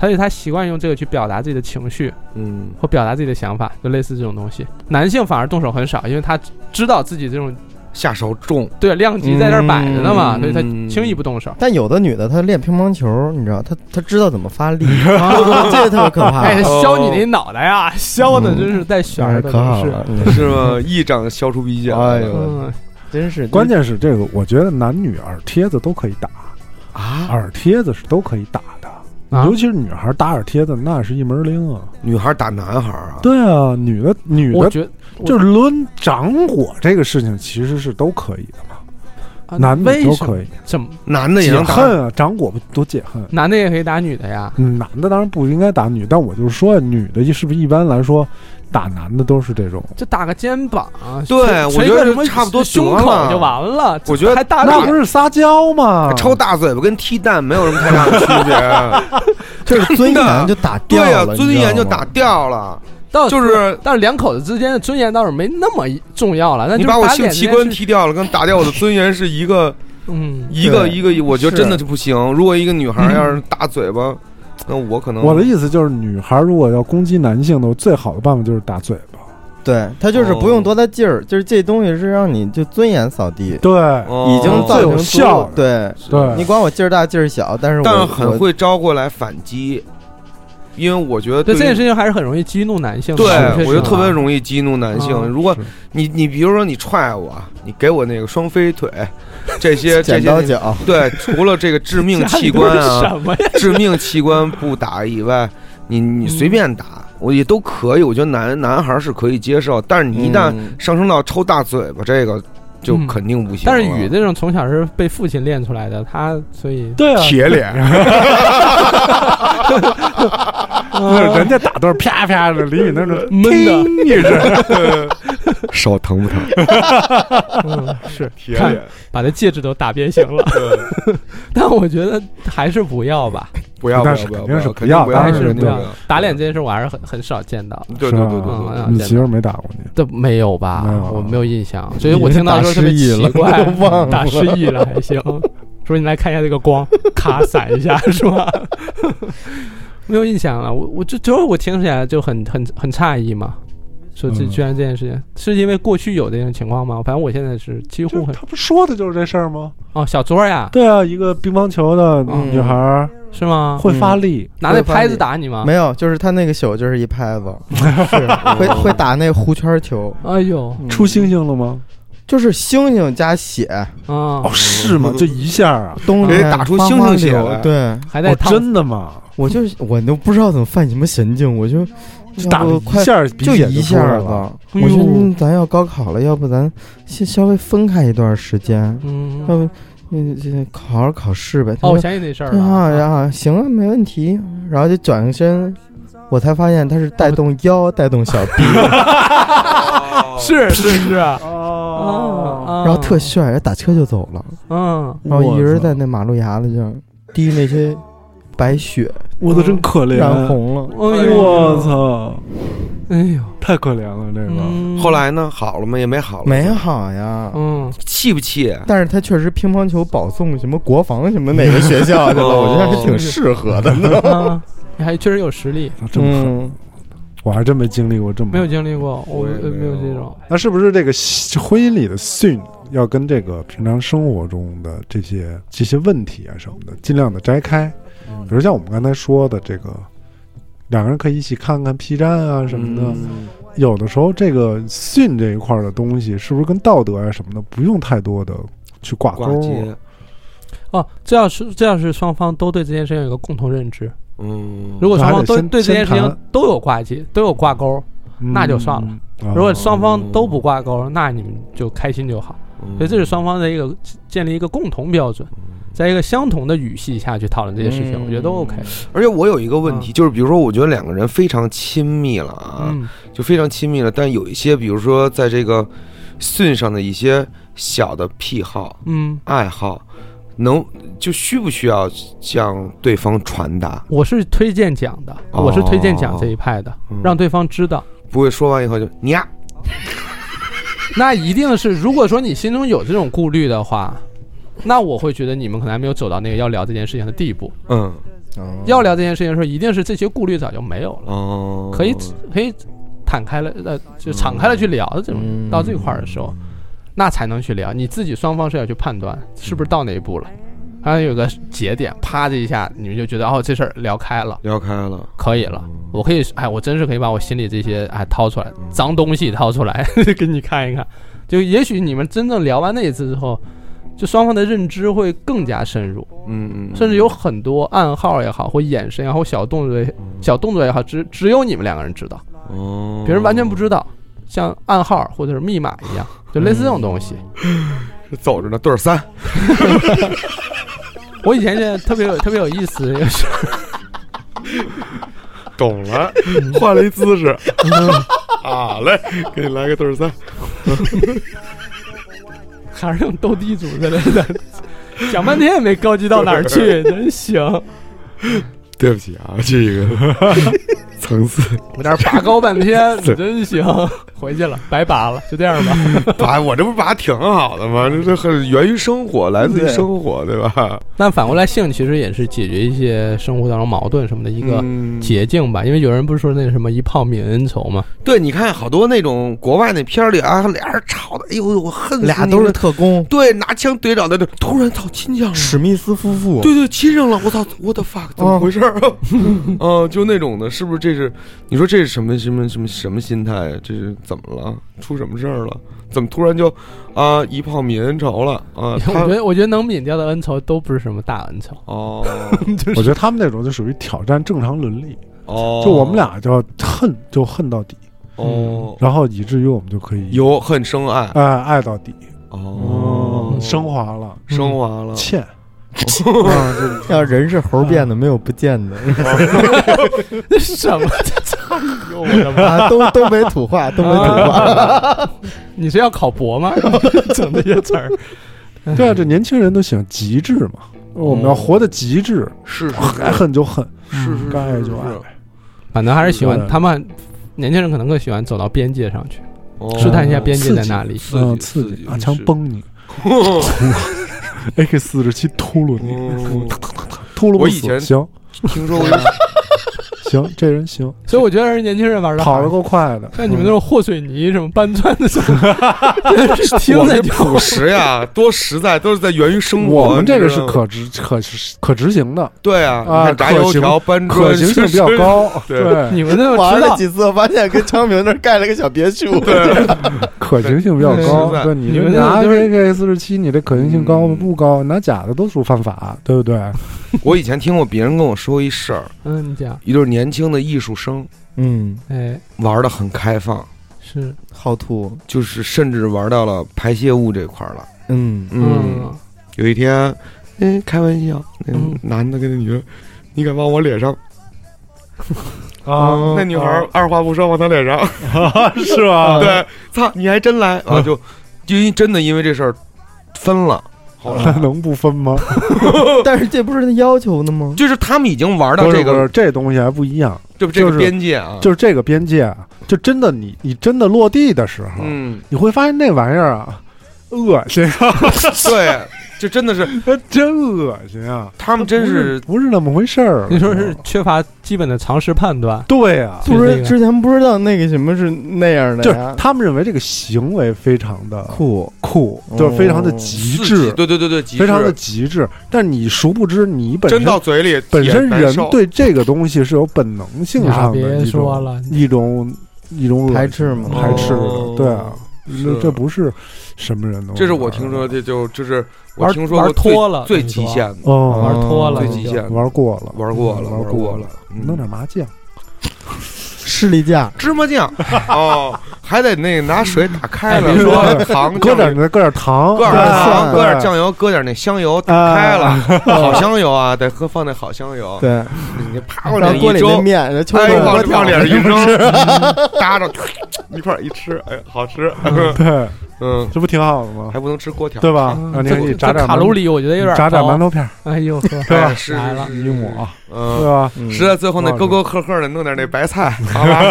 Speaker 5: 而且他习惯用这个去表达自己的情绪。
Speaker 3: 嗯
Speaker 5: 或表达自己的想法，就类似这种东西。男性反而动手很少，因为他知道自己这种
Speaker 3: 下手重，
Speaker 5: 对量级在这儿摆着呢嘛，
Speaker 3: 嗯
Speaker 5: 所以他轻易不动手。
Speaker 4: 但有的女的她练乒乓球，你知道，她她知道怎么发力，这个特别可怕，
Speaker 5: 哎，削你那脑袋呀，削的真是带旋
Speaker 4: 哎
Speaker 5: 儿的，
Speaker 4: 可好
Speaker 5: 真是
Speaker 4: 了。，嗯
Speaker 3: 是吗？一掌削出鼻尖，
Speaker 4: 哎呦
Speaker 5: 嗯，
Speaker 4: 真是
Speaker 2: 关键是这个，我觉得男女耳贴子都可以打，
Speaker 3: 啊！
Speaker 2: 耳贴子是都可以打的。
Speaker 5: 啊
Speaker 2: 尤其是女孩打耳贴子，那是一门儿灵啊！
Speaker 3: 女孩打男孩啊，
Speaker 2: 对啊，女的女
Speaker 5: 我
Speaker 2: 的
Speaker 5: 觉得
Speaker 2: 就是抡掌火这个事情，其实是都可以的嘛，
Speaker 5: 啊
Speaker 2: 男女
Speaker 5: 为
Speaker 2: 都
Speaker 5: 什么
Speaker 2: 可以。
Speaker 5: 怎么
Speaker 3: 男的也
Speaker 2: 解
Speaker 3: 能打，
Speaker 2: 恨啊，掌火不都解恨？
Speaker 5: 男的也可以打女的呀？
Speaker 2: 嗯，男的当然不应该打女，但我就是说，女的是不是一般来说打男的都是这种？
Speaker 5: 就打个肩膀，啊
Speaker 3: 对
Speaker 5: 捶
Speaker 3: 我
Speaker 5: 捶
Speaker 3: 觉
Speaker 5: 个
Speaker 3: 得
Speaker 5: 什么
Speaker 3: 差不多
Speaker 5: 胸
Speaker 3: 得
Speaker 5: 口
Speaker 3: 了
Speaker 5: 就完了。
Speaker 3: 我觉得
Speaker 5: 还打
Speaker 2: 那
Speaker 5: 脸
Speaker 2: 不是撒娇
Speaker 5: 啊
Speaker 2: 吗？
Speaker 3: 抽大嘴巴跟踢蛋没有什么太大的区别。啊
Speaker 4: 就是尊严就打
Speaker 3: 对
Speaker 4: 掉
Speaker 3: 呀、
Speaker 4: 了，
Speaker 3: 尊严就
Speaker 4: 你知道
Speaker 3: 打
Speaker 4: 吗
Speaker 3: 掉了，
Speaker 5: 到
Speaker 3: 就是
Speaker 5: 但是两口子之间的尊严倒是没那么重要了。那
Speaker 3: 你
Speaker 5: 就是
Speaker 3: 把我
Speaker 5: 打
Speaker 3: 性
Speaker 5: 脸
Speaker 3: 器
Speaker 5: 这件
Speaker 3: 官
Speaker 5: 事，
Speaker 3: 踢掉了，跟打掉我的尊严是一 个
Speaker 5: 嗯，
Speaker 3: 一个一个，我觉得
Speaker 4: 是嗯
Speaker 3: 真的是不行。如果一个女孩要是大嘴巴，那我可能
Speaker 2: 我的意思就是，女孩如果要攻击男性的，最好的办法就是打嘴巴。
Speaker 4: 对她就是不
Speaker 3: 哦
Speaker 4: 用多大劲儿，就是这东西是让你就尊严扫地，
Speaker 2: 对，
Speaker 3: 哦
Speaker 4: 已经造
Speaker 2: 最
Speaker 4: 成
Speaker 2: 有
Speaker 4: 足
Speaker 2: 效
Speaker 4: 够对。
Speaker 2: 对
Speaker 4: 你管我劲儿大劲儿小，但是我
Speaker 3: 但很
Speaker 4: 我
Speaker 3: 会招过来反击，因为我觉得
Speaker 5: 对这件
Speaker 3: 于
Speaker 5: 事情还是很容易激怒男性的。
Speaker 3: 对
Speaker 5: 确实
Speaker 3: 我就特别
Speaker 5: 啊
Speaker 3: 容易激怒男性。
Speaker 5: 嗯
Speaker 3: 如果你你比如说你踹我，你给我那个双飞腿，这些这
Speaker 4: 剪
Speaker 3: 些啊
Speaker 4: 刀脚，
Speaker 3: 对，除了这个致命器官啊，
Speaker 5: 什么呀？
Speaker 3: 致命器官不打以外，你你随便打，我也都可以。我觉得男男孩是可以接受，但是你一旦
Speaker 4: 嗯
Speaker 3: 上升到抽大嘴巴这个，就
Speaker 5: 嗯
Speaker 3: 肯定不行了。
Speaker 5: 但是雨这种从小是被父亲练出来的，他所以
Speaker 2: 对啊，
Speaker 7: 铁脸，
Speaker 2: 就是人家打都是啪啪的，李宇那种
Speaker 5: 闷的
Speaker 2: 叮一声，
Speaker 3: 手疼 不疼？
Speaker 5: 嗯是
Speaker 7: 铁
Speaker 5: 看
Speaker 7: 脸，
Speaker 5: 把这戒指都打变形了。 但我觉得还是不要吧，
Speaker 3: 不要，不
Speaker 2: 那
Speaker 3: 要，
Speaker 2: 是
Speaker 3: 不要，
Speaker 2: 肯定是
Speaker 3: 不
Speaker 2: 不要
Speaker 3: 不
Speaker 2: 当
Speaker 5: 还
Speaker 2: 然
Speaker 3: 肯
Speaker 5: 是
Speaker 2: 是
Speaker 3: 定
Speaker 5: 不
Speaker 3: 不
Speaker 2: 对
Speaker 5: 要
Speaker 3: 要。。
Speaker 5: 打脸这件事我还是很很少见到，
Speaker 3: 对
Speaker 2: 是
Speaker 3: 对
Speaker 2: 吧
Speaker 3: 对对
Speaker 5: 嗯
Speaker 3: 对，
Speaker 5: 啊
Speaker 2: 你媳妇儿没打过你，
Speaker 5: 都没有吧
Speaker 2: 没有？啊
Speaker 5: 我没有印象，所以我听到的时候特别
Speaker 4: 你是
Speaker 5: 奇
Speaker 4: 打失忆了
Speaker 5: 怪，
Speaker 4: 忘了
Speaker 5: 打失忆了还行。 说你来看一下这个光，咔闪一下，是吧？ 没有印象了，我我就只有我听起来就很很很诧异嘛，说这
Speaker 2: 嗯
Speaker 5: 居然这件事情、是因为过去有这种情况吗？反正我现在是几乎
Speaker 2: 就是
Speaker 5: 很
Speaker 2: 他不说的就是这事儿吗？
Speaker 5: 哦小桌呀，
Speaker 2: 对啊，一个乒乓球的
Speaker 5: 嗯
Speaker 2: 女孩儿
Speaker 5: 是吗？
Speaker 2: 会发力，
Speaker 5: 拿那拍子打你吗？
Speaker 4: 没有，就是他那个宿就是一 拍子，会
Speaker 3: 哦
Speaker 4: 会打那弧圈球，
Speaker 5: 哎呦，
Speaker 2: 出星星了吗？
Speaker 4: 就是星星加血，
Speaker 5: 啊、
Speaker 2: 哦，是吗？就一下啊？
Speaker 4: 冬天
Speaker 3: 给哎打出星星血
Speaker 4: 花花
Speaker 3: 来
Speaker 4: 柳对
Speaker 5: 还在
Speaker 2: 哦，
Speaker 5: 烫、
Speaker 2: 真的吗？
Speaker 4: 我就是我都不知道怎么犯什么神经，我就
Speaker 2: 就打
Speaker 4: 要
Speaker 2: 了
Speaker 4: 不快
Speaker 2: 一下，鼻
Speaker 4: 就
Speaker 2: 血
Speaker 4: 一
Speaker 2: 出
Speaker 4: 下
Speaker 2: 来
Speaker 4: 子，
Speaker 2: 了。
Speaker 5: 哎
Speaker 4: 我觉得
Speaker 5: 呦
Speaker 4: 嗯咱要高考了，要不咱先稍微分开一段时间，要
Speaker 5: 嗯，
Speaker 4: 不嗯这好好考试呗。
Speaker 5: 哦，我
Speaker 4: 他说
Speaker 5: 想起那事儿
Speaker 4: 对
Speaker 5: 了
Speaker 4: 啊，然后行啊，没问题。然后就转身，我才发现他是带动腰，带动小臂，
Speaker 3: 哦
Speaker 5: 是是是啊，
Speaker 2: 哦，
Speaker 5: 啊
Speaker 4: 然后特帅，然后打车就走了。
Speaker 5: 嗯，
Speaker 4: 然后一
Speaker 2: 我
Speaker 4: 直
Speaker 2: 操
Speaker 4: 在那马路牙子上滴那些白雪，
Speaker 2: 我的真可怜，
Speaker 4: 染红了。
Speaker 5: 哎呦
Speaker 2: 我，操，
Speaker 5: 哎呦，
Speaker 2: 太可怜了这个。
Speaker 5: 嗯
Speaker 3: 后来呢？好了吗？也没好了，
Speaker 4: 没好呀，
Speaker 5: 嗯，
Speaker 3: 气不气？
Speaker 4: 但是他确实乒乓球保送什么国防什么哪个学 校去了，
Speaker 3: 哦
Speaker 4: 我觉得还是挺适合的呢。
Speaker 5: 啊，你还确实有实力，
Speaker 2: 嗯这么狠，
Speaker 4: 嗯
Speaker 2: 我还真没经历过这么
Speaker 5: 没有经历过，我
Speaker 3: 我也
Speaker 5: 呃没
Speaker 3: 没
Speaker 5: 有
Speaker 3: 有
Speaker 5: 这种，
Speaker 2: 那是不是这个性婚姻里的 sin 要跟这个平常生活中的这些这些问题啊什么的，尽量的摘开？比如像我们刚才说的这个，两个人可以一起看看 P 站啊什么的。
Speaker 5: 嗯
Speaker 3: 嗯
Speaker 2: 有的时候这个 sin 这一块儿的东西，是不是跟道德啊什么的不用太多的去挂钩
Speaker 3: 挂
Speaker 2: 儿？
Speaker 3: 机，
Speaker 5: 哦，这要是这要是双方都对这件事情有个共同认知，
Speaker 3: 嗯，
Speaker 5: 如果双方
Speaker 2: 那
Speaker 5: 都
Speaker 2: 还得
Speaker 5: 对这件事
Speaker 2: 先
Speaker 5: 情
Speaker 2: 谈
Speaker 5: 都有挂机，都有挂钩，那就算了
Speaker 2: 嗯。
Speaker 5: 如果
Speaker 2: 上
Speaker 5: 双方都不挂钩，那你们就开心就好。
Speaker 3: 嗯
Speaker 5: 所以这是双方的一个建立一个共同标准，在一个相同的语系下去讨论这些事情，
Speaker 4: 嗯
Speaker 5: 我觉得都 OK。
Speaker 3: 而且我有一个问题，就是比如说，我觉得两个人非常亲密了啊，
Speaker 5: 嗯
Speaker 3: 就非常亲密了，但有一些，比如说在这个顺上的一些小的癖好、
Speaker 5: 嗯，
Speaker 3: 爱好，能就需不需要向对方传达？
Speaker 5: 我是推荐讲的，
Speaker 3: 哦
Speaker 5: 我是推荐讲这一派的，
Speaker 3: 嗯
Speaker 5: 让对方知道。
Speaker 3: 不会说完以后就你呀，
Speaker 5: 那一定是，如果说你心中有这种顾虑的话，那我会觉得你们可能还没有走到那个要聊这件事情的地步。
Speaker 3: 嗯，
Speaker 5: 要聊这件事情的时候，一定是这些顾虑早就没有了，
Speaker 3: 哦，
Speaker 5: 可以可以坦开了，呃，就敞开了去聊的这种。
Speaker 4: 嗯
Speaker 5: 到这块儿的时候，那才能去聊。你自己双方是要去判断是不是到那一步了，好像有个节点，啪的一下，你们就觉得哦，这事儿聊开了，
Speaker 3: 聊开了，
Speaker 5: 可以了。我可以，哎，我真是可以把我心里这些哎掏出来，脏东西掏出来 给你看一看。就也许你们真正聊完那一次之后，就双方的认知会更加深入，
Speaker 3: 嗯嗯，
Speaker 5: 甚至有很多暗号也好，或眼神也好，或小动作也小动作也好，只只有你们两个人知道，
Speaker 3: 哦，
Speaker 5: 别人完全不知道，像暗号或者是密码一样，就类似这种东西。
Speaker 3: 走着呢，对儿三，
Speaker 5: 我以前现在特别有特别有意思，就是
Speaker 7: 懂了， 换了一姿势，啊嘞，给你来个对儿三，
Speaker 5: 还是用斗地主之类的， 讲半天也没高级到哪儿去，真行。
Speaker 7: 对不起啊，这个 层次，
Speaker 5: 我在这儿拔高半天，你真行， 回去了，白拔了，就这样吧。
Speaker 7: 拔哎我这不拔挺好的吗？这这很源于生活，来自于生活，对吧？
Speaker 5: 但反过来，性其实也是解决一些生活当中矛盾什么的一个
Speaker 7: 嗯
Speaker 5: 捷径吧，因为有人不是说那什么一炮泯恩仇嘛，
Speaker 3: 对，你看好多那种国外那片儿里啊，俩人吵的，哎呦，我恨死
Speaker 4: 俩
Speaker 3: 你
Speaker 4: 都是
Speaker 3: 了
Speaker 4: 特工，
Speaker 3: 对，拿枪怼脑袋的，突然操亲上了。
Speaker 4: 史密斯夫妇。
Speaker 3: 对对，亲上了，我操，我的 fuck，怎么回事儿啊？啊，就那种的，是不是？这是你说这是什么什么什么什么心态？这是怎么了？出什么事儿了？怎么突然就啊一炮泯恩仇了
Speaker 2: 哎
Speaker 3: 啊？
Speaker 5: 我
Speaker 3: 他
Speaker 5: 觉得我觉得能泯掉的恩仇都不是什么大恩仇，
Speaker 3: 哦
Speaker 2: 我觉得他们那种就属于挑战正常伦理，
Speaker 3: 哦，
Speaker 2: 就我们俩嗯就要恨就恨到底，
Speaker 3: 哦
Speaker 2: 然后以至于我们就可以
Speaker 3: 由恨生爱
Speaker 2: 爱、爱到底，
Speaker 3: 哦，
Speaker 2: 升华了，
Speaker 3: 升华了，
Speaker 2: 欠
Speaker 4: 嗯要人是猴变的，没有不见的，
Speaker 5: 这是什么？
Speaker 4: 啊，都东北土话，东北土话。
Speaker 5: 你是要考博吗？整这些词儿，
Speaker 2: 对啊，这年轻人都喜欢极致嘛，我们要活得极致，
Speaker 3: 是是
Speaker 2: 该恨就恨，
Speaker 3: 是是，
Speaker 2: 该爱哎就是爱
Speaker 3: 是，
Speaker 5: 反正还是喜欢
Speaker 2: 对
Speaker 5: 他们年轻人可能更喜欢走到边界上去。
Speaker 3: 哦
Speaker 5: 试探一下边界在哪里
Speaker 2: 嗯，
Speaker 3: 刺
Speaker 2: 刺
Speaker 3: 激
Speaker 2: 激，拿枪
Speaker 3: 是
Speaker 2: 崩你， AK 四十七秃噜你，
Speaker 3: 嗯
Speaker 2: 秃噜不
Speaker 3: 我以
Speaker 2: 死
Speaker 3: 前
Speaker 2: 行
Speaker 3: 听 说过
Speaker 2: 行，这人行，
Speaker 5: 所以我觉得人年轻人玩的
Speaker 2: 跑得够快的。
Speaker 5: 像你们那种和水泥什么搬砖的什么，真的是听
Speaker 3: 我
Speaker 5: 着
Speaker 3: 这
Speaker 5: 就
Speaker 3: 朴实呀，多实在，都是在源于生活。
Speaker 2: 我们这个
Speaker 3: 你知
Speaker 2: 是
Speaker 3: 道吗
Speaker 2: 可执可执可执行的，
Speaker 3: 对啊，你
Speaker 2: 啊
Speaker 3: 看炸
Speaker 2: 可
Speaker 3: 油
Speaker 2: 行
Speaker 3: 条、搬砖，
Speaker 2: 可行性比较 高。
Speaker 3: 对
Speaker 5: 你们那种
Speaker 4: 玩
Speaker 5: 知
Speaker 4: 了
Speaker 5: 道，
Speaker 4: 几次，我发现跟昌平那儿盖了个小别墅。
Speaker 2: 可行性比较
Speaker 3: 实在
Speaker 2: 高。对，你
Speaker 5: 你
Speaker 2: 这
Speaker 5: 们那
Speaker 2: 拿
Speaker 5: 个就是
Speaker 2: AK 四十七，你这可行性高
Speaker 3: 嗯
Speaker 2: 不高？拿假的都属犯法，对不对？
Speaker 3: 我以前听过别人跟我说一事儿，
Speaker 5: 嗯，你讲，
Speaker 3: 一对年轻的艺术生
Speaker 4: 嗯，
Speaker 5: 哎，
Speaker 3: 玩的很开放，
Speaker 5: 是，
Speaker 4: 好吐。
Speaker 3: 就是甚至玩到了排泄物这块儿了。
Speaker 4: 嗯，
Speaker 5: 嗯，
Speaker 3: 有一天，嗯，开玩笑，那个
Speaker 5: 嗯
Speaker 3: 男的跟那女的，你敢往我脸上？
Speaker 2: 啊
Speaker 4: 嗯
Speaker 3: 那女孩
Speaker 4: 啊
Speaker 3: 儿二话不说往他脸上，
Speaker 2: 是吧？
Speaker 3: 对，操，你还真来啊！就就因真的因为这事儿分了，后
Speaker 2: 那
Speaker 3: 来
Speaker 2: 能不分吗？
Speaker 4: 但是这不是他要求的吗？
Speaker 3: 就是他们已经玩到
Speaker 2: 不
Speaker 3: 这
Speaker 2: 是不
Speaker 3: 个啊
Speaker 2: 是，这东西还不一样，
Speaker 3: 这不这
Speaker 2: 就
Speaker 3: 个
Speaker 2: 是
Speaker 3: 边界啊，
Speaker 2: 就是这个边界啊，就真的你你真的落地的时候，
Speaker 3: 嗯，
Speaker 2: 你会发现那玩意儿啊，恶心啊，
Speaker 3: 对，就真的是
Speaker 2: 真恶心啊！
Speaker 3: 他们真是
Speaker 2: 不是那么回事儿。
Speaker 5: 你说是缺乏基本的常识判断，
Speaker 2: 对啊，
Speaker 5: 就
Speaker 4: 不
Speaker 5: 是那
Speaker 4: 是
Speaker 5: 个
Speaker 4: 之前不知道那个什么是那样的
Speaker 2: 就是
Speaker 4: 呀？
Speaker 2: 他们认为这个行为非常的
Speaker 4: 酷，
Speaker 2: 酷，就是非常的极
Speaker 3: 哦刺
Speaker 2: 致
Speaker 3: 激，对对对对，极
Speaker 2: 非常的
Speaker 3: 致
Speaker 2: 极致。但你殊不知，你本
Speaker 3: 真到
Speaker 2: 身
Speaker 3: 嘴里
Speaker 2: 本身
Speaker 3: 也难
Speaker 2: 人
Speaker 3: 受
Speaker 2: 对这个东西是有本能性
Speaker 5: 呀
Speaker 2: 上 的
Speaker 5: 别
Speaker 2: 一
Speaker 5: 说
Speaker 2: 种
Speaker 5: 了，
Speaker 2: 一种一种恶心
Speaker 4: 排斥嘛
Speaker 2: 排斥
Speaker 3: 哦
Speaker 2: 的，对啊，那
Speaker 3: 是
Speaker 2: 这不是什么人都
Speaker 3: 这是我听说的，就就是我
Speaker 5: 玩
Speaker 3: 听说
Speaker 5: 玩
Speaker 3: 过最
Speaker 5: 脱了
Speaker 3: 最
Speaker 5: 你
Speaker 3: 极
Speaker 5: 说
Speaker 3: 限的，
Speaker 2: 哦，
Speaker 5: 玩脱了
Speaker 3: 最
Speaker 5: 就，
Speaker 3: 极限的
Speaker 2: 玩过了，
Speaker 3: 玩过了，
Speaker 2: 玩
Speaker 3: 玩过
Speaker 2: 过
Speaker 3: 了，，嗯
Speaker 2: 弄点麻将，
Speaker 4: 士力架，
Speaker 3: 芝 麻酱哦，还得那个拿水打开了，
Speaker 5: 哎别
Speaker 2: 说
Speaker 3: 说糖
Speaker 2: 搁
Speaker 3: 酱
Speaker 2: 点
Speaker 3: 油
Speaker 2: 搁点糖，
Speaker 3: 搁点
Speaker 2: 对啊
Speaker 3: 糖，搁点
Speaker 2: 对
Speaker 3: 酱油，搁点那香
Speaker 2: 啊
Speaker 3: 油，打开了 好香油啊，得喝放那好香油，
Speaker 4: 对，
Speaker 3: 你啪往
Speaker 4: 然
Speaker 3: 脸
Speaker 4: 后
Speaker 3: 上
Speaker 4: 锅
Speaker 3: 一
Speaker 4: 里那
Speaker 3: 粥，
Speaker 4: 面，然后秋
Speaker 3: 哎，
Speaker 4: 冬
Speaker 3: 往
Speaker 4: 锅
Speaker 3: 往
Speaker 4: 条，
Speaker 3: 脸上一扔，嗯搭着一块儿一吃，哎，好吃，
Speaker 2: 对，
Speaker 3: 嗯，
Speaker 2: 这不挺好的吗？
Speaker 3: 还不能吃锅条，
Speaker 2: 对吧？
Speaker 5: 嗯
Speaker 2: 让你
Speaker 5: 这
Speaker 2: 给你炸
Speaker 5: 这
Speaker 2: 炸
Speaker 5: 卡
Speaker 2: 馒
Speaker 5: 路里我觉得有点
Speaker 2: 炸炸
Speaker 5: 高
Speaker 2: 馒头片儿，
Speaker 5: 哎呦呵，
Speaker 2: 对吧
Speaker 3: 哎？是
Speaker 5: 来了
Speaker 3: 是
Speaker 2: 一抹，对
Speaker 3: 嗯，
Speaker 2: 吧？
Speaker 4: 嗯
Speaker 3: 实 在最后那
Speaker 2: 哇
Speaker 3: 沟沟壑壑的弄点那 白菜，好吧？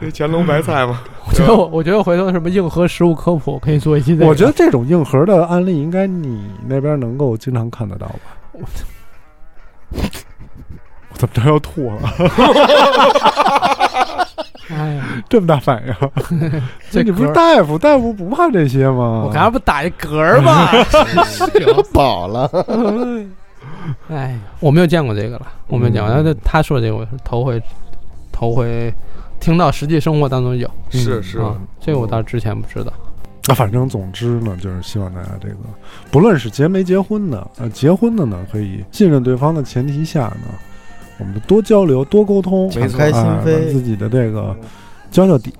Speaker 3: 那乾隆白菜嘛，
Speaker 5: 我觉得我我觉得回头什么硬核食物科普可以做一期这个，
Speaker 2: 我觉得这种硬核的案例，应该你那边能够经常看得到吧？我怎么着要吐了？
Speaker 5: 哎呀，
Speaker 2: 这么大反应？
Speaker 5: 这
Speaker 2: 你不
Speaker 5: 嗝
Speaker 2: 是
Speaker 5: 儿
Speaker 2: 大夫？大夫不怕这些吗？
Speaker 5: 我刚才不打一嗝儿 吗？
Speaker 4: 饱了。
Speaker 5: 哎呀，我没有见过这个了，我没有见过。
Speaker 2: 嗯
Speaker 5: 但是他说这个，我是头回头回听到，实际生活当中有
Speaker 2: 嗯
Speaker 3: 是是，
Speaker 5: 啊，这个我倒是之前不知道。
Speaker 2: 啊，反正总之呢，就是希望大家这个，不论是结没结婚的，呃，结婚的呢，可以信任对方的前提下呢，我们多交流、多沟通，
Speaker 4: 没错敞开心
Speaker 2: 啊
Speaker 4: 扉
Speaker 2: 把自己的这个交交底，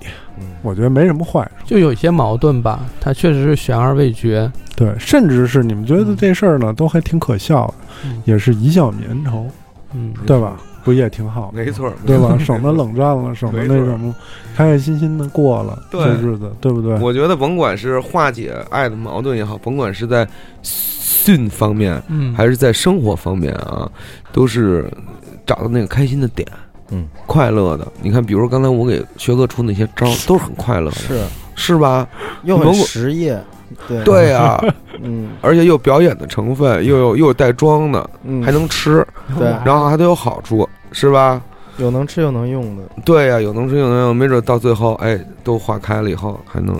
Speaker 2: 我觉得没什么坏处。
Speaker 5: 就有些矛盾吧，它确实是悬而未决。
Speaker 2: 对，甚至是你们觉得这事儿呢，都还挺可笑的，
Speaker 5: 嗯
Speaker 2: 也是一笑泯恩仇，
Speaker 5: 嗯，
Speaker 2: 对吧？不也挺好的吗？
Speaker 3: 没错，
Speaker 2: 对吧？
Speaker 3: 没错
Speaker 2: 省得。冷战了，省得
Speaker 3: 没
Speaker 2: 那
Speaker 3: 错
Speaker 2: 什么，开开心心的过了
Speaker 3: 对
Speaker 2: 这日子，对不对？
Speaker 3: 我觉得甭管是化解爱的矛盾也好，甭管是在性方面
Speaker 5: 嗯，
Speaker 3: 还是在生活方面啊，都是找到那个开心的点，
Speaker 4: 嗯，
Speaker 3: 快乐的。你看，比如刚才我给学哥出那些招儿，都是很快乐的，
Speaker 4: 是，
Speaker 3: 是吧？
Speaker 4: 又
Speaker 3: 蒙
Speaker 4: 很
Speaker 3: 古
Speaker 4: 实业，对，
Speaker 3: 对 啊，
Speaker 4: 嗯
Speaker 3: 而且又有表演的成分，又有又有带妆的，
Speaker 4: 嗯，
Speaker 3: 还能吃，
Speaker 4: 对
Speaker 3: 然后还都有好处，是吧？
Speaker 4: 有能吃有能用的，
Speaker 3: 对呀、有能吃有能用，没准到最后，哎，都化开了以后，还能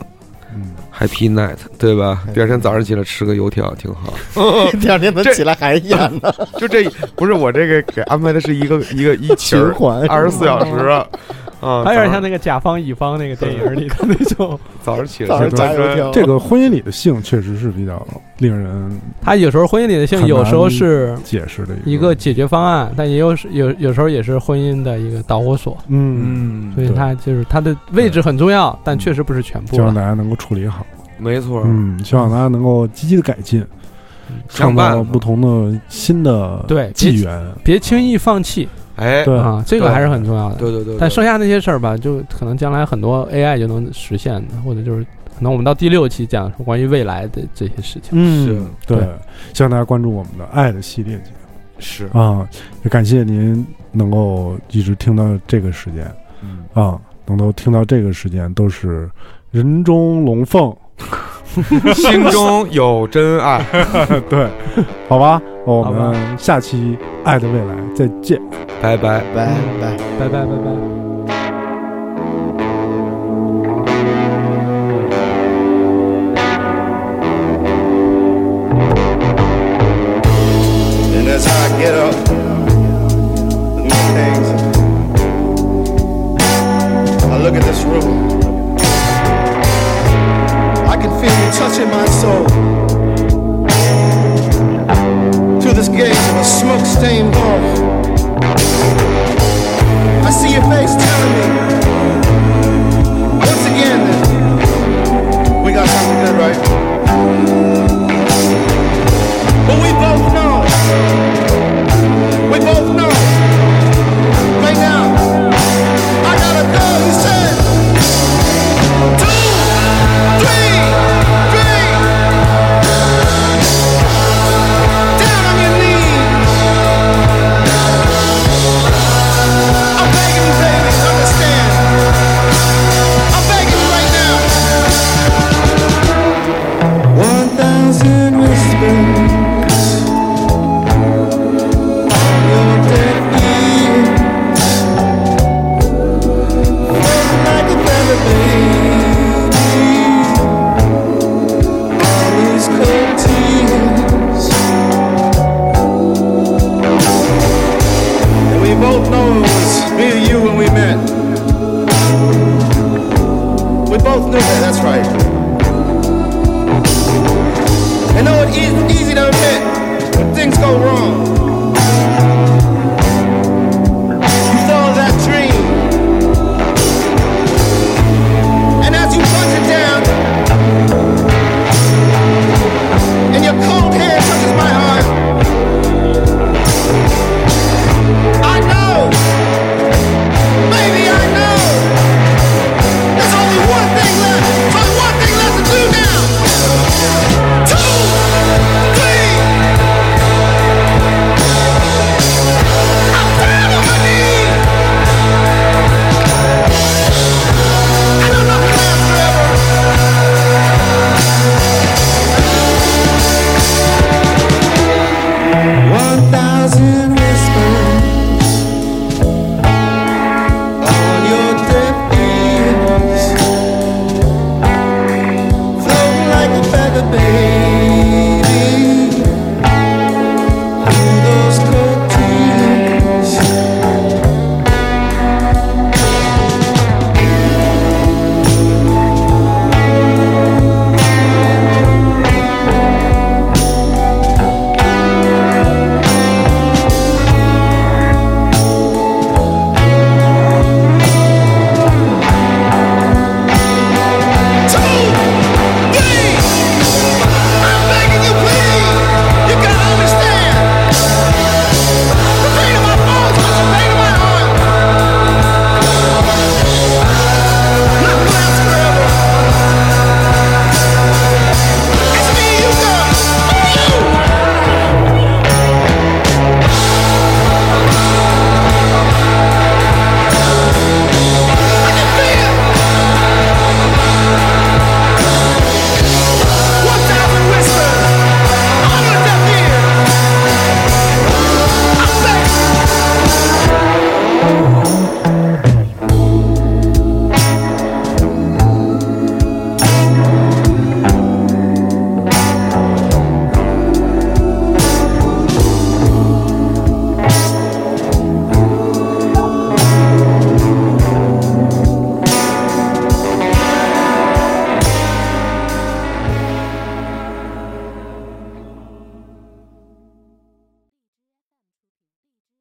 Speaker 2: 嗯，
Speaker 3: Happy Night，对吧
Speaker 4: Happy？
Speaker 3: 第二天早上起来吃个油条挺好。
Speaker 4: 第二天他
Speaker 3: 这
Speaker 4: 起来还演呢，
Speaker 3: 就这不是我这个给安排的是一个一个 一起
Speaker 4: 循环
Speaker 3: 二十四小时啊， 啊
Speaker 5: 还有点像那个甲方乙方那个电影里的那种，
Speaker 3: 早上起来
Speaker 4: 早上
Speaker 3: 就
Speaker 4: 加油
Speaker 3: 专
Speaker 4: 条，
Speaker 2: 这个婚姻里的性确实是比较令人
Speaker 5: 他有时候婚姻里的性，
Speaker 2: 很
Speaker 5: 有时候
Speaker 2: 难
Speaker 5: 是
Speaker 2: 解释的
Speaker 5: 一个解决方案，但也有时有有时候也是婚姻的一个导火索。
Speaker 2: 嗯，
Speaker 3: 嗯
Speaker 5: 所以
Speaker 2: 对
Speaker 5: 它就是它的位置很重要，但确实不是全部啊
Speaker 2: 希望
Speaker 5: 了。
Speaker 2: 大家能够处理好，
Speaker 3: 没错，
Speaker 2: 嗯，希望大家能够积极的改进，
Speaker 3: 想
Speaker 2: 创
Speaker 3: 办
Speaker 2: 造
Speaker 3: 法
Speaker 2: 不同的新的
Speaker 5: 对
Speaker 2: 纪元，
Speaker 5: 别轻易放弃
Speaker 3: 哎，
Speaker 2: 对
Speaker 5: 啊，这个还是很重要的。
Speaker 3: 对对对，
Speaker 5: 但剩下那些事儿吧，就可能将来很多 AI 就能实现的，或者就是可能我们到第六期讲说关于未来的这些事情。
Speaker 3: 是
Speaker 2: 嗯，对
Speaker 5: 对，
Speaker 2: 希望大家关注我们的爱的系列节
Speaker 3: 是
Speaker 2: 目啊，也感谢您能够一直听到这个时间啊，能够听到这个时间都是人中龙凤。
Speaker 3: 心中有真爱。
Speaker 2: 对，好吧，我
Speaker 5: 好吧
Speaker 2: 们下期《爱的未来》再见。
Speaker 3: 拜拜。
Speaker 4: 拜拜。
Speaker 5: 拜拜拜拜。
Speaker 8: And as I get up, and look things, I look at this room. I can feel you touching my soul. Through this gaze of a smoke stained wall, I see your face telling me once again that we got something good, right? But we both know. We both know. Right now, I gotta go. He said, two, three, three. Down on your knees. I'm begging you, baby, understand. I'm begging you right now. One thousand whispers on your deaf ear. Felt like a feather, baby. All these cold tears. And we both know it was me and you when we met. We both knew that. That's right. I know it's easy, easy to admit when things go wrong.